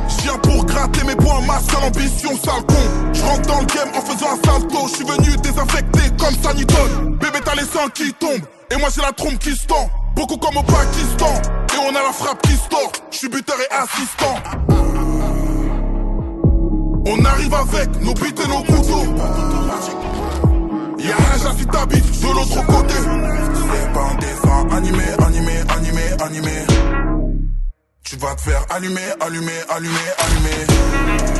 S: Je viens pour gratter mes points, ma seule ambition, sale con. Je rentre dans le game en faisant un salto. Je suis venu désinfecté comme Sanitone. Bébé, t'as les seins qui tombent. Et moi, j'ai la trompe qui se tend. Beaucoup comme au Pakistan. Et on a la frappe qui se tord. Je suis buteur et assistant. On arrive avec nos bites et nos couteaux. Y'a un chat si t'habites de l'autre côté.
R: C'est pas un dessin animé, animé, animé, animé
S: Tu vas te faire allumer, allumer, allumer, allumer.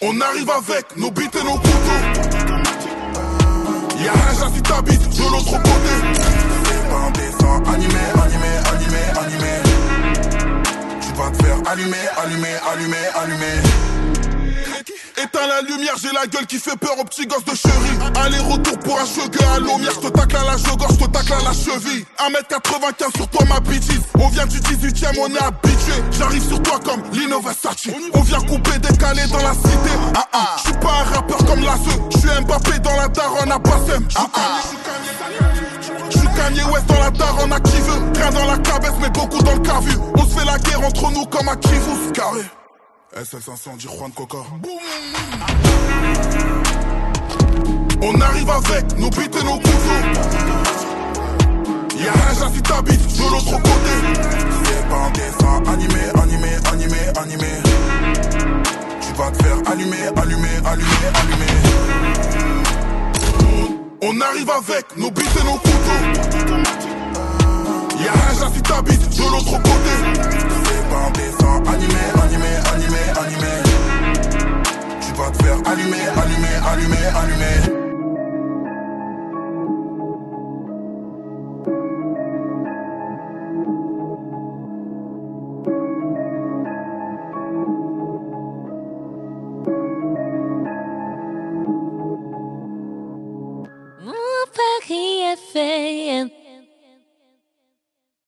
S: On arrive avec nos bites et nos couteaux. Y'a un chat si t'habites de l'autre côté.
R: C'est pas un dessin animé, animé, animé, animé
S: Tu vas te faire allumer, allumer, allumer, allumer. Éteins la lumière, j'ai la gueule qui fait peur aux petits gosses de chérie. Aller-retour pour un cheveu à l'omnière, je te tacle à la je je te tacle à la cheville. 1m95 sur toi, ma bitchise. On vient du 18 e on est habitué. J'arrive sur toi comme Lino Versace. On vient couper, décaler dans la cité. Ah ah, je suis pas un rappeur comme la je suis Mbappé dans la daronne à Bassem. Ah ah. J'suis Kanye West dans la daronne à qui veut Rien dans la cabesse mais beaucoup dans le cavu On se fait la guerre entre nous comme à qui vous carré
R: SF510 Juan Coca
S: On arrive avec nos bites et nos couteaux
R: Y'a un chat si t'habites de l'autre côté C'est pas un dessin animé, animé, animé, animé
S: Tu vas te faire allumer, allumer, allumer, allumer On arrive avec nos bites et nos couteaux Y'a un chat si t'habites de l'autre côté
R: C'est pas un dessin animé,